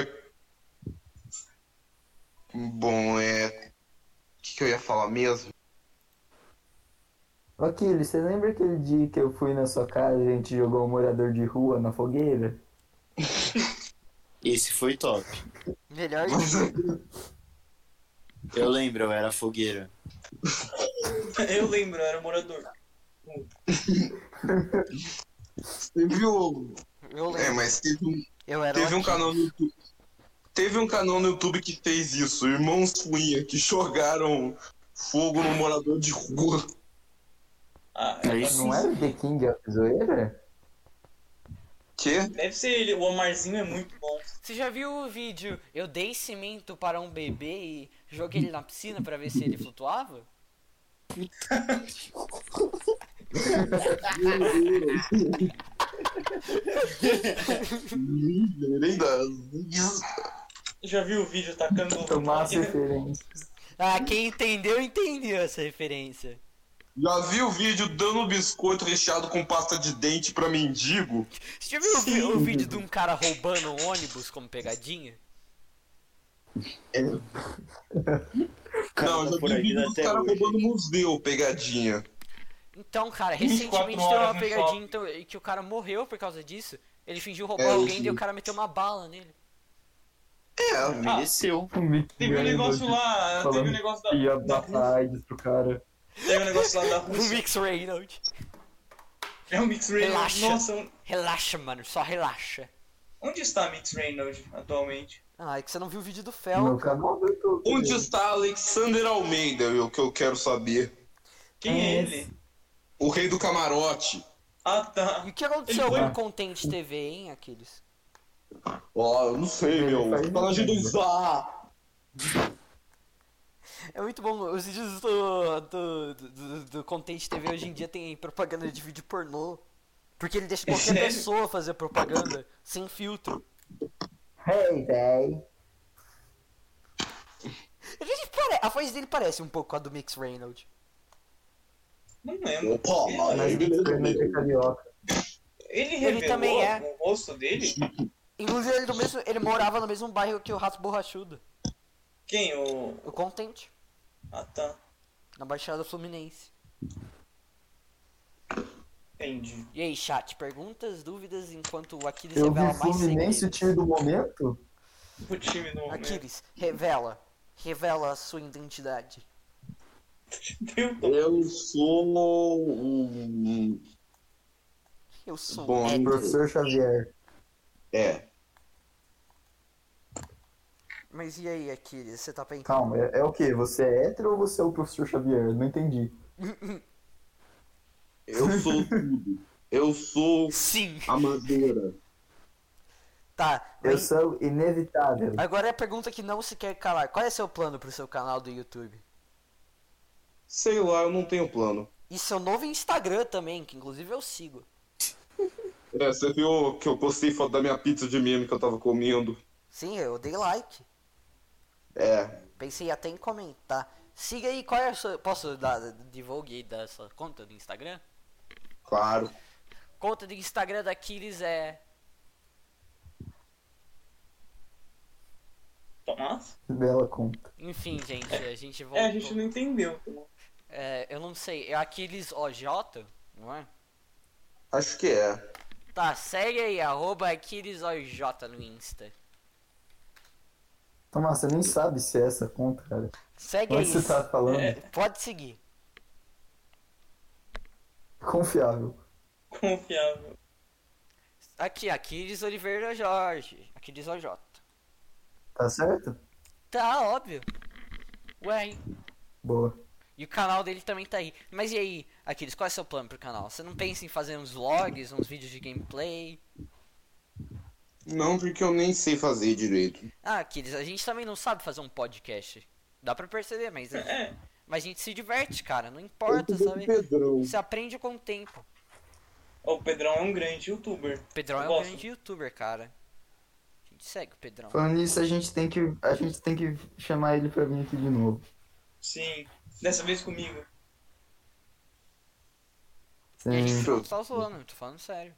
Bom, é. O que, que eu ia falar mesmo?
Ô, Aquiles, você lembra aquele dia que eu fui na sua casa e a gente jogou um morador de rua na fogueira?
Esse foi top. [LAUGHS]
Melhor
Mas
Eu lembro, eu era fogueira.
Eu lembro, eu era um morador.
você viu.
eu
É,
lembro.
mas teve um,
Eu era
teve
o
um
Aquiles.
canal no YouTube. Teve um canal no YouTube que fez isso, irmãos Fuinha, que jogaram fogo no morador de rua.
Ah,
É
eu-
isso?
Não era o The King of Zoeira?
Quê?
deve ser ele. O Omarzinho é muito bom.
Você já viu o vídeo? Eu dei cimento para um bebê e joguei ele na piscina pra ver se ele flutuava?
Nem dá.
Já viu o vídeo tacando o
Tomar as referências.
Ah, quem entendeu, entendeu essa referência.
Já vi o vídeo dando biscoito recheado com pasta de dente pra mendigo?
Você já viu o vi- o, vídeo de um cara roubando um ônibus como pegadinha?
não, já vi o vídeo dos caras roubando museu, pegadinha.
Então, cara,
24
recentemente tem
horas
uma
no
pegadinha
shopping.
então, que o cara morreu por causa disso. Ele fingiu roubar
É,
alguém
isso.
e o cara meteu uma bala nele.
É,
Ah,
Mereceu.
[LAUGHS] Teve um negócio lá, teve um
Falando
negócio da,
E a
da Rússia,
da AIDS pro cara.
teve um negócio lá da
[LAUGHS] O
Rússia.
Mix Reynolds.
É o Mix Reynolds.
Relaxa.
Nossa,
Relaxa, mano, só relaxa.
onde está Mix Reynolds atualmente?
Ah, é que você não viu o Um vídeo do
No
Fel.
canal do YouTube.
onde está Alexander Almeida, é o que eu quero saber.
Quem é,
É
ele?
O rei do camarote.
Ah, tá.
E o que aconteceu
Ele
com
foi-
o
Ah.
Contente TV, hein, Aquiles?
Ó, eu não sei, meu.
Ele faz
Fala de
merda.
dançar.
É muito bom, os vídeos do, do, do, do- do Content TV hoje em dia tem propaganda de vídeo pornô. Porque ele
[LAUGHS]
deixa
É
qualquer
Sério?
pessoa fazer propaganda, sem filtro.
Hey, véi.
Ele pare- A voz dele parece um pouco com a do Mix Reynolds.
Não lembro.
Opa, mano.
Mas
aí
Mas
beleza,
não
meu.
é carioca.
Ele
Ele
revelou
também é.
o rosto dele?
Inclusive, ele, do mesmo, ele morava no mesmo bairro que o Rato Borrachudo.
Quem? O...
O Content,
Ah, tá.
na Baixada Fluminense.
Entendi.
E aí, chat, perguntas, dúvidas, enquanto o Aquiles
Eu vi
revela
o
mais
Fluminense o
segredos.
time do momento?
O time do momento.
Aquiles, revela. Revela a sua identidade.
Deu tom.
Eu sou um.
Eu sou um
Bom,
hétero.
Professor Xavier.
É.
Mas e aí, Aquiles, você tá pensando?
Calma, é, é o quê? Você é hétero ou você é o professor Xavier? Não entendi.
Eu sou tudo. Eu sou
Sim!
a madeira.
Tá,
Eu
mas
sou um inevitável.
agora é a pergunta que não se quer calar. Qual é seu plano pro seu canal do YouTube?
Sei lá, eu não tenho plano.
E seu novo Instagram também, que inclusive eu sigo.
É, você viu que eu postei foto da minha pizza de meme que eu tava comendo?
Sim, eu dei like.
É.
Pensei até em comentar. Siga aí, qual é a sua... Posso dar, divulgue aí da sua conta do Instagram?
Claro.
Conta do Instagram da Aquiles é...
Tomás?
Bela conta.
Enfim, gente, a gente voltou.
É, a gente não entendeu.
É, eu não sei, é Aquiles OJ, não é?
Acho que é.
Tá, segue aí, arroba Aquiles OJ no Insta.
Tomás, você nem sabe se é essa conta, cara.
Segue aí.
Mas você tá falando.
Pode seguir.
Confiável.
Confiável.
Aqui, Aquiles Oliveira Jorge. Aquiles OJ.
Tá certo?
Tá, óbvio. Ué,
Boa.
e o canal dele também tá aí. Mas e aí, Aquiles, qual é seu plano pro canal? Você não pensa em fazer uns vlogs, uns vídeos de gameplay?
Não, porque eu nem sei fazer direito.
Ah, Aquiles, a gente também não sabe fazer um podcast. Dá pra perceber, mas,
É.
mas a gente se diverte, cara. Não importa, sabe?
Pedrão.
Você aprende com o tempo.
Ó, o Pedrão é um grande youtuber.
Pedrão
Eu
é um
gosto.
grande youtuber, cara. A gente segue o Pedrão.
Falando nisso, a gente tem que, a gente tem que chamar ele pra vir aqui de novo.
Sim. Dessa vez comigo.
Sim.
Não tá zoando, eu tô falando sério.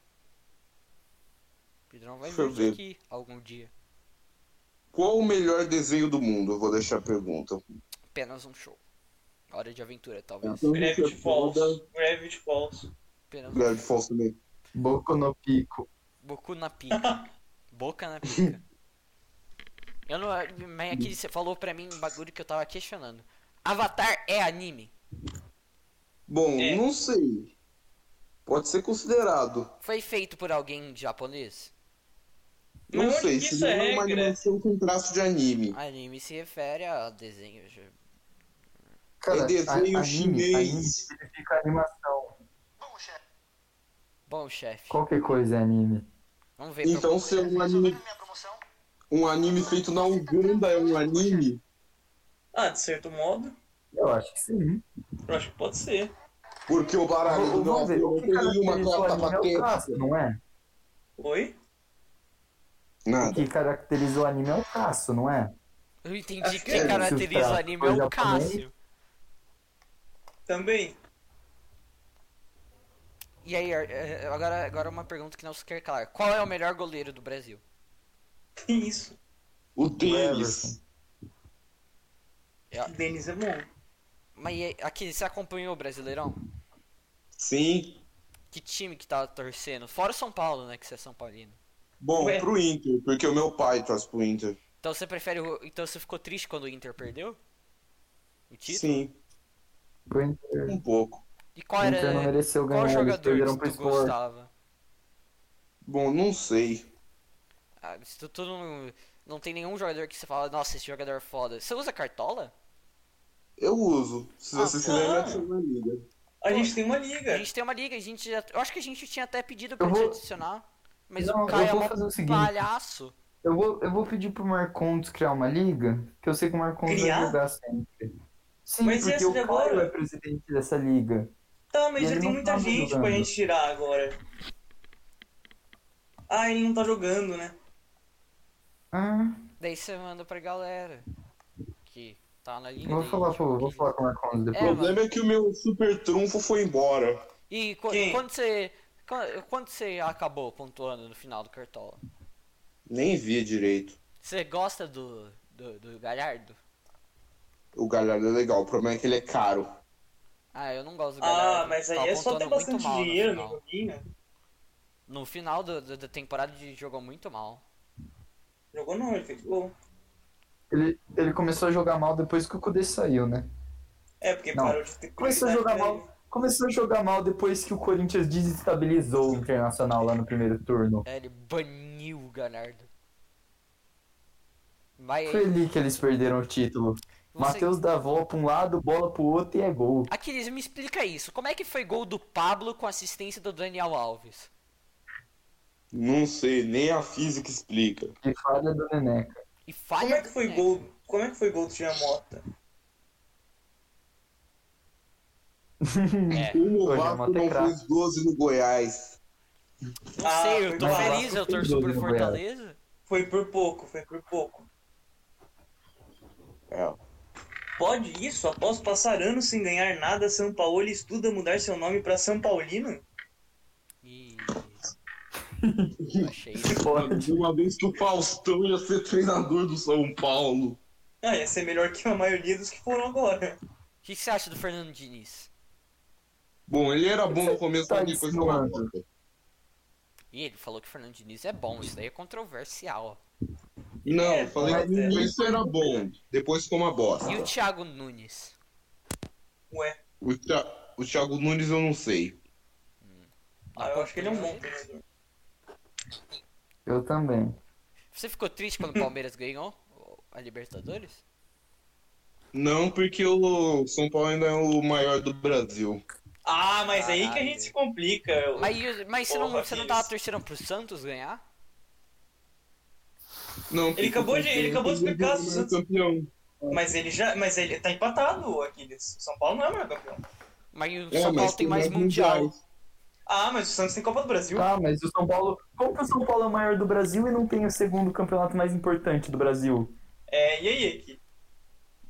O Pedrão vai
Deixa eu
vir
ver.
aqui algum dia.
Qual o melhor desenho do mundo? Eu vou deixar a pergunta.
Apenas um show. Hora de aventura,
É,
talvez.
Uhum.
Gravity Falls. Gravity Falls.
Apenas um
Grave
show.
falso também.
Boco no pico.
Boku na
[LAUGHS]
pica. Boca na pica. Eu não. Mas aqui você falou pra mim um bagulho que eu tava questionando. Avatar é anime?
Bom,
É.
não sei. Pode ser considerado.
Foi feito por alguém japonês?
Não
Mas onde
sei,
que
se
isso
não
é
é uma
regra?
animação com traço de anime.
Anime se refere a desenho. de-
Cara,
É desenho
a- anime-
chinês.
anime significa animação.
Bom, chefe.
Qualquer coisa é anime.
Vamos ver. pra-
Então, se é um anime, um anime feito na Uganda é um anime,
Ah, de certo modo.
Eu acho que sim.
Eu acho que pode ser.
porque o baralho do
Vamos ver,
Brasil
o
não
que
tem nenhuma
caracteriza o
carta
anime é o traço,
patente.
não é?
Oi?
O
Nada.
que caracteriza o anime é o traço, não é?
Eu entendi
Acho
que
que
quem
é.
caracteriza o anime é o Cássio.
Também.
E aí, Ar- eh, agora, agora uma pergunta que não se quer calar. Qual é o melhor goleiro do Brasil?
Que isso.
O deles.
Ah.
O Denis é bom.
Mas e aí, aqui, você acompanhou o Brasileirão?
Sim.
Que time que tava torcendo? Fora o São Paulo, né? Que você é São Paulino.
Bom,
Ué.
pro Inter, porque o meu pai traz pro Inter.
Então você prefere. o- Então você ficou triste quando o Inter perdeu? O título?
Sim,
O Inter,
um pouco.
E qual
o
era.
Inter não mereceu
Qual
ganhar, eles
jogador
perderam pro
que tu
Sport.
gostava?
Bom, não sei.
Ah, se tu, tu não, não tem nenhum jogador que você fala, nossa, esse jogador é foda. Você usa cartola?
Eu uso. Se
Ah,
você se
tá.
lembra, tinha uma liga.
A gente tem uma
A
liga.
gente tem uma liga, a gente já. Eu acho que a gente tinha até pedido pra
É. Eu
te
vou-
adicionar. Mas
Não,
o Caio
eu
é
vou
um
fazer o seguinte.
palhaço.
Eu vou, eu vou pedir pro Marcondes criar uma liga, que eu sei que o Marcondes vai
Criar?
jogar sempre. Sim,
Mas e
porque
essa
o
de
Caio
agora?
é presidente dessa liga.
Tá,
E
mas já
ele
tem
não
muita
tava
gente pra
jogando.
gente tirar agora. Ah, ele não tá jogando, né?
Ah,
Daí você manda pra galera. Que tá na liga.
eu vou
daí,
falar,
tipo,
pro, vou
que-
falar com o Marcondes
O
É,
depois.
problema é que o meu super trunfo foi embora.
E qu-
Quem?
quando você. quan- Quando você acabou pontuando no final do cartola?
Nem vi direito.
Você gosta do. do, do Galhardo?
O Galhardo é legal, o problema é que ele é caro.
Ah, eu não gosto do Galhardo.
Ah, mas aí
Tava
é só ter
pontuando muito
bastante
mal no
dinheiro no
final.
joguinho.
No final do- do- da temporada ele jogou muito mal.
Jogou não, ele fez gol.
Ele, ele começou a jogar mal depois que o Kudê saiu, né?
É, porque
Não.
parou de ter
Começou a jogar
prioridade né? pra
mal. Começou a jogar mal depois que o Corinthians desestabilizou o Internacional lá no primeiro turno.
É, ele baniu o Galhardo. Mas
Foi ali que eles perderam o título.
É. Você-
Matheus dá vó pra um lado, bola pro outro e é gol.
Aquiles, me explica isso. Como é que foi gol do Pablo com assistência do Daniel Alves?
Não sei, nem a física explica.
E falha do Neneca.
E
Como
falha.
é que foi
do-
gol? Como é que foi gol do Jean Mota?
É,
O
Hoje é
Novato
uma
Um não
tecra.
fez 12 no Goiás.
É, não
Ah,
sei, eu
foi
tô
gol.
feliz, eu torço
Gol
pro
do Goiás.
Fortaleza.
Foi por pouco, foi por pouco.
É.
Pode isso? Após passar anos sem ganhar nada, São Paulo estuda mudar seu nome pra São Paulino?
Ih. Eu achei isso.
Pode.
De uma vez que o Faustão ia ser treinador do São Paulo.
Ah, ia ser melhor que a maioria dos que foram agora.
O que que você acha do Fernando Diniz?
Bom, ele era bom no começo,
Tá
mas depois não era
insinuando.
bom.
E ele falou que o Fernando Diniz é bom, isso daí é controversial.
Não,
É,
falei
mas
que no
é.
início era bom, depois ficou uma bosta.
E o Thiago Nunes?
Ué,
O, Thi- o Thiago Nunes eu não sei.
ah, eu acho que ele é um bom treinador.
Eu também.
Você ficou triste quando o Palmeiras ganhou a
[LAUGHS]
Libertadores?
Não, porque o São Paulo ainda é o maior do Brasil.
Ah, mas aí que a
Caralho.
gente se complica.
Mas, mas você, não,
Porra,
você não
Pires.
tava torcendo pro Santos ganhar?
Não, porque
acabou
o
de-
São Paulo
ele acabou de explicar,
é o
Santos.
campeão.
Mas ele já. Mas ele tá empatado, Aquiles. O São Paulo não é o maior campeão.
Mas o
É,
São
mas
Paulo tem mais
mais
mundial.
mundiais.
Ah, mas o Santos tem Copa do Brasil.
Tá, mas o São Paulo. Como que o São Paulo é o maior do Brasil e não tem o segundo campeonato mais importante do Brasil?
É, e aí, aqui?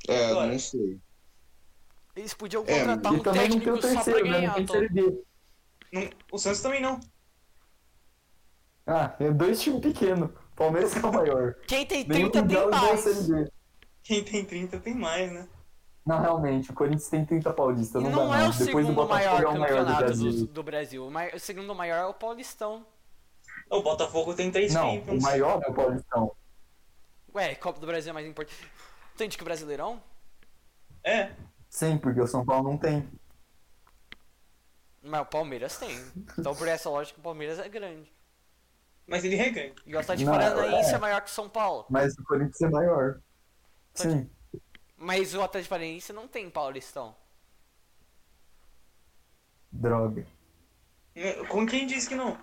É,
Agora.
não sei.
Eles podiam
É,
contratar
e
um
também não tem
técnico
o
só pra
terceiro, né? Não
ganhar.
tem
Tom.
Série B.
Não- o Santos também não.
Ah, é dois times pequenos. Palmeiras é o maior.
Quem tem
Nenhum
30 tem
delas é
mais.
Série B.
Quem tem 30 tem mais, né?
Não, realmente, o Corinthians tem 30 paulista,
E
não,
não
dá
é o
não. né? Depois do
segundo
Botafogo
maior
é o maior do
campeonato
Brasil.
do, do Brasil. O, mai- o segundo maior é o Paulistão.
O Botafogo tem 3
Não, o maior é o Paulistão.
Ué, Copa do Brasil é mais importante. Tem que o Brasileirão?
É.
Sim, porque o São Paulo não tem.
Mas o Palmeiras tem. Então, por essa lógica, o Palmeiras é grande.
Mas ele reganha.
E o Atlético
Não,
Paranaense é.
é.
maior que o São Paulo.
Mas o Corinthians é maior.
Pode-
Sim.
Mas o Atlético Paranaense não tem Paulistão.
Droga.
Com quem disse que não?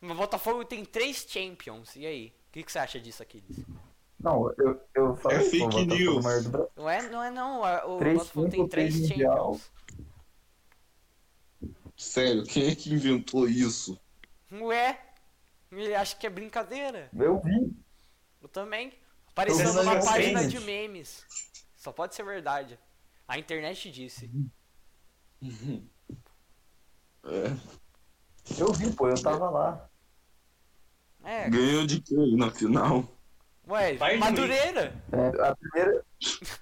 Mas o Botafogo tem três Champions. E aí? O que, que você acha disso, Aquiles?
Não, eu, eu falei
É
que o
fake
Botafogo é o
news.
maior do Brasil.
Não é, não é não. A- O
Três
Botafogo tem
Champions,
três
três Mundial.
Champions.
Sério, quem é que inventou isso?
Ué? Ele acha que é brincadeira.
Eu vi.
Eu também. Apareceu
Vocês
numa
são
página de
inocentes.
memes. Só pode ser verdade. A internet disse.
É,
Eu vi, pô, eu tava lá.
É.
ganhou de quem na final?
Ué,
Bayern de
Madureira.
É, a, primeira,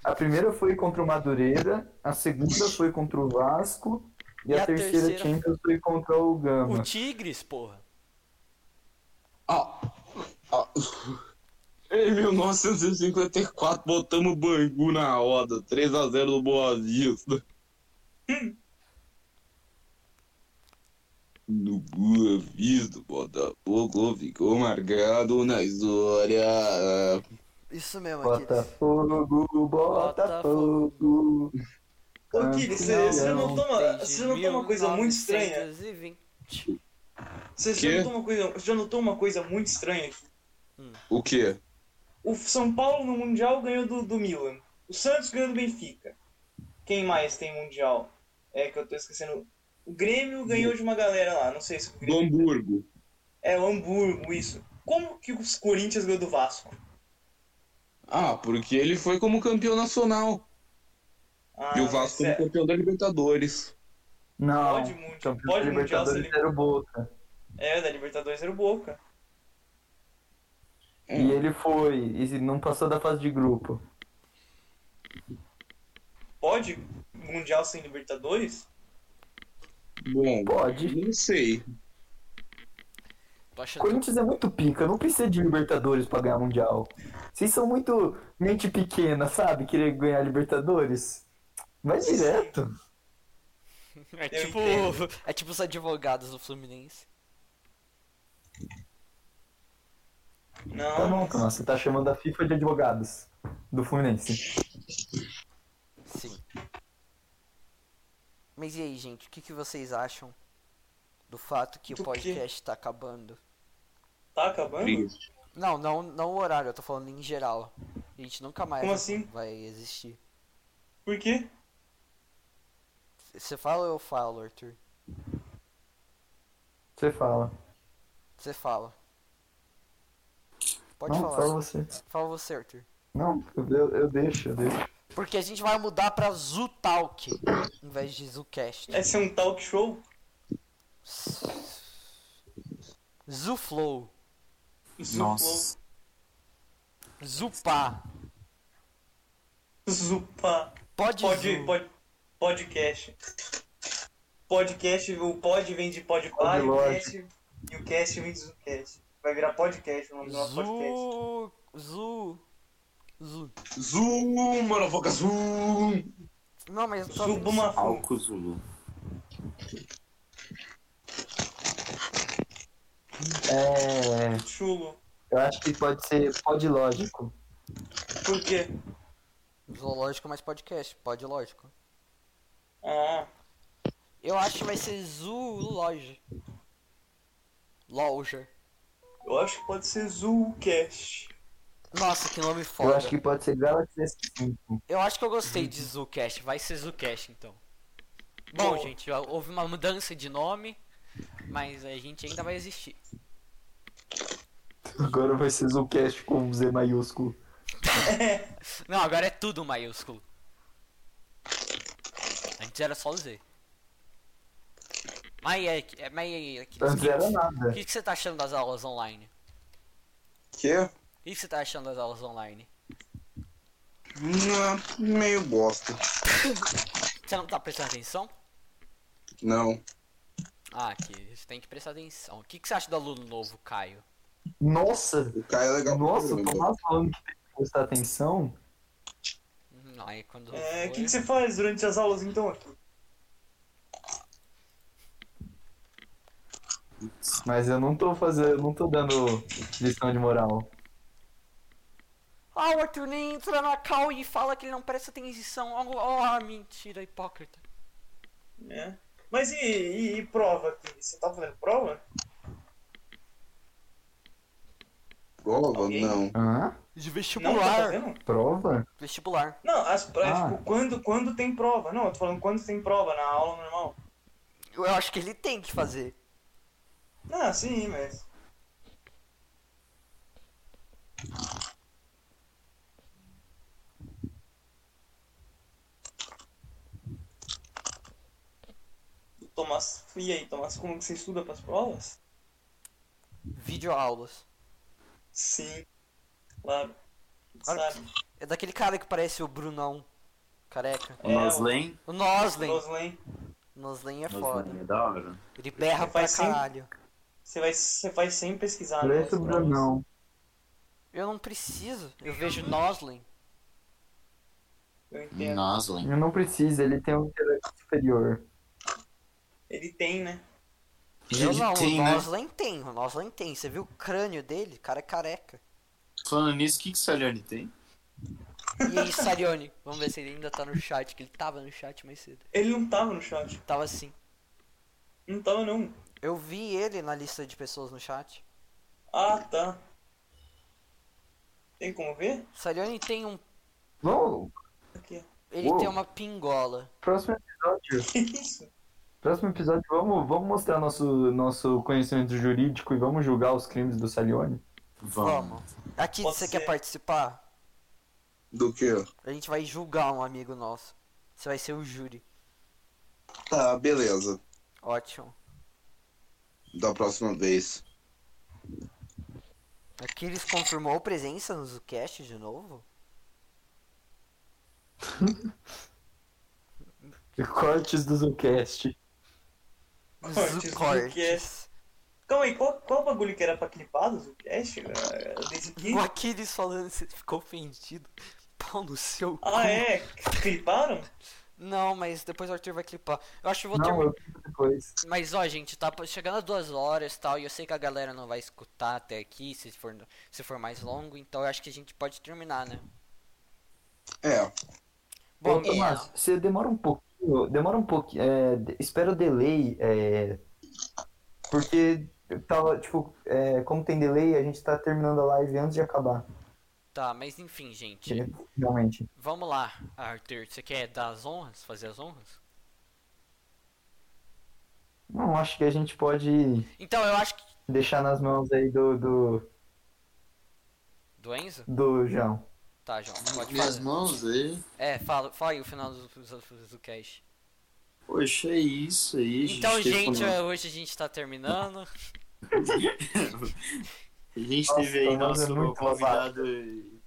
a primeira foi contra o Madureira, a segunda foi contra o Vasco e, a, terceira, Champions foi contra o Gama.
O Tigres, porra.
Ah, ah. Em 1954, botamos o Bangu na roda. 3x0 do Boa Vista. [LAUGHS] No Boa Vista, Botafogo ficou marcado na história.
Isso mesmo,
Botafogo, Botafogo.
Ah,
Ô, Kiko, você
Campeão.
você não toma, você não toma uma coisa muito estranha? Você já
Quê?
notou uma coisa, já notou uma coisa muito estranha? aqui?
O quê?
O São Paulo no Mundial ganhou do, do Milan. O Santos ganhou do Benfica. Quem mais tem Mundial? É que eu tô esquecendo. O Grêmio ganhou de uma galera lá. Não sei se o
Do
Grêmio.
Hamburgo.
É, o Hamburgo, isso. Como que os Corinthians ganhou do Vasco?
Ah, porque ele foi como campeão nacional.
Ah,
e o Vasco como
mas é-
campeão da Libertadores.
Não,
Pode Mundial,
campeão
pode
da
Mundial ser
Libertadores era o Boca.
É, da Libertadores era o Boca.
É.
E ele foi, e não passou da fase de grupo.
Pode Mundial sem Libertadores?
Bom,
Pode.
não sei.
Tô achando que
Corinthians é muito pica, não precisa de Libertadores pra ganhar Mundial. Vocês são muito mente pequena, sabe? Querer ganhar Libertadores. Vai direto.
É
Eu
tipo,
entendo.
[LAUGHS] é tipo os advogados do Fluminense.
Tá
Não.
bom, Tomás, você tá chamando a FIFA de advogados do Fluminense.
Sim. Mas e aí, gente, o que, que vocês acham do fato que
Do
o
quê?
podcast tá acabando?
Tá acabando?
Triste.
Não, não, não o horário, eu tô falando em geral. A gente nunca mais
Como assim?
vai existir.
Por quê?
Você fala ou eu falo, Arthur?
Você fala.
Você fala. Pode
não,
falar.
fala você.
Fala você, Arthur.
Não, eu, eu deixo, eu deixo.
Porque a gente vai mudar pra Zutalk em vez de Zucast.
É ser um talk show?
Zuflow.
Nossa.
Zupá.
Zupa.
Pode,
Pod,
Zu.
pod, podcast. Podcast, o pod vem de podpar e o
Podlógico.
cast. E o cast vem de Zucast. Vai virar podcast o nome do nosso podcast.
Zu. Zu. Zu.
Zoom, motherfucker, zoom!
Não, mas eu tô.
Zuba uma fuma.
Álcool Zulu.
É.
Chulo.
Eu acho que pode ser pode lógico.
Por quê?
Zoológico mais podcast. Pode, lógico.
Ah,
Eu acho que vai ser Zoologe. Loja.
eu acho que pode ser Zulcast.
Nossa, que nome foda.
Eu acho que pode ser Galaxy S5.
eu gostei de Zucast. Vai ser Zucast então. Bom, gente, ó, houve uma mudança de nome, mas a gente ainda vai existir.
Agora vai ser Zucast com Z maiúsculo.
Não, agora é tudo maiúsculo. Antes era só o Z. Mas e aí, é- mas e aí, Aquiles,
Antes era nada.
o que, que você tá achando das aulas online?
Que?
O que, que você tá achando das aulas online?
Hum, meio bosta.
Você não tá prestando atenção?
Não.
Ah, que você tem que prestar atenção. O que, que você acha do aluno novo, Caio?
Nossa!
O Caio é legal. pra
Nossa, o
caramba.
Tomás falando que tem que prestar atenção.
Não, Hum, aí quando.
É, o
for-
que, que você faz durante as aulas então? Arthur?
Mas eu não tô fazendo. não tô dando lição de moral.
Ah, o Arthur nem entra na cal e fala que ele não presta atenção. Oh, oh, mentira, hipócrita.
É. Mas e, e- e prova? Você tá fazendo prova?
Prova?
Alguém?
Não.
Hã?
De
Não, tá
vestibular.
fazendo?
Prova?
vestibular.
Não, as provas,
Ah.
tipo, quando, quando tem prova. Não, eu tô falando quando tem prova na aula normal.
Eu acho que ele tem que fazer.
Ah, sim, mas. Tomás, e aí, Tomás, como que você estuda pras provas?
Videoaulas.
Sim, claro.
Claro que
Sabe?
É daquele cara que parece o Brunão. Careca.
O
É,
Noslen.
O
o
Noslen.
Noslen,
Noslen é foda.
Noslen é da hora.
Ele berra
Ele
pra
faz sim.
caralho.
você, vai, você faz sem
Ah,
pesquisar. né,
Presta
as
o
provas.
Brunão.
Eu não preciso. Eu vejo Noslen.
Eu
É.
entendo.
Noslen.
Eu não preciso, ele tem um intelecto superior.
Ele tem, né?
Eu não,
Ele tem,
o
né?
Noslen tem. O Noslen tem. Você viu o crânio dele? O cara é careca.
Falando nisso, o que que o Salione tem?
E aí, Sarione? Vamos ver se ele ainda tá no chat, que ele tava no chat mais cedo.
Ele não tava no chat.
Tava assim.
Não tava, não.
Eu vi ele na lista de pessoas no chat.
Ah, tá. Tem como ver?
Sarione tem um.
Bom,
Aqui, ó. [LAUGHS]
Ele
Uou.
tem uma pingola.
próximo episódio.
Que isso?
Próximo episódio, vamos, vamos mostrar nosso, nosso conhecimento jurídico e vamos julgar os crimes do Salione. [LAUGHS] Ah.
Vamos.
Aqui,
Pode
você
ser.
quer participar?
Do que?
A gente vai julgar um amigo nosso. Você vai ser o júri.
Tá, beleza.
Ótimo.
Da próxima vez.
Aquiles confirmou presença no Zucast de novo?
Cortes do Zucast.
Cortes,
Zucortes.
Zucast. Calma aí, qual, qual o bagulho que era pra clipar do Zucast? Ah, Desse aqui?
O Aquiles falando, você ficou ofendido. Pau no seu cu.
Ah, é? Cliparam?
Não, mas depois o Arthur vai clipar. Eu acho que eu vou um
Não,
terminar.
eu depois.
Mas ó, gente, tá chegando às duas horas e tal, e eu sei que a galera não vai escutar até aqui, se for, se for mais longo, então eu acho que a gente pode terminar, né?
É.
Bom,
Ô, Tomás, você demora um pouquinho, demora um pouquinho, é, de- espera o delay, é, porque tava, tipo, é, como tem delay, a gente tá terminando a live antes de acabar,
tá, mas enfim, gente.
que- realmente.
Vamos lá, Arthur, você quer dar as honras? Fazer as honras?
Não, acho que a gente pode
Então eu acho que.
deixar nas mãos aí do, do,
Do Enzo?
do João.
Tá, João, pode
Minhas
fazer.
mãos aí.
É, fala, fala aí o final do, do, do cast.
Poxa, é isso aí,
Então,
teve um-
gente,
uma-
é, hoje a gente tá terminando.
A gente
Nossa,
teve aí
nós é
nosso
muito
convidado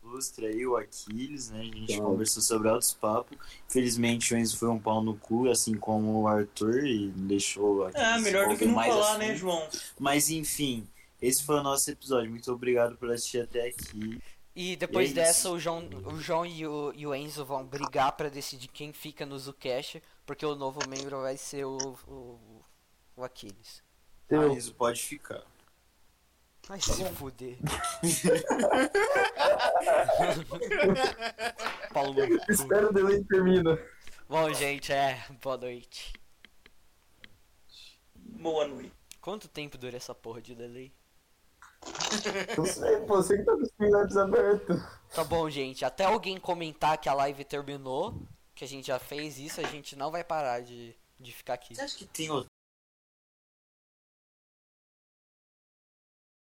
ilustre aí, o Aquiles, né? A gente conversou sobre altos papos. Infelizmente o Enzo foi um pau no cu, assim como o Arthur, e deixou o Aquiles
Ah, melhor do que
desenvolver
não
mais
falar,
assunto.
né, João?
Mas enfim, esse foi o nosso episódio. Muito obrigado por assistir até aqui.
E depois
E é
dessa,
isso.
o João, o João e, o, e o Enzo vão brigar pra decidir quem fica no Zucash, porque o novo membro vai ser o, o, o Aquiles.
O
Eu,
Enzo pode ficar.
Vai um se fuder. [LAUGHS] Paulo
[LAUGHS]
no cu.
espera o delay e termina.
Bom, gente, é. Boa noite.
Boa noite.
Quanto tempo dura essa porra de delay?
Não sei, pô, você que tá com os pilares abertos.
Tá bom, gente. Até alguém comentar que a live terminou, que a gente já fez isso, a gente não vai parar de,
de ficar aqui.
Você acha que tem o-